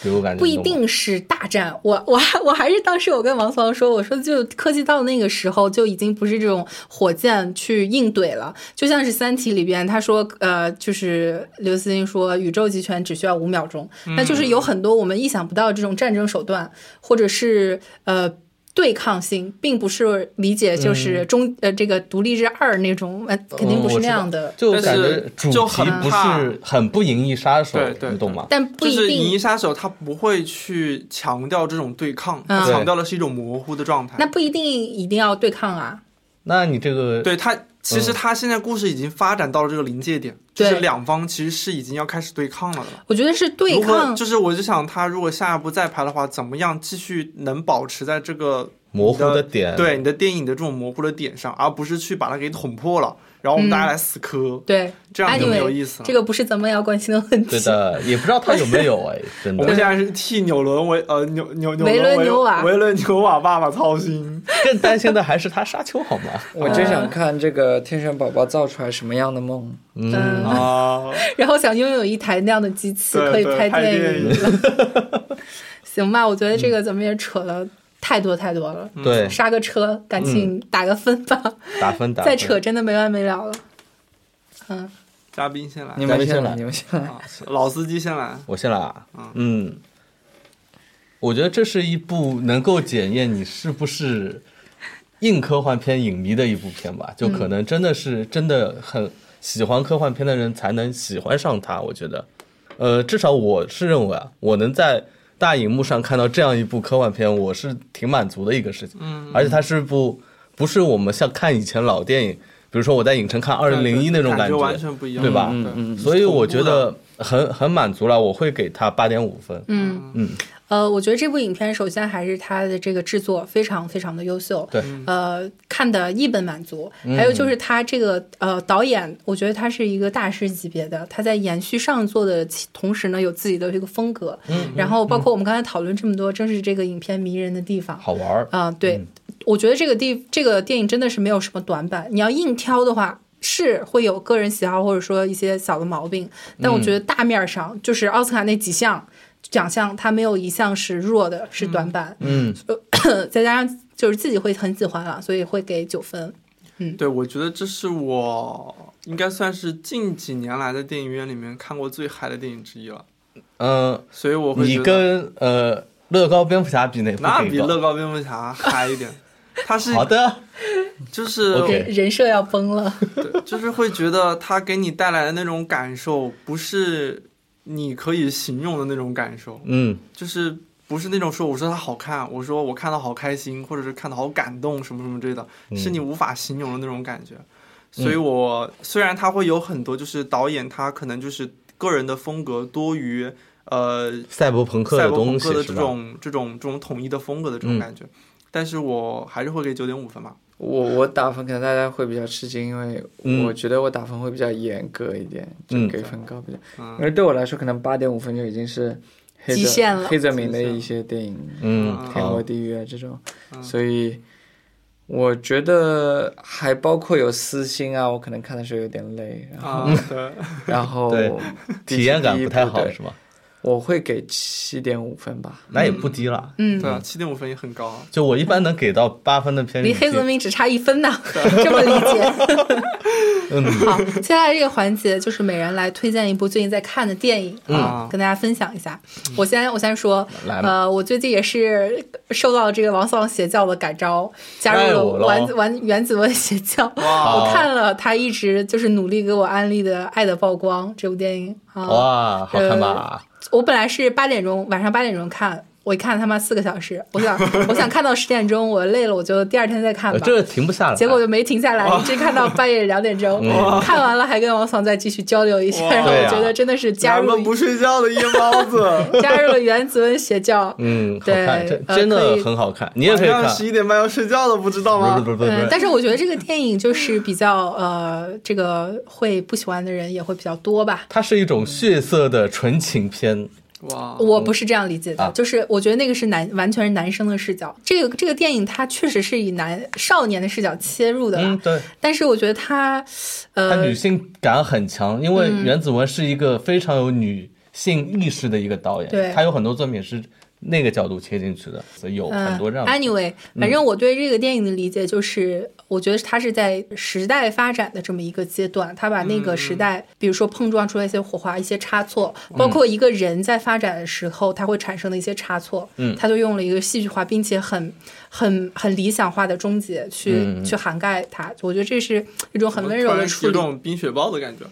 Speaker 3: 给我感觉
Speaker 1: 不一
Speaker 3: 你懂吗
Speaker 1: 定是大战，我我还我还是当时我跟王思王说，我说就科技到那个时候就已经不是这种火箭去硬怼了，就像是《三体》里边他说，呃，就是刘慈欣说宇宙集权只需要五秒钟，那
Speaker 2: 嗯
Speaker 1: 就是有很多我们意想不到的这种战争手段，或者是呃。对抗性并不是理解
Speaker 2: 嗯
Speaker 1: 就是中、呃这个独立日二那种呃肯定不
Speaker 2: 哦
Speaker 1: 是那样的，
Speaker 3: 就
Speaker 2: 但
Speaker 3: 感觉
Speaker 2: 是
Speaker 3: 主
Speaker 2: 就
Speaker 3: 题
Speaker 2: 很
Speaker 3: 不
Speaker 2: 怕
Speaker 3: 是很不银翼杀手
Speaker 2: 对，对
Speaker 3: 你懂吗？
Speaker 1: 但不
Speaker 2: 就
Speaker 1: 一
Speaker 2: 是《银翼
Speaker 1: 定
Speaker 2: 杀手》，他不会去强调这种对抗，他
Speaker 1: 嗯
Speaker 2: 强调的是一种模糊的状态。
Speaker 1: 那不一定一定要对抗啊，
Speaker 3: 那你这个
Speaker 2: 对嗯他，其实他现在故事已经发展到了这个临界点，就
Speaker 1: 对
Speaker 2: 是两方其实是已经要开始对抗了的。
Speaker 1: 我觉得是对
Speaker 2: 如何
Speaker 1: 抗
Speaker 2: 就是我就想他如果下一步再拍的话，怎么样继续能保持在这个
Speaker 3: 模糊
Speaker 2: 你
Speaker 3: 的
Speaker 2: 的
Speaker 3: 点，
Speaker 2: 对你的电影的这种模糊的点上，而不是去把它给捅破了，然后我们
Speaker 1: 嗯
Speaker 2: 大家来死磕，
Speaker 1: 对。
Speaker 2: 这样就没有
Speaker 1: Anyway，
Speaker 2: 意思了。
Speaker 1: 这个不是咱们要关心的问题。
Speaker 3: 对的，也不知道他有没有哎，真
Speaker 2: 我们
Speaker 3: 的
Speaker 2: 现在是替纽伦维呃纽纽纽
Speaker 1: 维伦
Speaker 2: 维
Speaker 1: 纽瓦
Speaker 2: 维伦纽瓦爸爸操心。
Speaker 3: 更担心的还是他沙丘好吗？
Speaker 4: 我
Speaker 1: 哦
Speaker 4: 就想看这个天选宝宝造出来什么样的梦。
Speaker 1: 嗯，
Speaker 2: 啊，
Speaker 1: 然后想拥有一台那样的机器
Speaker 2: 对
Speaker 1: 可以
Speaker 2: 对
Speaker 1: 拍
Speaker 2: 拍
Speaker 1: 电
Speaker 2: 电
Speaker 1: 影了行吧，我觉得这个咱们也扯了太多太多了。
Speaker 2: 嗯
Speaker 3: 对，
Speaker 1: 刹个车，赶紧打个分吧，
Speaker 3: 嗯打分打分。
Speaker 1: 再扯真的没完没了了。嗯，
Speaker 2: 嘉宾先来
Speaker 4: 你
Speaker 3: 咱
Speaker 4: 们
Speaker 3: 们先
Speaker 4: 先
Speaker 3: 来
Speaker 4: 来，你们先来。
Speaker 2: 啊，老司机先来。
Speaker 3: 我先来啊
Speaker 2: 嗯，
Speaker 3: 嗯，我觉得这是一部能够检验你是不是硬科幻片影迷的一部片吧，就
Speaker 2: 嗯
Speaker 3: 可能真的是真的很喜欢科幻片的人才能喜欢上它，我觉得，呃，至少我是认为啊，我能在大荧幕上看到这样一部科幻片，我是挺满足的一个事情，嗯，而且它是部不是我们像看以前老电影，比如说我在影城看二零零一那种
Speaker 2: 感
Speaker 3: 感觉，
Speaker 2: 完全不一样，
Speaker 3: 对吧
Speaker 2: 嗯嗯
Speaker 3: 所以我觉得很很满足了，我会给他八点五分。
Speaker 1: 嗯
Speaker 3: 嗯
Speaker 1: 呃，我觉得这部影片首先还是它的这个制作非常非常的优秀，
Speaker 3: 对，
Speaker 1: 呃，看的一本满足。还有就是他这个呃导演，我觉得他是一个大师级别的，他在延续上座的其同时呢，有自己的这个风格。嗯，然后包括我们刚才讨论这么多，正是这个影片迷人的地方。
Speaker 3: 好玩儿。
Speaker 1: 啊、对，
Speaker 3: 嗯
Speaker 1: 我觉得这个地这个电影真的是没有什么短板，你要硬挑的话。是会有个人喜好或者说一些小的毛病，但我觉
Speaker 3: 嗯
Speaker 1: 得大面上就是奥斯卡那几项奖项，它没有一项是弱的，是短板。
Speaker 3: 嗯，
Speaker 1: 再加上就是自己会很喜欢了，啊所以会给九分。
Speaker 2: 对，我觉得这是我应该算是近几年来在电影院里面看过最嗨的电影之一了。
Speaker 3: 嗯，
Speaker 2: 所以我会
Speaker 3: 你
Speaker 2: 觉得
Speaker 3: 跟呃乐高蝙蝠侠比哪部
Speaker 2: 那
Speaker 3: 更
Speaker 2: 比
Speaker 3: 高
Speaker 2: 乐高蝙蝠侠嗨一点，它是
Speaker 3: 好的，
Speaker 2: 就是、
Speaker 3: OK
Speaker 1: 人人设要崩了。
Speaker 2: 对就是会觉得它给你带来的那种感受，不是你可以形容的那种感受，
Speaker 3: 嗯
Speaker 2: 就是不是那种说我说它好看，我说我看到好开心，或者是看到好感动什么什么之类的，
Speaker 3: 嗯
Speaker 2: 是你无法形容的那种感觉。所以我虽然他会有很多，就是导演他可能就是个人的风格多于呃
Speaker 3: 赛博朋克
Speaker 2: 赛
Speaker 3: 的
Speaker 2: 博朋
Speaker 3: 东西
Speaker 2: 克的
Speaker 3: 是
Speaker 2: 这
Speaker 3: 吧？嗯
Speaker 2: 种这种这种统一的风格的这种感觉，但是我还是会给九点五分吧。
Speaker 4: 我我打分可能大家会比较吃惊，因为
Speaker 3: 嗯
Speaker 4: 我觉得我打分会比较严格一点，
Speaker 3: 嗯
Speaker 4: 就给分高比较。
Speaker 2: 嗯
Speaker 4: 因为对我来说，可能八点五分就已经是黑泽
Speaker 1: 极限了
Speaker 4: 黑泽明的一些电影，
Speaker 3: 嗯，
Speaker 2: 嗯
Speaker 4: 《天
Speaker 3: 好
Speaker 4: 国，地狱》啊这种，
Speaker 2: 嗯
Speaker 4: 所以我觉得还包括有私心啊，我可能看的时候有点累， 然后、
Speaker 2: 啊，
Speaker 3: 嗯
Speaker 2: 对，
Speaker 4: 然后
Speaker 3: 对
Speaker 4: 比起
Speaker 3: 体验感
Speaker 4: 第一
Speaker 3: 不太
Speaker 4: 部
Speaker 3: 好
Speaker 4: 对
Speaker 3: 是吧？
Speaker 4: 我会给七点五分吧。
Speaker 3: 那也不低了，
Speaker 1: 嗯
Speaker 2: 对，啊，七点五分也很高啊。
Speaker 3: 就我一般能给到八分的片，
Speaker 1: 离黑泽，明只差一分呢， 这么理 解。好，接下来这个环节就是每人来推荐一部最近在看的电影啊
Speaker 2: 嗯，
Speaker 1: 跟大家分享一下。我先我先说，
Speaker 3: 嗯来吧
Speaker 1: 呃，我最近也是受到这个王思王邪教的感召，加入
Speaker 3: 哎
Speaker 1: 了
Speaker 3: 我喽哦
Speaker 1: 玩玩原子文邪教。
Speaker 2: 哇
Speaker 1: 我看了他一直就是努力给我安利的《爱的曝光》这部电影啊，
Speaker 3: 哇，好看吧？
Speaker 1: 我本来是八点钟晚上八点钟看，我一看他妈四个小时，我想我想看到十点钟，我累了我就第二天再看
Speaker 3: 呃
Speaker 1: 吧
Speaker 3: 这。个停不下来，
Speaker 1: 结果就没停下来，一直看到半夜两点钟，看完了还跟王爽再继续交流一下，
Speaker 2: 哇
Speaker 1: 然后
Speaker 3: 嗯对
Speaker 1: 我
Speaker 3: 啊
Speaker 1: 觉得真的是加入
Speaker 2: 咱们不睡觉的夜猫 子，
Speaker 1: 加入了原子温邪教，
Speaker 3: 嗯，好
Speaker 1: 对
Speaker 3: 看，真
Speaker 1: 呃
Speaker 3: 真的
Speaker 1: 可以
Speaker 3: 很好看，你也可以
Speaker 2: 晚
Speaker 3: 看
Speaker 2: 上，十一点半要睡觉了，不知道
Speaker 3: 不是
Speaker 2: 吗
Speaker 3: 不？是不是不
Speaker 1: 嗯，
Speaker 3: 是，
Speaker 1: 但是我觉得这个电影就是比较呃，这个会不喜欢的人也会比较多吧。
Speaker 3: 它是一种血色的纯情片，
Speaker 2: 哇，
Speaker 1: 我不是这样理解的，
Speaker 3: 啊
Speaker 1: 就是我觉得那个是男，完全是男生的视角。这个这个电影它确实是以男少年的视角切入的啦，
Speaker 3: 嗯，对，
Speaker 1: 但是我觉得它，
Speaker 3: 它
Speaker 1: 呃嗯
Speaker 3: 女，性感很强，因为袁子文是一个非常有女性意识的一个导演，
Speaker 1: 对
Speaker 3: 他有很多作品是那个角度切进去的，所以有很
Speaker 1: 嗯、
Speaker 3: 多这样的。嗯
Speaker 1: anyway，反正我对这个电影的理解就是，我觉得它是在时代发展的这么一个阶段，它把那个
Speaker 3: 嗯
Speaker 1: 时代，比如说碰撞出来一些火花、一些差错，包括一个人在发展的时候，他会产生的一些差错，
Speaker 3: 嗯
Speaker 1: 他就用了一个戏剧化并且很、很、很理想化的终结去、
Speaker 3: 嗯
Speaker 1: 去涵盖它。我觉得这是一种很温柔
Speaker 2: 突
Speaker 1: 的
Speaker 2: 然
Speaker 1: 处
Speaker 2: 有
Speaker 1: 理，
Speaker 2: 种冰雪暴的感 觉，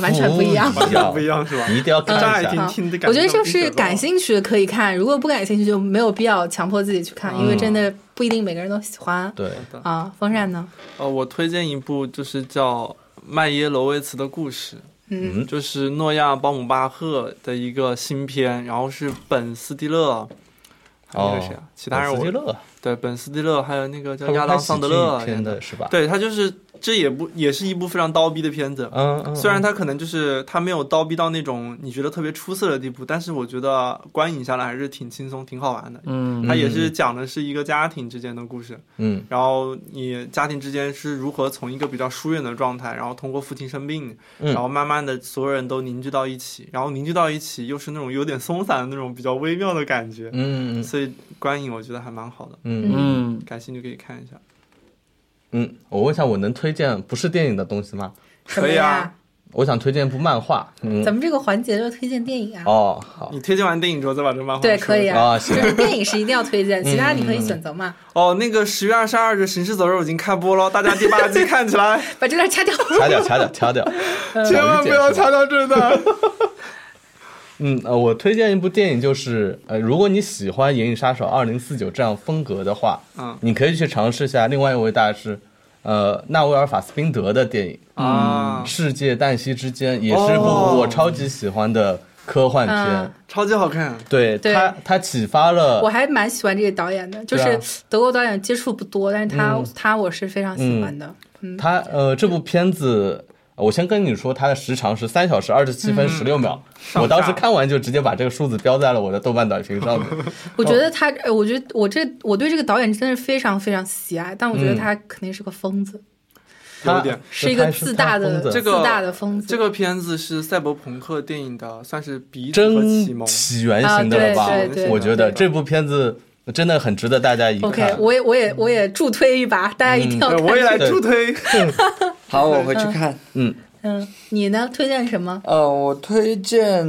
Speaker 1: 完全不一样。
Speaker 2: 哦
Speaker 3: 不一样，
Speaker 2: 不一样是吧？
Speaker 3: 你一定要看
Speaker 2: 乍
Speaker 3: 一
Speaker 2: 一
Speaker 3: 下。
Speaker 2: 听
Speaker 1: 啊
Speaker 2: 听的感
Speaker 1: 我觉得就
Speaker 2: 像冰雪
Speaker 1: 是
Speaker 2: 暴
Speaker 1: 感兴趣的可以看，如果不感兴趣就没有必要强迫自己去看，因为
Speaker 3: 嗯
Speaker 1: 真的不一定每个人都喜欢。
Speaker 3: 对，
Speaker 1: 啊，风扇呢？
Speaker 2: 嗯呃，我推荐一部就是叫《麦耶罗维茨的故事》，
Speaker 1: 嗯
Speaker 2: 就是诺亚·鲍姆巴赫的一个新片，然后是本·斯蒂勒，还有那个谁啊，其他人
Speaker 3: 哦斯
Speaker 2: 我
Speaker 3: 基勒，
Speaker 2: 对本·斯蒂勒，还有那个叫
Speaker 3: 他
Speaker 2: 亚
Speaker 3: 们拍
Speaker 2: 当·
Speaker 3: 喜
Speaker 2: 桑德
Speaker 3: 剧
Speaker 2: 勒演
Speaker 3: 片的是吧？，
Speaker 2: 对他就是这也不也是一部非常刀逼的片子，
Speaker 3: 嗯，嗯
Speaker 2: 虽然他可能就是他没有刀逼到那种你觉得特别出色的地步，但是我觉得观影下来还是挺轻松、挺好玩的。
Speaker 4: 嗯
Speaker 2: 他也是讲的是一个家庭之间的故事，
Speaker 3: 嗯
Speaker 2: 然后你家庭之间是如何从一个比较疏远的状态，然后通过父亲生病，
Speaker 3: 嗯
Speaker 2: 然后慢慢的所有人都凝聚到一起，然后凝聚到一起又是那种有点松散的那种比较微妙的感觉，
Speaker 3: 嗯嗯
Speaker 2: 所以观影我觉得还蛮好的，
Speaker 3: 嗯嗯
Speaker 4: 嗯，
Speaker 2: 感兴趣可以看一下。
Speaker 3: 嗯，我问一下，我能推荐不是电影的东西吗？
Speaker 1: 什么
Speaker 2: 可以
Speaker 1: 呀
Speaker 2: 啊？
Speaker 3: 我想推荐一部漫画。嗯，
Speaker 1: 咱们这个环节就推荐电影啊。
Speaker 3: 哦，好
Speaker 2: 你推荐完电影之后再把这个漫画
Speaker 1: 对，
Speaker 2: 说
Speaker 1: 可以
Speaker 2: 一下
Speaker 1: 啊，
Speaker 3: 啊
Speaker 1: 就
Speaker 3: 行嗯
Speaker 1: 是电影是一定要推荐，其他你可以选择嘛，
Speaker 2: 哦，那个十月二十二日《行尸走肉》已经开播了，大家第八季看起来，
Speaker 3: 嗯
Speaker 1: 把这段掐掉。
Speaker 3: 掐掉，掐掉，掐掉，哦
Speaker 2: 千万不要
Speaker 3: 掐。
Speaker 2: 掐掉这段。
Speaker 3: 嗯，呃，我推荐一部电影，就是呃，如果你喜欢《银翼杀手二零四九》这样风格的话，
Speaker 2: 嗯
Speaker 3: 你可以去尝试一下另外一位大师，呃，纳维尔·法斯宾德的电影
Speaker 2: 啊，
Speaker 3: 《世界旦夕之间》，也是
Speaker 2: 哦
Speaker 3: 我超级喜欢的科幻片。
Speaker 1: 嗯
Speaker 2: 超级好看，
Speaker 3: 对
Speaker 1: 对
Speaker 3: 他，他启发了
Speaker 1: 我还蛮喜欢这个导演的，就
Speaker 3: 对
Speaker 1: 是
Speaker 3: 啊嗯
Speaker 1: 德国导演接触不多，但是他他我是非常喜欢的。
Speaker 3: 他呃，这部片子，我先跟你说，它的时长是三小时二十七分十六秒。
Speaker 2: 嗯下
Speaker 3: 我当时看完就直接把这个数字标在了我的豆瓣短评上面。
Speaker 1: 我觉
Speaker 3: 哦
Speaker 1: 得他，呃我觉得我这我对这个导演真的是非常非常喜爱，但我觉得
Speaker 3: 嗯
Speaker 1: 他肯定是个疯子，
Speaker 3: 他
Speaker 2: 有点
Speaker 1: 是一个
Speaker 3: 他
Speaker 1: 自大
Speaker 3: 他疯
Speaker 1: 的
Speaker 3: 子
Speaker 2: 这个
Speaker 1: 自大的疯子。
Speaker 2: 这个片子是赛博朋克电影的算是鼻祖和启
Speaker 3: 真
Speaker 2: 蒙。
Speaker 3: 起源型的了吧？
Speaker 1: 啊对
Speaker 2: 对对
Speaker 3: 我觉得
Speaker 1: 对
Speaker 3: 这部片子真的很值得大家一看。
Speaker 1: OK，我也我也我
Speaker 3: 嗯
Speaker 1: 也助推一把，大家一定要
Speaker 2: 对
Speaker 1: 看。
Speaker 2: 我也来
Speaker 3: 对
Speaker 2: 助推。
Speaker 4: 好，我回去看。
Speaker 3: 嗯，
Speaker 1: 嗯，你呢？推荐什么？
Speaker 4: 呃，我推荐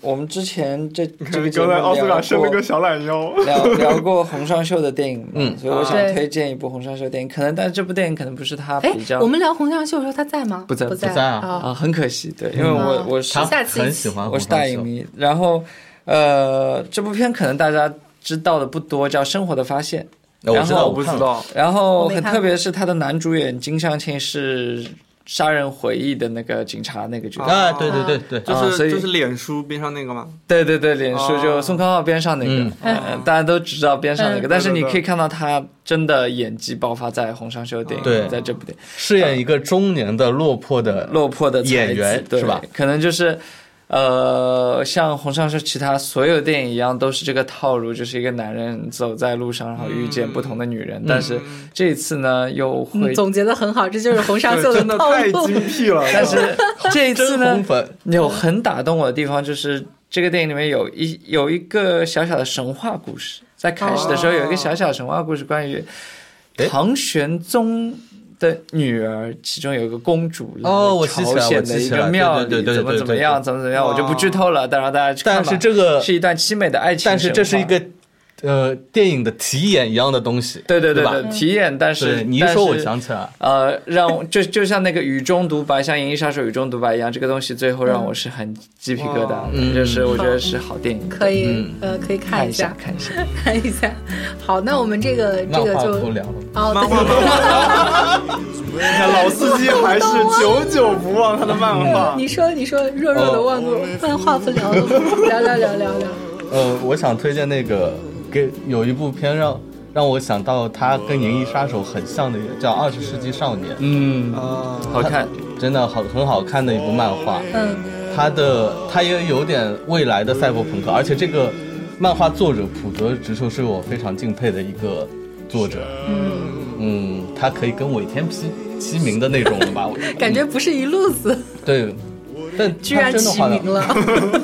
Speaker 4: 我们之前 这这个节
Speaker 2: 刚
Speaker 4: 目
Speaker 2: 才奥斯卡
Speaker 4: 聊
Speaker 2: 伸了
Speaker 4: 过
Speaker 2: 个小懒腰，
Speaker 4: 聊聊过洪尚秀的电影嘛，
Speaker 3: 嗯
Speaker 4: 所以我想
Speaker 1: 啊对
Speaker 4: 推荐一部洪尚秀电影，可能但这部电影可能不是他
Speaker 1: 哎
Speaker 4: 比较，
Speaker 1: 我们聊洪尚秀的时候，他在吗？
Speaker 4: 不在
Speaker 1: 不
Speaker 3: 不在啊
Speaker 1: 哦
Speaker 4: 啊，很可惜，对，因为我
Speaker 1: 哦
Speaker 4: 我是
Speaker 3: 他
Speaker 1: 下次一
Speaker 3: 很
Speaker 1: 起
Speaker 3: 喜欢
Speaker 4: 我
Speaker 3: 红
Speaker 4: 是大
Speaker 3: 番
Speaker 4: 影
Speaker 3: 秀，
Speaker 4: 迷，然后呃，这部片可能大家知道的不多，叫《生活的发现》。
Speaker 3: 那我知
Speaker 4: 然
Speaker 3: 道，
Speaker 4: 后
Speaker 2: 我不知
Speaker 3: 看了，
Speaker 2: 道，
Speaker 4: 然后
Speaker 1: 我没
Speaker 4: 很
Speaker 1: 看
Speaker 4: 特别是他的男主演金相庆是《杀人回忆》的那个警察那个角色，
Speaker 3: 啊，对对对对，
Speaker 2: 就
Speaker 4: 啊
Speaker 2: 是、
Speaker 4: 所以
Speaker 2: 就是脸书边上那个嘛，
Speaker 4: 对对对，脸书
Speaker 2: 哦
Speaker 4: 就宋康昊边上那个
Speaker 3: 嗯，
Speaker 4: 呃大家都只知道边上那个，
Speaker 1: 嗯
Speaker 4: 但是你
Speaker 2: 对对对
Speaker 4: 可以看到他真的演技爆发在洪尚秀电影，
Speaker 3: 对
Speaker 4: 在这部电影。
Speaker 3: 饰演一个中年的落魄的
Speaker 4: 落魄的才子
Speaker 3: 演员
Speaker 4: 对
Speaker 3: 是吧？
Speaker 4: 可能就是，呃，像洪尚秀其他所有电影一样，都是这个套路，就是一个男人走在路上，然后遇
Speaker 2: 嗯
Speaker 4: 见不同的女人。但是
Speaker 3: 嗯
Speaker 4: 这一次呢，又会，
Speaker 1: 嗯总结的很好，这就是洪尚
Speaker 2: 对
Speaker 1: 秀
Speaker 2: 真的
Speaker 1: 套
Speaker 2: 太
Speaker 1: 路。
Speaker 2: 精辟了。
Speaker 4: 但是这一次
Speaker 3: 真
Speaker 4: 呢
Speaker 3: 红，粉，
Speaker 4: 有很打动我的地方，就是这个电影里面有一有一个小小的神话故事，在开始的时候
Speaker 2: 哦
Speaker 4: 有一个小小的神话故事，关于
Speaker 3: 诶
Speaker 4: 唐玄宗。的女儿，其中有一个公主来
Speaker 3: 哦我记起
Speaker 4: 朝
Speaker 3: 来
Speaker 4: 鲜
Speaker 3: 我
Speaker 4: 的
Speaker 3: 记
Speaker 4: 一
Speaker 3: 起来
Speaker 4: 个
Speaker 3: 对
Speaker 4: 庙
Speaker 3: 对
Speaker 4: 里，
Speaker 3: 对对
Speaker 4: 怎么
Speaker 3: 对
Speaker 4: 怎么
Speaker 3: 对
Speaker 4: 样，
Speaker 3: 对
Speaker 4: 怎么怎么样，我就不剧透了，但让大家去看吧。
Speaker 3: 但是这个
Speaker 4: 是一段凄美的爱情神话，
Speaker 3: 但是这是一个呃电影的题眼一样的东西，
Speaker 4: 对对
Speaker 3: 对
Speaker 4: 对
Speaker 3: 吧
Speaker 4: 对体验，但是
Speaker 3: 对你一
Speaker 4: 但
Speaker 3: 说我
Speaker 4: 是
Speaker 3: 想起来，
Speaker 4: 呃，让我就就像那个雨中独白，像《银翼杀手》雨中独白一样，这个东西最后让我是很鸡皮疙瘩的，
Speaker 3: 嗯
Speaker 4: 就是我觉得是好电影，
Speaker 1: 可以、
Speaker 3: 嗯
Speaker 1: 呃，可以看
Speaker 4: 看
Speaker 1: 一
Speaker 4: 一
Speaker 1: 下，
Speaker 4: 看一下。
Speaker 1: 看一下。好，那我们这个这
Speaker 3: 嗯漫
Speaker 1: 个
Speaker 3: 画
Speaker 1: 就
Speaker 3: 不聊了。
Speaker 1: 哦，
Speaker 2: 漫
Speaker 1: 对
Speaker 2: 画，你看老司机还是久久不忘他的漫画。
Speaker 1: 你说你说，弱弱的忘过，漫画不聊了，聊聊聊聊聊。
Speaker 3: 呃，我想推荐那个给有一部片让让我想到它跟《银翼杀手》很像的，叫《二十世纪少年》，
Speaker 4: 嗯，
Speaker 2: 啊，
Speaker 4: 好看，
Speaker 3: 真的好很好看的一部漫画。
Speaker 1: 嗯，
Speaker 3: 它的它也有点未来的赛博朋克，而且这个漫画作者普泽直树是我非常敬佩的一个作者。嗯，他可以跟尾田批齐名的那种了吧？我
Speaker 1: 感觉不是一路子，
Speaker 3: 对，但
Speaker 1: 居
Speaker 3: 他
Speaker 1: 然
Speaker 3: 真的
Speaker 1: 齐
Speaker 3: 画的
Speaker 1: 名了。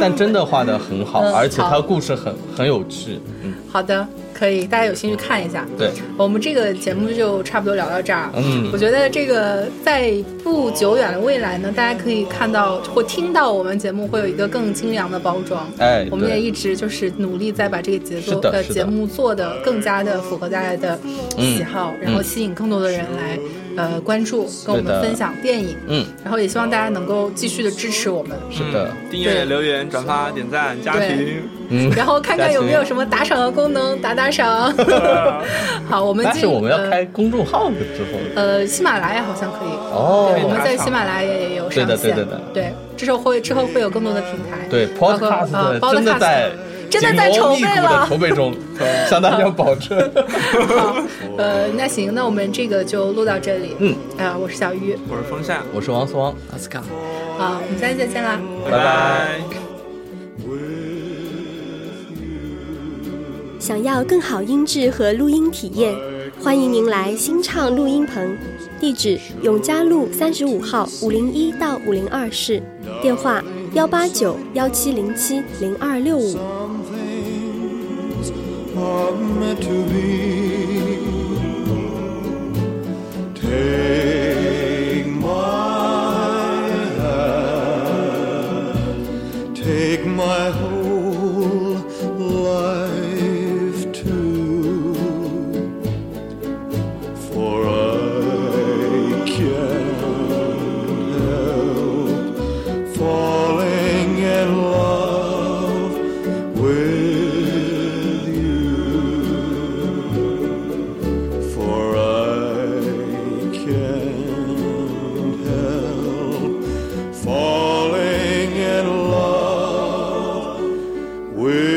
Speaker 3: 但真的画的很好，
Speaker 1: 嗯
Speaker 3: 而且
Speaker 1: 好
Speaker 3: 它故事很很有趣。嗯，
Speaker 1: 好的，可以，大家有兴趣看一下。
Speaker 3: 对，
Speaker 1: 我们这个节目就差不多聊到这儿。啊
Speaker 3: 嗯
Speaker 1: 我觉得这个在不久远的未来呢，大家可以看到或听到我们节目会有一个更精良的包装。
Speaker 3: 哎，
Speaker 1: 我们也
Speaker 3: 对
Speaker 1: 一直就是努力在把这个节奏
Speaker 3: 是的
Speaker 1: 呃
Speaker 3: 是的嗯
Speaker 1: 节目做的更加的符合大家的喜好，然后吸引更多的人来呃关注，跟我们
Speaker 3: 是的
Speaker 1: 分享电影，
Speaker 3: 嗯，
Speaker 1: 然后也希望大家能够继续的支持我们。
Speaker 3: 是的，
Speaker 2: 嗯订阅、
Speaker 1: 对
Speaker 2: 留言、转发、点赞、加
Speaker 1: 对
Speaker 2: 评。
Speaker 3: 嗯，
Speaker 1: 然后看看有没有什么打赏的功能，打打 赏。 好，我们
Speaker 3: 但
Speaker 1: 进
Speaker 3: 是我们要
Speaker 1: 呃
Speaker 3: 开公众号的之后，
Speaker 1: 呃，喜马拉雅好像可以。对，我们
Speaker 3: 哦，
Speaker 1: 在喜马拉雅也有上线。
Speaker 3: 对的对的对的
Speaker 1: 之后会之后会有更多的平台。
Speaker 3: 对
Speaker 1: 包括呃
Speaker 3: ，Podcast 真的在
Speaker 1: Podcast 真的在
Speaker 3: 紧锣
Speaker 1: 筹
Speaker 3: 密
Speaker 1: 备
Speaker 3: 鼓的
Speaker 1: 了
Speaker 3: 筹。备中， 向大家保证。
Speaker 1: 好，呃，那行，那我们这个就录到这里。
Speaker 3: 嗯，
Speaker 1: 啊，我是小鱼，
Speaker 2: 我是风扇，
Speaker 3: 我是王思王。
Speaker 4: 奥斯卡。
Speaker 1: 啊，我们下期再见啦。
Speaker 2: 拜拜。
Speaker 5: 想要更好音质和录音体验，欢迎您来新畅录音棚，地址永嘉路三十五号五零一到五零二室，电话幺八九幺七零七零二六五。
Speaker 6: Some things are meant to be. Take my hand, take my whole life too. For I can't help falling in love with you. For I can't help falling in love with